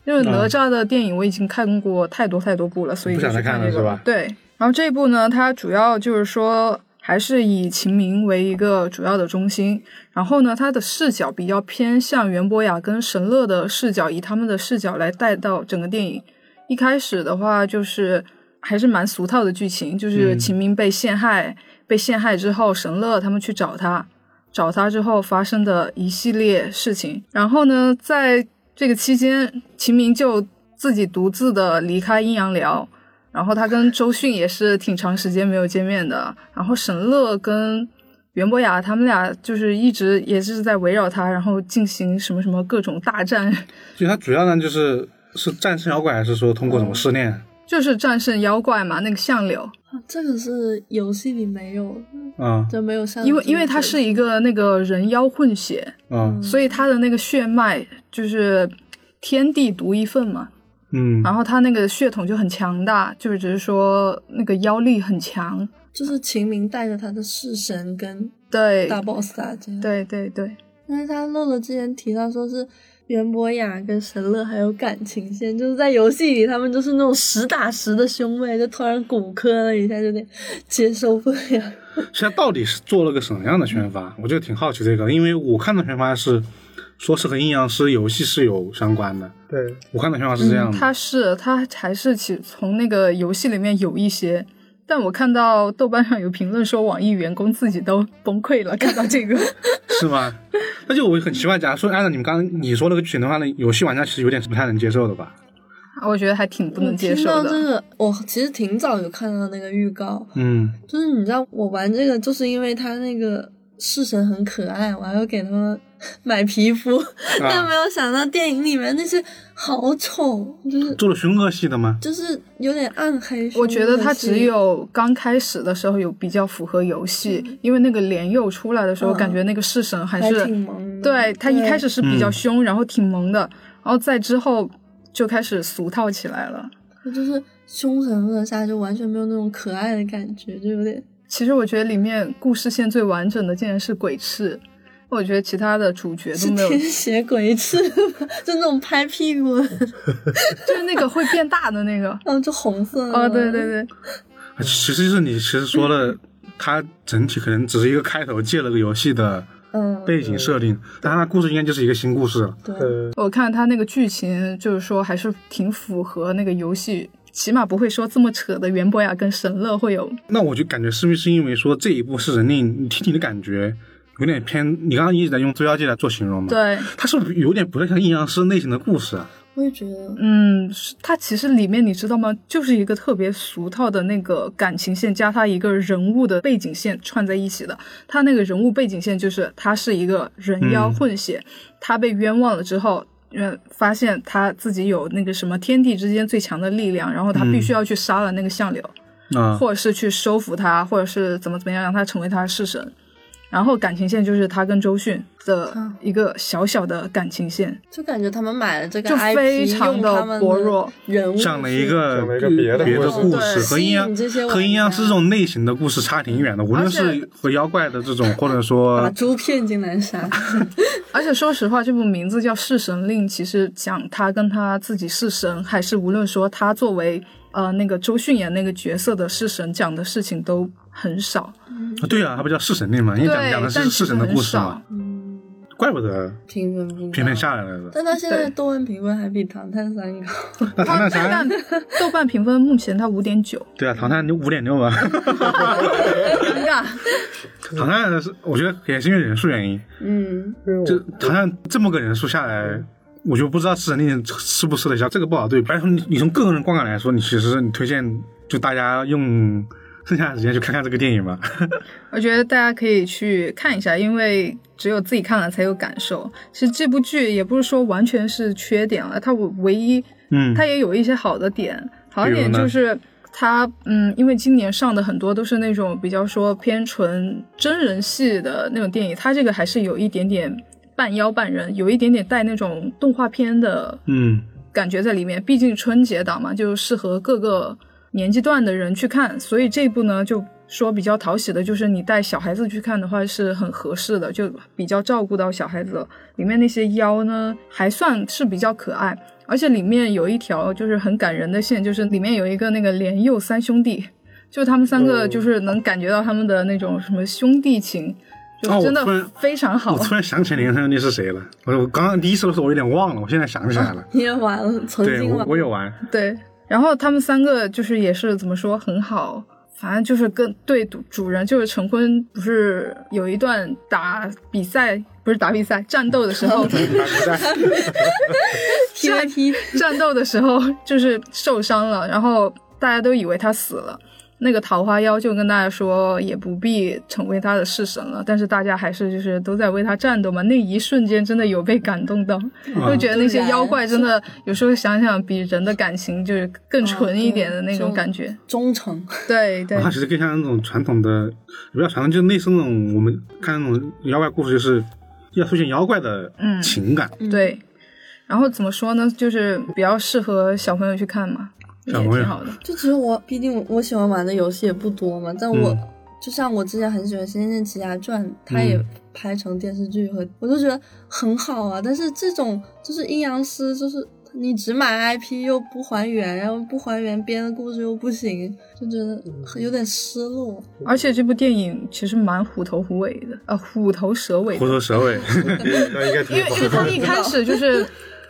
Speaker 6: 因为哪吒的电影我已经看过太多太多部了，所以
Speaker 1: 不
Speaker 6: 就
Speaker 1: 想
Speaker 6: 去
Speaker 1: 再看
Speaker 6: 看
Speaker 1: 了
Speaker 6: 这
Speaker 1: 是
Speaker 6: 个
Speaker 1: 吧？
Speaker 6: 对，然后这一部呢，它主要就是说还是以秦明为一个主要的中心，然后呢，它的视角比较偏向袁博雅跟神乐的视角，以他们的视角来带到整个电影。一开始的话，就是还是蛮俗套的剧情，就是秦明被陷害，被陷害之后，神乐他们去找他，找他之后发生的一系列事情。然后呢，在这个期间，秦明就自己独自的离开阴阳寮，然后他跟周迅也是挺长时间没有见面的。然后沈乐跟袁博雅他们俩就是一直也是在围绕他，然后进行什么什么各种大战，
Speaker 1: 就它主要呢就是是战胜妖怪，还是说通过什么试炼？
Speaker 6: 就是战胜妖怪嘛，那个相柳，
Speaker 3: 啊这个是游戏里没有的，
Speaker 1: 啊
Speaker 3: 就嗯没有像
Speaker 6: 因为因为它是一个那个人妖混血，
Speaker 1: 啊
Speaker 6: 所以他的那个血脉就是天地独一份嘛，
Speaker 1: 嗯
Speaker 6: 然后他那个血统就很强大，就是只是说那个妖力很强，
Speaker 3: 就是秦明带着他的式神跟
Speaker 6: 对，
Speaker 3: 大 boss 打架，
Speaker 6: 对对对，
Speaker 3: 但是他乐乐之前提到说是袁博雅跟神乐还有感情线，就是在游戏里他们就是那种实打实的兄妹，就突然骨科了一下，有点接受不了。
Speaker 1: 现在到底是做了个什么样的宣发？我就挺好奇这个，因为我看的宣发是说是和阴阳师游戏是有相关的，
Speaker 2: 对，
Speaker 1: 我看的宣发是这样的。
Speaker 6: 他是他还是其从那个游戏里面有一些。但我看到豆瓣上有评论说，网易员工自己都崩溃了，看到 这个，
Speaker 1: 是吗？那就我很奇怪，假如说按照你们刚刚你说那个剧情的话，那游戏玩家其实有点是不太能接受的吧？
Speaker 6: 我觉得还挺不能接受
Speaker 3: 我嗯听
Speaker 6: 的。
Speaker 3: 到这个，我其实挺早就看到那个预告，
Speaker 1: 嗯，
Speaker 3: 就是你知道我玩这个，就是因为他那个式神很可爱，我还要给他们 买皮肤，
Speaker 6: 啊
Speaker 3: 但没有想到电影里面那些好丑，就是
Speaker 1: 做了凶恶系的吗？
Speaker 3: 就是有点暗黑。
Speaker 6: 我觉得它只
Speaker 3: 有。
Speaker 6: 有刚开始的时候有比较符合游戏，因为那个莲佑出来的时候，
Speaker 3: 嗯
Speaker 6: 感觉那个式神还
Speaker 3: 还
Speaker 6: 是
Speaker 3: 挺萌的
Speaker 6: 对他一
Speaker 3: 对
Speaker 6: 开始是比较
Speaker 1: 嗯
Speaker 6: 凶，然后挺萌的，然后在之后就开始俗套起来了。
Speaker 3: 就是凶神恶煞，就完全没有那种可爱的感觉，就有点
Speaker 6: 其实我觉得里面故事线最完整的竟然是鬼赤，我觉得其他的主角
Speaker 3: 是
Speaker 6: 都没有，
Speaker 3: 天
Speaker 6: 就
Speaker 3: 邪鬼赤吧，就那种拍屁股，
Speaker 6: 是那个会变大的那个
Speaker 3: 。然后就红色的。
Speaker 6: 哦，对对对，
Speaker 1: 其实就是你其实说了，它整体可能只是一个开头借了个游戏的
Speaker 3: 嗯，
Speaker 1: 背景设定，但它故事应该就是一个新故事了。
Speaker 3: 对，
Speaker 2: 呃，
Speaker 6: 我看他那个剧情，就是说还是挺符合那个游戏，起码不会说这么扯的袁博雅跟神乐会有
Speaker 1: 那我就感觉是不是因为说这一部是人类，你听你的感觉有点偏，你刚刚一直在用《捉妖记》来做形容嘛？，
Speaker 6: 对，
Speaker 1: 它是不是有点不太像阴阳师类型的故事啊？
Speaker 3: 我也觉得，
Speaker 6: 嗯，是它其实里面你知道吗？就是一个特别俗套的那个感情线，加他一个人物的背景线串在一起的。他那个人物背景线就是他是一个人妖
Speaker 1: 嗯
Speaker 6: 混血，他被冤枉了之后。嗯，发现他自己有那个什么天地之间最强的力量，然后他必须要去杀了那个相柳，
Speaker 1: 嗯啊、
Speaker 6: 或者是去收服他，或者是怎么怎么样让他成为他的式神。然后感情线就是他跟周迅的
Speaker 3: 啊
Speaker 6: 一个小小的感情线，
Speaker 3: 就感觉他们买了这个
Speaker 6: 就
Speaker 3: IP，
Speaker 6: 非常
Speaker 3: 用
Speaker 6: 的
Speaker 3: 他们
Speaker 6: 薄弱，
Speaker 3: 人物
Speaker 1: 讲了一
Speaker 2: 讲了
Speaker 1: 个
Speaker 2: 一个别的
Speaker 1: 别的
Speaker 2: 故
Speaker 1: 故
Speaker 3: 事
Speaker 1: 事，和阴阳
Speaker 3: 对吸引这些玩家
Speaker 1: 和阴阳师这种类型的故事差挺远的，无论
Speaker 6: 而且
Speaker 1: 是和妖怪的这种，或者
Speaker 3: 把
Speaker 1: 说
Speaker 3: 猪骗进来杀，
Speaker 6: 而且说实话，这部名字叫《弑神令》，其实讲他跟他自己弑神，还是无论说他作为呃那个周迅演那个角色的弑神讲的事情都很少，
Speaker 1: 对啊，它不叫弑神令嘛，因为
Speaker 6: 对
Speaker 1: 讲讲的，
Speaker 6: 但
Speaker 1: 是
Speaker 6: 其
Speaker 1: 弑
Speaker 6: 实
Speaker 1: 神的
Speaker 6: 很
Speaker 1: 故事
Speaker 6: 少
Speaker 1: 嘛，。
Speaker 3: 嗯，
Speaker 1: 怪不得
Speaker 3: 评分不高
Speaker 1: 偏偏下来了。
Speaker 3: 但他现在
Speaker 6: 对
Speaker 3: 豆瓣评分还比《唐探三》高，
Speaker 1: 那唐探
Speaker 6: 但
Speaker 1: 三，
Speaker 6: 豆瓣评分目前它五点九，
Speaker 1: 对啊，唐探就五点六吧，
Speaker 6: 尴尬。
Speaker 1: 唐探是我觉得也是因为人数原因，
Speaker 3: 嗯，
Speaker 2: 因为我
Speaker 1: 就唐探这么个人数下来。我就不知道弑神令吃不吃得消，这个不好对比。而且从你你从个人观感来说，你其实你推荐就大家用剩下的时间去看看这个电影吧。
Speaker 6: 我觉得大家可以去看一下，因为只有自己看了才有感受。其实这部剧也不是说完全是缺点了，它唯一
Speaker 1: 嗯，
Speaker 6: 它也有一些好的点，好的
Speaker 1: 比如
Speaker 6: 点
Speaker 1: 呢
Speaker 6: 就是它，嗯，因为今年上的很多都是那种比较说偏纯真人戏的那种电影，它这个还是有一点点半妖半人，有一点点带那种动画片的
Speaker 1: 嗯，
Speaker 6: 感觉在里面。毕竟春节档嘛，就适合各个年纪段的人去看，所以这一部呢就。说比较讨喜的，就是你带小孩子去看的话是很合适的，就比较照顾到小孩子了。里面那些妖呢，还算是比较可爱，而且里面有一条就是很感人的线，就是里面有一个那个莲佑三兄弟， 就他们三个
Speaker 2: 哦
Speaker 6: 就是能感觉到他们的那种什么兄弟情，
Speaker 1: 哦
Speaker 6: 就
Speaker 1: 我
Speaker 6: 真的
Speaker 1: 突然
Speaker 6: 非常好。
Speaker 1: 我 突然想起连胜利是谁了，我我刚刚第一次的时候我有点忘了，我现在想起来了。
Speaker 3: 哦你也玩了，曾
Speaker 1: 对，
Speaker 3: 经
Speaker 1: 我
Speaker 3: 玩
Speaker 1: 我有玩，
Speaker 6: 对，然后他们三个就是也是怎么说很好，反正就是跟对主主人就是陈坤不是有一段打比赛，不是打比赛战斗的时候，战
Speaker 3: TYP
Speaker 6: 战斗的时候就是受伤了，然后大家都以为他死了。那个桃花妖就跟大家说，也不必成为他的式神了，但是大家还是就是都在为他战斗嘛。那一瞬间真的有被感动到，会觉得那些妖怪真的有时候想想比人的感情就是
Speaker 3: 嗯
Speaker 6: 更纯一点的那种感觉。
Speaker 3: 哦忠诚，
Speaker 6: 对对
Speaker 1: 它其实更像那种传统的，也不叫传统，就类似那种我们看那种妖怪故事，就是要出现妖怪的
Speaker 6: 嗯
Speaker 1: 情感。
Speaker 6: 对，然后怎么说呢，就是比较适合小朋友去看嘛，也
Speaker 1: 小朋友
Speaker 6: 挺好的。
Speaker 3: 就只有我，毕竟我喜欢玩的游戏也不多嘛。但我、
Speaker 1: 嗯
Speaker 3: 就像我之前很喜欢《仙剑奇侠传》，它
Speaker 6: 嗯
Speaker 3: 也拍成电视剧和，我就觉得很好啊。但是这种就是阴阳师，就是你只买 IP 又不还原，然后不还原编的故事又不行，就觉得
Speaker 6: 嗯
Speaker 3: 很有点失落。
Speaker 6: 而且这部电影其实蛮虎头虎尾的，呃，虎头蛇尾的
Speaker 1: 虎头蛇尾，
Speaker 2: 那应该挺
Speaker 6: 因为
Speaker 2: 好
Speaker 6: 因为他
Speaker 2: 的。
Speaker 6: 一开始就是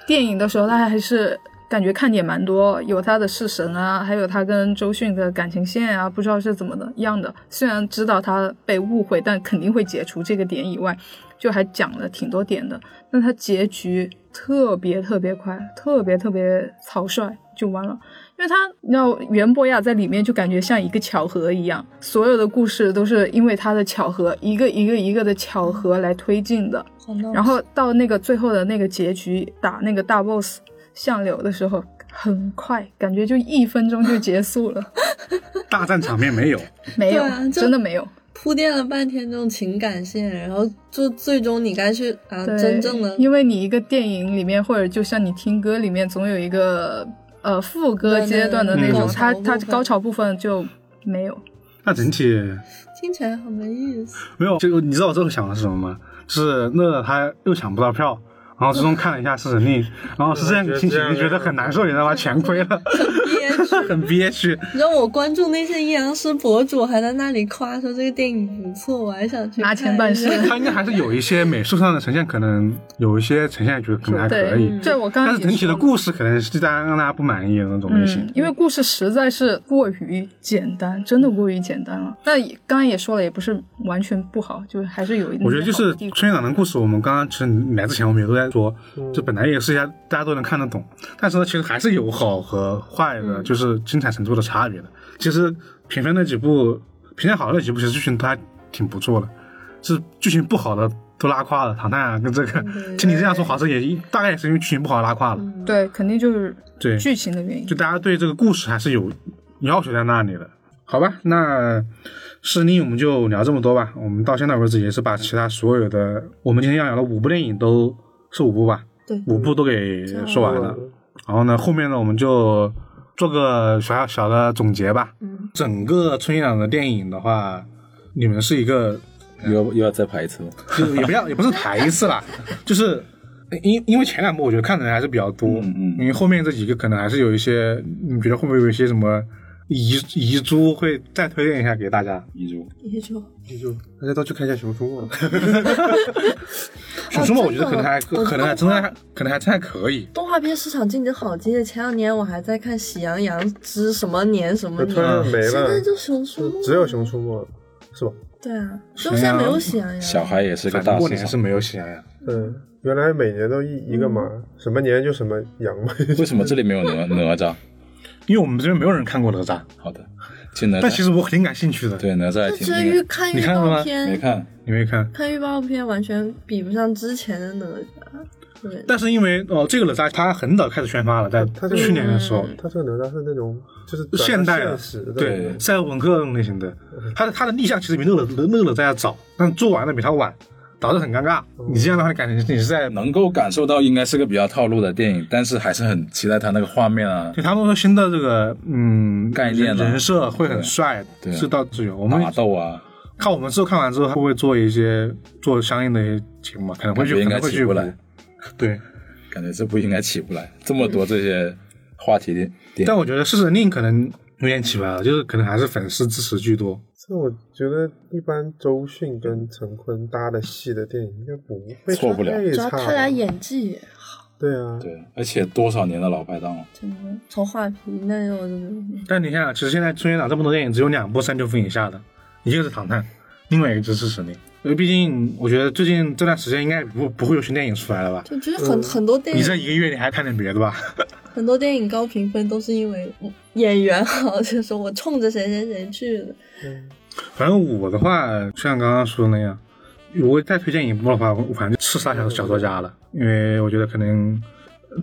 Speaker 6: 电影的时候，他还是感觉看点蛮多，有他的弑神啊，还有他跟周迅的感情线啊，不知道是怎么的样的。虽然知道他被误会，但肯定会解除这个点以外，就还讲了挺多点的。但他结局特别特别快，特别特别草率就完了。因为他，你知道袁博雅在里面就感觉像一个巧合一样，所有的故事都是因为他的巧合，一个一个一个的巧合来推进的。
Speaker 3: 好闹
Speaker 6: 然后到那个最后的那个结局，打那个大 boss 相柳的时候，很快，感觉就一分钟就结束 了，
Speaker 1: 大战场面没有，
Speaker 6: 没
Speaker 3: 对
Speaker 6: 有，
Speaker 3: 啊就
Speaker 6: 真的没有。
Speaker 3: 铺垫了半天这种情感线，然后就最终你该去啊，
Speaker 6: 对，
Speaker 3: 真正的
Speaker 6: 因为你一个电影里面，或者就像你听歌里面，总有一个呃副歌
Speaker 3: 对
Speaker 6: 阶段的
Speaker 1: 对
Speaker 6: 那
Speaker 1: 对
Speaker 6: 种，
Speaker 3: 高潮
Speaker 6: 它它
Speaker 3: 部分
Speaker 6: 高潮部分就没有。
Speaker 1: 那整体
Speaker 3: 听起来很没意思。
Speaker 1: 没有。就你知道我最后想的是什么吗？就是乐他又抢不到票，然后最终看了一下《弑神令》，然后是这样的心情，就觉得很难受，你知道 吗？全亏了，
Speaker 3: 憋屈
Speaker 1: 很憋屈。
Speaker 3: 你知道我关注那些阴阳师博主还在那里夸说这个电影不错，我还想去
Speaker 6: 拿钱办事
Speaker 3: 看一下
Speaker 1: 他应该还是有一些美术上的呈现，可能有一些呈现，觉得可能还可以
Speaker 6: 对，。对我刚
Speaker 1: 但
Speaker 6: 刚
Speaker 1: 是
Speaker 6: 也
Speaker 1: 整体的
Speaker 6: 说了
Speaker 1: 故事可能是大家让大家不满意的那种类型
Speaker 6: 嗯，。因为故事实在是过于简单，真的过于简单了。但也嗯刚刚也说了，也不是完全不好，就是还是有一定
Speaker 1: 我觉得就
Speaker 6: 好的
Speaker 1: 是
Speaker 6: 地方
Speaker 1: 春院长的故事，我们刚刚其实来之前我们也都在说，就本来也是一家大家都能看得懂，但是呢，其实还是有好和坏
Speaker 6: 嗯
Speaker 1: 的，就是精彩程度的差别的。其实评分那几部评价好的那几部，其实剧情都还挺不错的，是剧情不好的都拉胯了。唐探啊，跟这个
Speaker 6: 嗯
Speaker 3: 对
Speaker 1: 听你这样说，好像也大概也是因为剧情不好拉胯了。
Speaker 3: 嗯
Speaker 6: 对，肯定就是
Speaker 1: 对，
Speaker 6: 剧情的原因
Speaker 1: 就。大家对这个故事还是有要求在那里的，好吧？那试令我们就聊这么多吧。我们到现在为止也是把其他所有的我们今天要聊的五部电影都是五部吧，
Speaker 3: 对
Speaker 1: 五部都给说完了。然后呢，后面呢我们就做个小小的总结吧。
Speaker 3: 嗯
Speaker 1: 整个春院长的电影的话，你们是一个
Speaker 5: 又要又要再排一次吗？
Speaker 1: 就是也不要也不是排一次啦，就是因因为前两部我觉得看的人还是比较多，
Speaker 5: 嗯嗯
Speaker 1: 因为后面这几个可能还是有一些，你觉得会不会有一些什么遗遗珠会再推荐一下给大家？
Speaker 5: 遗嘱
Speaker 3: 也就
Speaker 2: 就大家都去看一下《熊出没》吧。
Speaker 1: 熊出没我觉得可能还、
Speaker 3: 真的
Speaker 1: 可能还真的还可能还真还可以，
Speaker 3: 动画片市场竞争好激烈，前两年我还在看《喜羊羊之什么年什么
Speaker 2: 就
Speaker 3: 年
Speaker 2: 突》，然没
Speaker 3: 现
Speaker 2: 了
Speaker 3: 在，就《熊出没》，
Speaker 2: 只有《熊出没》了，是吧？
Speaker 3: 对啊，就现在没有喜羊羊，
Speaker 5: 小孩也是个
Speaker 1: 反
Speaker 5: 大
Speaker 1: 正过
Speaker 5: 市
Speaker 1: 年是
Speaker 5: 场，
Speaker 1: 没有喜羊羊，
Speaker 2: 对，原来每年都一
Speaker 3: 嗯
Speaker 2: 一个嘛，什么年就什么羊 嘛。
Speaker 5: 为什么这里没有哪哪 吒？
Speaker 1: 因为我们这边没有人看过哪吒，
Speaker 5: 好的，其实哪
Speaker 1: 但其
Speaker 5: 吒
Speaker 1: 实我挺感兴趣的，
Speaker 5: 对哪吒还
Speaker 3: 就
Speaker 5: 挺
Speaker 3: 觉得
Speaker 5: 厉
Speaker 3: 预
Speaker 5: 害，
Speaker 3: 看
Speaker 1: 你
Speaker 3: 预
Speaker 1: 看了吗
Speaker 3: 告
Speaker 5: 没
Speaker 3: 片，
Speaker 5: 看
Speaker 1: 你没看？
Speaker 3: 看预告片完全比不上之前的哪吒，对，
Speaker 1: 但是因为哦，这个哪吒它很早开始宣发了，在
Speaker 2: 它嗯这个
Speaker 1: 去年的时候，
Speaker 2: 他这个哪吒是那种就是转到
Speaker 1: 现代的
Speaker 2: 现实的，
Speaker 1: 对，赛博朋克那种类型的，他的他的立项其实比乐乐乐乐在要早，但做完的比他晚，导致很尴尬。你这样的话，感觉你是在，
Speaker 5: 哦能够感受到应该是个比较套路的电影，但是还是很期待它那个画面啊，
Speaker 1: 就他们说新的这个嗯
Speaker 5: 概念
Speaker 1: 人
Speaker 5: 了
Speaker 1: 人设会很帅，
Speaker 5: 对
Speaker 1: 是到自由。我们
Speaker 5: 打斗啊，
Speaker 1: 看我们之后看完之后，会不会做一些做相应的一些节目嘛？可能会
Speaker 5: 感
Speaker 1: 去，
Speaker 5: 觉应
Speaker 1: 可
Speaker 5: 该
Speaker 1: 能会
Speaker 5: 起
Speaker 1: 去
Speaker 5: 不来，
Speaker 1: 对，
Speaker 5: 感觉这部应该起不来，这么多这些话题点点
Speaker 1: 但我觉得《弑神令》可能有点起不来了，就是可能还是粉丝支持居多。
Speaker 2: 这我觉得一般周迅跟陈坤搭的戏的电影应该不会
Speaker 5: 错不了
Speaker 2: 太
Speaker 3: 主要
Speaker 2: 差吧
Speaker 3: 他俩演技也好，
Speaker 2: 对啊，
Speaker 4: 对，而且多少年的老拍档了，
Speaker 3: 真的从画皮那种我就觉得
Speaker 1: 但你想想，其实现在春节档这么多电影，只有两部三九分以下的，一个是《唐探》，另外一个就是《死神令》。因为毕竟，我觉得最近这段时间应该不不会有新电影出来了吧？
Speaker 3: 就觉得很很多电
Speaker 1: 你
Speaker 3: 影
Speaker 1: 这一个月你还看点别的吧？
Speaker 3: 很多电影高评分都是因为演员好，就是我冲着谁谁谁去的。
Speaker 1: 嗯反正我的话，像刚刚说的那样，如果再推荐一部的话，我反正就刺杀小小说家了，因为我觉得可能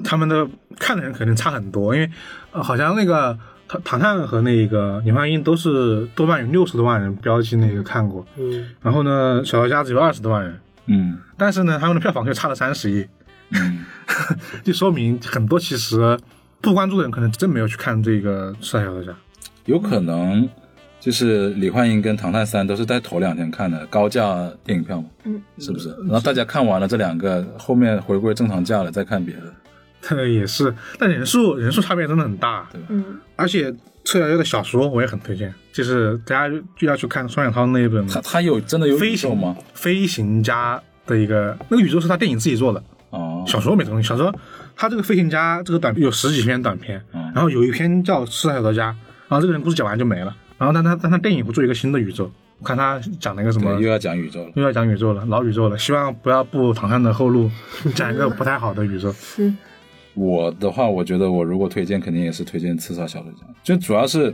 Speaker 1: 他们的看的人肯定差很多，因为、呃、好像那个唐唐探和那个李焕英都是豆瓣有六十多万人标记那个看过，
Speaker 2: 嗯，
Speaker 1: 然后呢，小说家只有二十多万人，
Speaker 4: 嗯，
Speaker 1: 但是呢，他们的票房却差了三十亿， 就说明很多其实不关注的人可能真没有去看这个刺杀小说家。
Speaker 4: 有可能就是李焕英跟《唐探三》都是在头两天看的高价电影票嘛，
Speaker 3: 嗯，
Speaker 4: 是不是？然后大家看完了这两个，后面回归正常价了再看别的，
Speaker 1: 对，也是，但人数人数差别真的很大。
Speaker 3: 嗯，
Speaker 1: 而且赤小优的小说我也很推荐，就是大家就要去看双雪涛那一本
Speaker 4: 他
Speaker 1: 《
Speaker 4: 他有真的有宇
Speaker 1: 飞
Speaker 4: 宙
Speaker 1: 行
Speaker 4: 吗？？
Speaker 1: 飞行家》的一个那个宇宙是他电影自己做的，
Speaker 4: 哦，
Speaker 1: 小说没这个东西。小说他这个《飞行家》这个短有十几篇短篇，
Speaker 4: 嗯
Speaker 1: 然后有一篇叫《赤小说家》，然后这个人故事讲完就没了。然后但他但他电影会做一个新的宇宙，我看他讲了一个什
Speaker 4: 对
Speaker 1: 么
Speaker 4: 又要讲宇宙了。
Speaker 1: 又要讲宇宙了，老宇宙了，希望不要步唐探的后路，讲一个不太好的宇宙。
Speaker 3: 是
Speaker 4: 我的话，我觉得我如果推荐，肯定也是推荐《刺杀小说家》，就主要是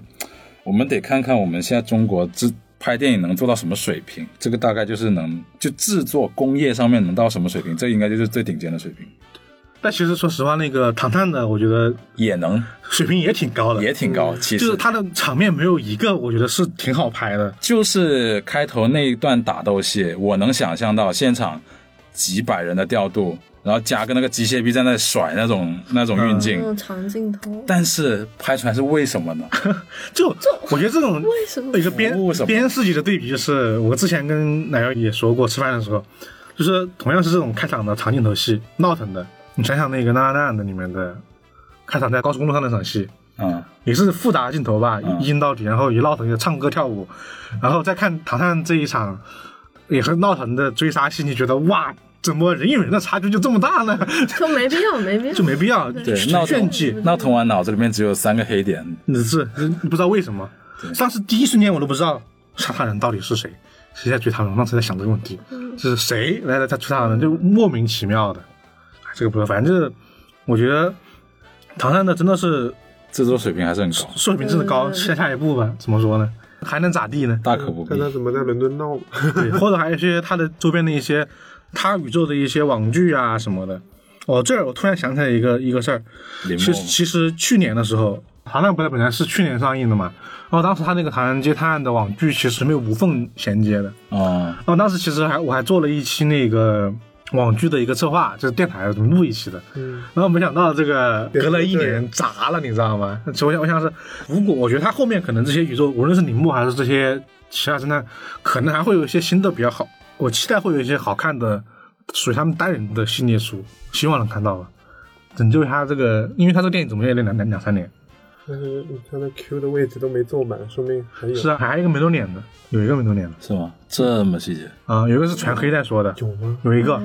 Speaker 4: 我们得看看我们现在中国制拍电影能做到什么水平，这个大概就是能就制作工业上面能到什么水平，这应该就是最顶尖的水平，
Speaker 1: 但其实说实话，那个唐探的，我觉得
Speaker 4: 也能
Speaker 1: 水平也挺高的，
Speaker 4: 也挺高。其
Speaker 1: 就
Speaker 4: 实
Speaker 1: 是它的场面没有一个我觉得是挺好拍的。
Speaker 4: 就是开头那一段打斗戏，我能想象到现场几百人的调度，然后加个那个机械臂在那甩那种那种运
Speaker 3: 那
Speaker 4: 镜，
Speaker 3: 种嗯长镜头，
Speaker 4: 但是拍出来是为什么呢？
Speaker 1: 就我觉得这种
Speaker 3: 为什么
Speaker 1: 一个边
Speaker 4: 服务什么
Speaker 1: 边世纪的对比，就是我之前跟奶油也说过，吃饭的时候，就是同样是这种开场的长镜头戏，闹腾的。你想想那个《那那那》的里面的开场在高速公路上那场戏，
Speaker 4: 嗯，
Speaker 1: 也是复杂镜头吧，
Speaker 4: 嗯
Speaker 1: 一镜到底，然后一闹腾就唱歌跳舞，然后再看唐探这一场也是闹腾的追杀戏，你觉得哇，怎么人与人的差距就这么大呢？
Speaker 3: 就没必要，没必要，
Speaker 1: 就没必要
Speaker 4: 对，闹
Speaker 1: 炫
Speaker 4: 腾
Speaker 1: 炫技，
Speaker 4: 闹腾完脑子里面只有三个黑点，
Speaker 1: 你是不知道为什么，当时第一瞬间我都不知道杀他人到底是谁，谁在追他们，当时在想这个问题，就是谁来了在追他人，就莫名其妙的。哎这个不知道，反正就是我觉得唐探的真的是
Speaker 4: 制作水平还是很高，
Speaker 1: 水平真的高，期待下一步吧。怎么说呢？还能咋地呢？
Speaker 4: 大可不必
Speaker 2: 看。他怎么在伦敦闹吧。
Speaker 1: 对，或者还有一些它的周边的一些他宇宙的一些网剧啊什么的。哦，这儿我突然想起来一个一个事儿，
Speaker 4: 林
Speaker 1: 其实
Speaker 4: 默吗
Speaker 1: 其实去年的时候，《唐探》不是本来是去年上映的嘛，然后当时他那个《唐人街探案》的网剧其实没有无缝衔接的，
Speaker 4: 哦，
Speaker 1: 然后当时其实还我还做了一期那个网剧的一个策划，就是电台录一期的，然后没想到这个隔了一年砸了，你知道吗？所以我想是，如果我觉得他后面可能这些宇宙，无论是铃木还是这些其他侦探，可能还会有一些新的比较好，我期待会有一些好看的属于他们单人的系列书，希望能看到吧。拯救一下这个，因为他这个电影怎么也得两两两三年，
Speaker 2: 但是你看那 Q 的位置都没坐满，说明还有
Speaker 1: 是啊，还有一个没露脸的，有一个没露脸的
Speaker 4: 是吗？这么细节，
Speaker 1: 啊、有一个是全黑在说的，
Speaker 2: 有吗？
Speaker 1: 有一个，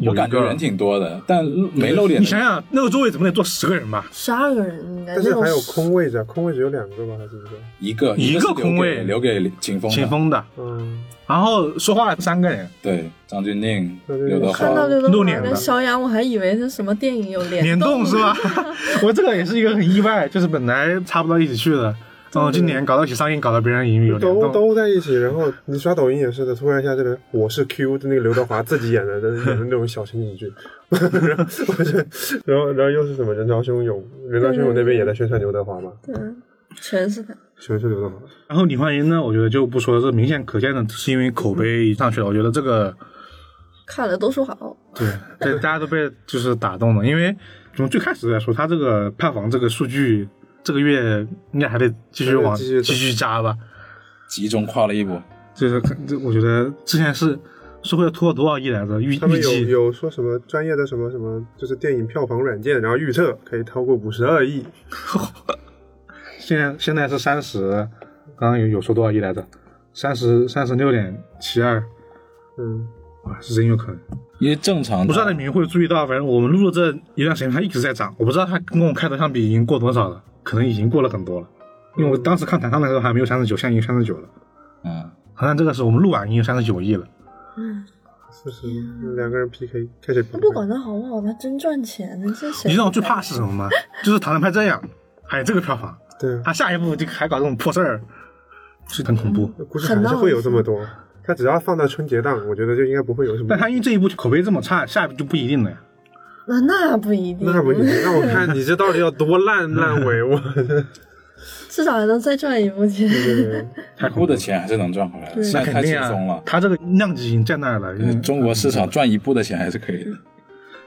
Speaker 1: 有
Speaker 4: 我
Speaker 1: 一
Speaker 4: 感觉
Speaker 1: 个
Speaker 4: 人挺多的，但没露脸
Speaker 1: 你
Speaker 4: 的
Speaker 1: 想想，那个座位怎么得坐十个人吧？
Speaker 3: 十二个人应该，
Speaker 2: 但是还有
Speaker 3: 那种
Speaker 2: 空位置啊，空位置有两个吧，还是一个？
Speaker 1: 一
Speaker 4: 一个
Speaker 1: 个
Speaker 4: 是留给
Speaker 1: 空位
Speaker 4: 留给秦风的，
Speaker 1: 秦风的，
Speaker 2: 嗯，
Speaker 1: 然后说话三个人，
Speaker 4: 对张钧甯、
Speaker 2: 张钧甯
Speaker 4: 刘德
Speaker 3: 看
Speaker 4: 华
Speaker 3: 到刘德
Speaker 1: 露
Speaker 3: 华
Speaker 1: 脸的
Speaker 3: 跟小雅，我还以为是什么电影有
Speaker 1: 联
Speaker 3: 联
Speaker 1: 动是吧？ 我这个也是一个很意外，就是本来插不到一起去的，然后今年搞到一起上映，搞到别人英语有联
Speaker 2: 都
Speaker 1: 动。
Speaker 2: 都在一起。然后你刷抖音也是的，突然一下这个我是 Q 的那个刘德华自己演的，就是演的那种小情景剧。 然后我就然后然后又是什么人潮汹涌，人潮汹涌那边也在宣传刘德华嘛，
Speaker 3: 对，全是他。
Speaker 2: 全是刘德华。
Speaker 1: 然后李焕英呢，我觉得就不说了，这明显可见的是因为口碑上去了。我觉得这个
Speaker 3: 看的都说好，
Speaker 1: 对，对，大家都被就是打动了，因为从最开始来说，他这个票房这个数据，这个月应该还得继续往
Speaker 2: 还得继续
Speaker 1: 继续加吧。
Speaker 4: 集中跨了一波，
Speaker 1: 就是可这，我觉得之前是是会突破多少亿来着？预
Speaker 2: 他们
Speaker 1: 预
Speaker 2: 有
Speaker 1: 计
Speaker 2: 有说什么专业的什么什么，就是电影票房软件，然后预测可以超过五十二亿。
Speaker 1: 现在现在是三十，刚刚有有说多少亿来着？三十三十六点七二，
Speaker 2: 嗯，
Speaker 1: 哇，是真有可能。
Speaker 5: 因为正常
Speaker 1: 不知道你们会注意到，反正我们录了这一段时间，它一直在涨。我不知道它跟我开头相比已经过多少了，可能已经过了很多了。因为我当时看弹唱的时候还没有三十九，现在已经三十九了。
Speaker 5: 嗯，
Speaker 1: 好像这个是我们录完已经三十九亿了。
Speaker 2: 是是，两个人 PK，开始 PK。
Speaker 3: 啊那不管它好不好，它真赚钱呢。这谁？
Speaker 1: 你知道我最怕是什么吗？ 就是《唐人拍》这样，还有这个票房，
Speaker 2: 对啊，
Speaker 1: 他下一步就还搞这种破事儿，是很恐怖。
Speaker 2: 估计还是会有这么多。他只要放到春节档，我觉得就应该不会有什么
Speaker 1: 但。他因为这一部口碑这么差，下一步就不一定了呀。
Speaker 3: 那那不一定，
Speaker 2: 那不行，那我看你这到底要多烂烂尾，我
Speaker 3: 至少还能再赚一步钱。
Speaker 5: 他哭的钱还是能赚回来的，
Speaker 3: 对
Speaker 5: 现
Speaker 1: 那
Speaker 5: 在
Speaker 1: 肯
Speaker 5: 太
Speaker 1: 定
Speaker 5: 轻
Speaker 1: 啊嗯
Speaker 5: 松了，。
Speaker 1: 他这个量级已经在那儿了。
Speaker 5: 呃中国市场赚一步的钱还是可以的。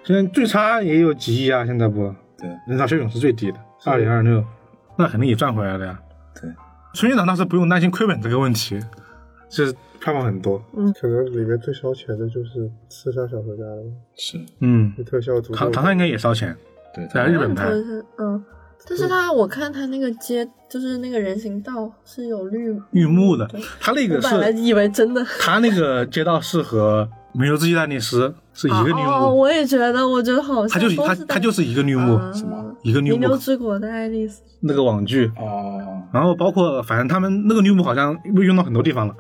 Speaker 1: 现在最差也有几亿啊，现在不？
Speaker 5: 对，
Speaker 1: 人潮汹涌是最低的，二点二六，那肯定也赚回来了呀。
Speaker 5: 对，
Speaker 1: 春节档当时不用担心亏本这个问题，就是票房很多。
Speaker 2: 可能里面最烧钱的就是《刺杀小说家》了，
Speaker 5: 是，
Speaker 1: 嗯，
Speaker 2: 那特效足
Speaker 1: 唐
Speaker 2: 够。
Speaker 1: 唐探应该也烧钱，
Speaker 5: 对，他
Speaker 1: 在日本拍，
Speaker 3: 嗯嗯，但是他我看他那个街，就是那个人行道是有绿
Speaker 1: 玉木的
Speaker 3: 对，
Speaker 1: 他那个
Speaker 3: 我本来
Speaker 1: 是
Speaker 3: 以为真的。
Speaker 1: 他那个街道是和《美游之记》大律师是一个绿
Speaker 3: 哦，
Speaker 1: 幕，
Speaker 3: 我也觉得，我觉得好
Speaker 1: 他
Speaker 3: 像
Speaker 1: 就是
Speaker 3: 都
Speaker 1: 他
Speaker 3: 是啊
Speaker 1: 他就是一个绿幕，
Speaker 3: 什么
Speaker 1: 一个绿
Speaker 3: 弥留
Speaker 1: 幕
Speaker 3: 之国的爱丽丝，
Speaker 1: 那个网剧，
Speaker 5: 哦，
Speaker 1: 然后包括反正他们那个绿幕好像被用到很多地方了，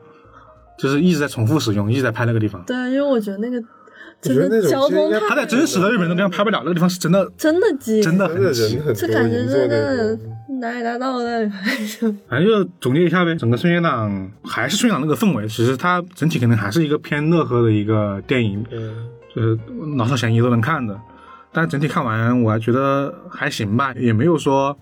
Speaker 1: 就是一直在重复使用，一直在拍那个地方。
Speaker 3: 对啊，因为我觉得那个真
Speaker 2: 觉得那
Speaker 3: 的
Speaker 2: 种
Speaker 3: 交
Speaker 2: 街
Speaker 3: 通
Speaker 2: 应该
Speaker 1: 他在真实的日本那个地方拍不了，那个地方是真的
Speaker 3: 真的挤，
Speaker 1: 真的
Speaker 2: 真的
Speaker 1: 很
Speaker 2: 人
Speaker 1: 挤。
Speaker 2: 很多，
Speaker 3: 这感觉
Speaker 2: 银座那
Speaker 3: 真的
Speaker 2: 种
Speaker 3: 哪里大道那 里拍的，
Speaker 1: 反正就总结一下呗，整个春节档还是春节档那个氛围，只是它整体可能还是一个偏乐呵的一个电影，呃
Speaker 2: 嗯，
Speaker 1: 就是老少咸宜都能看的。但整体看完，我还觉得还行吧，也没有说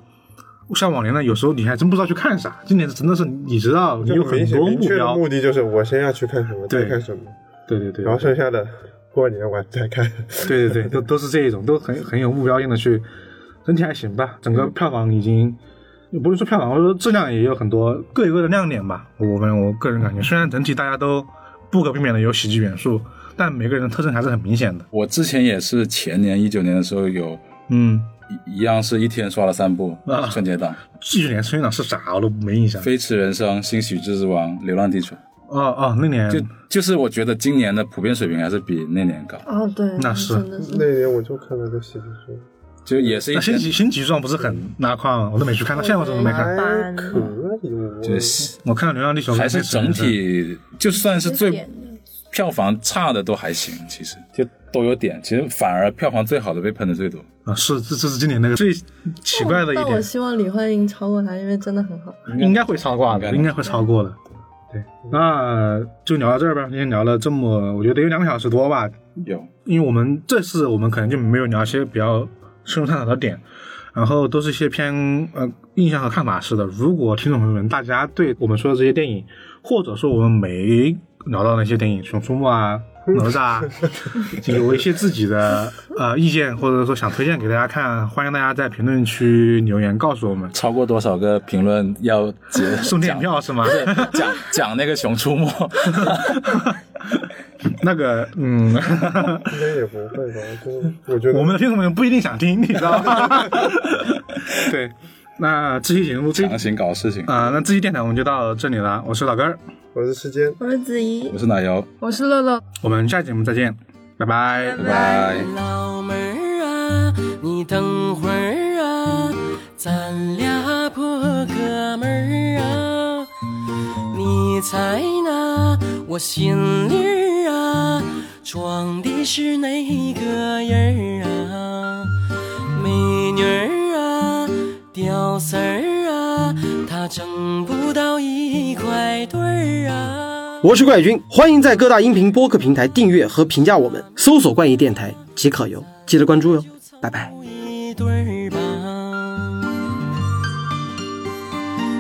Speaker 1: 像往年的，有时候你还真不知道去看啥。今年真的是你知道你
Speaker 2: 就
Speaker 1: 有
Speaker 2: 明
Speaker 1: 很
Speaker 2: 显
Speaker 1: 多
Speaker 2: 明
Speaker 1: 目
Speaker 2: 确的
Speaker 1: 标，
Speaker 2: 目的就是我先要去看什么，
Speaker 1: 对
Speaker 2: 再看什么，
Speaker 1: 对对对
Speaker 2: 然后剩下的过年完再 看。
Speaker 1: 对对对，都都是这一种，都很很有目标性的去，整体还行吧。整
Speaker 5: 嗯
Speaker 1: 个票房已经，不是说票房，我说质量也有很多各有各的亮点吧。我们我个人感觉，虽然整体大家都不可避免的有喜剧元素，但每个人的特征还是很明显的。
Speaker 5: 我之前也是前年一九年的时候有
Speaker 1: 嗯，
Speaker 5: 一一样是一天刷了三部
Speaker 1: 啊
Speaker 5: 春节档，
Speaker 1: 记住年春档是啥我都没印象。
Speaker 5: 《飞驰人生》《新喜剧之王》《流浪地球》
Speaker 1: 哦哦，那年
Speaker 5: 就就是我觉得今年的普遍水平还是比那年高，
Speaker 3: 哦对，
Speaker 1: 那是
Speaker 3: 真的是
Speaker 2: 那年我就看了个喜剧书，
Speaker 5: 就也是一
Speaker 1: 那新
Speaker 5: 天
Speaker 1: 几新几状不是很拉胯吗？我都没去看，到现在我怎么没看？
Speaker 2: 还可以，我
Speaker 5: 就是
Speaker 1: 我看了《流浪地球》
Speaker 5: 还是
Speaker 1: 跟《
Speaker 5: 整
Speaker 1: 飞驰人生
Speaker 5: 体
Speaker 1: 嗯
Speaker 5: 就算是
Speaker 3: 有
Speaker 5: 最
Speaker 3: 点
Speaker 5: 票房差的都还行，其实就都有点，其实反而票房最好的被喷的最多。
Speaker 1: 啊，是这这是今年那个最奇怪的一
Speaker 3: 但我
Speaker 1: 点，
Speaker 3: 希望李焕英超过他，因为真的很好。
Speaker 1: 应该会超挂的，应
Speaker 5: 应
Speaker 1: 该会超过的。对，那就聊到这儿吧。今天聊了这么，我觉得有两个小时多吧，
Speaker 5: 有
Speaker 1: 因为我们这次我们可能就没有聊一些比较深入探讨的点，然后都是一些偏呃印象和看法式的。如果听众朋友们大家对我们说的这些电影，或者说我们没聊到的那些电影，《熊出没》啊。哪吒啊， 有一些自己的呃意见，或者说想推荐给大家看，欢迎大家在评论区留言告诉我们。
Speaker 5: 超过多少个评论要结
Speaker 1: 送电影票是吗？
Speaker 5: 讲讲讲那个《熊出没》
Speaker 1: 那个，嗯，
Speaker 2: 应该也不会吧？就我觉得
Speaker 1: 我们的听众朋友不一定想听，你知道吗？对，那这期节目这
Speaker 5: 强行搞事情。
Speaker 1: 啊、那这期电台我们就到这里了。我是老根儿，
Speaker 2: 我是时间。
Speaker 3: 我是子怡
Speaker 5: 我，是奶油，
Speaker 6: 我是乐乐，
Speaker 1: 我们下期节目再见，拜拜
Speaker 5: 拜拜。
Speaker 7: 老妹儿啊，你等会儿啊，咱俩破哥们儿啊，你猜呢？我心里儿啊，装的是哪个人儿啊？美女儿啊，屌丝儿啊，她整不到一块堆儿啊。
Speaker 8: 我是怪君，欢迎在各大音频播客平台订阅和评价我们，搜索“冠一电台”即可哟，记得关注哟，拜拜。
Speaker 7: 一对儿吧。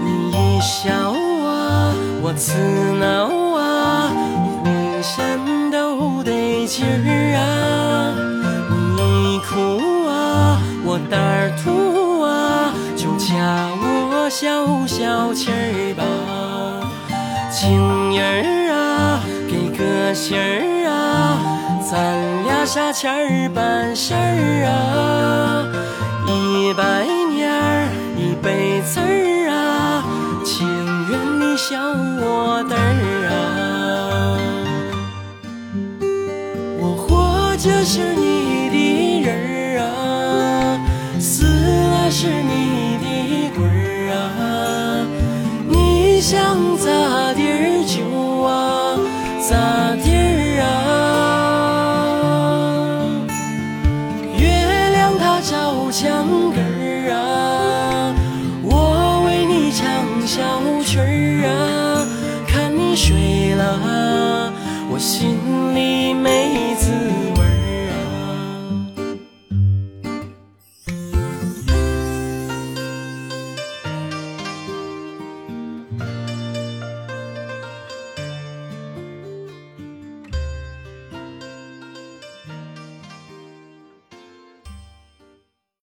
Speaker 7: 你一笑啊，我刺挠啊，浑身都得劲儿啊。你一哭啊，我胆儿突啊，就加我消消气儿吧。情人儿啊，给个信儿啊，咱俩啥钱儿办事儿啊，一百年儿一辈子儿啊，情愿你笑我嘚儿啊，我活。是你的人儿啊，死了是你的鬼儿啊，你想咋地儿就啊，咋地儿啊。月亮它照墙根儿啊，我为你唱小曲儿啊，看你睡了，我心里啊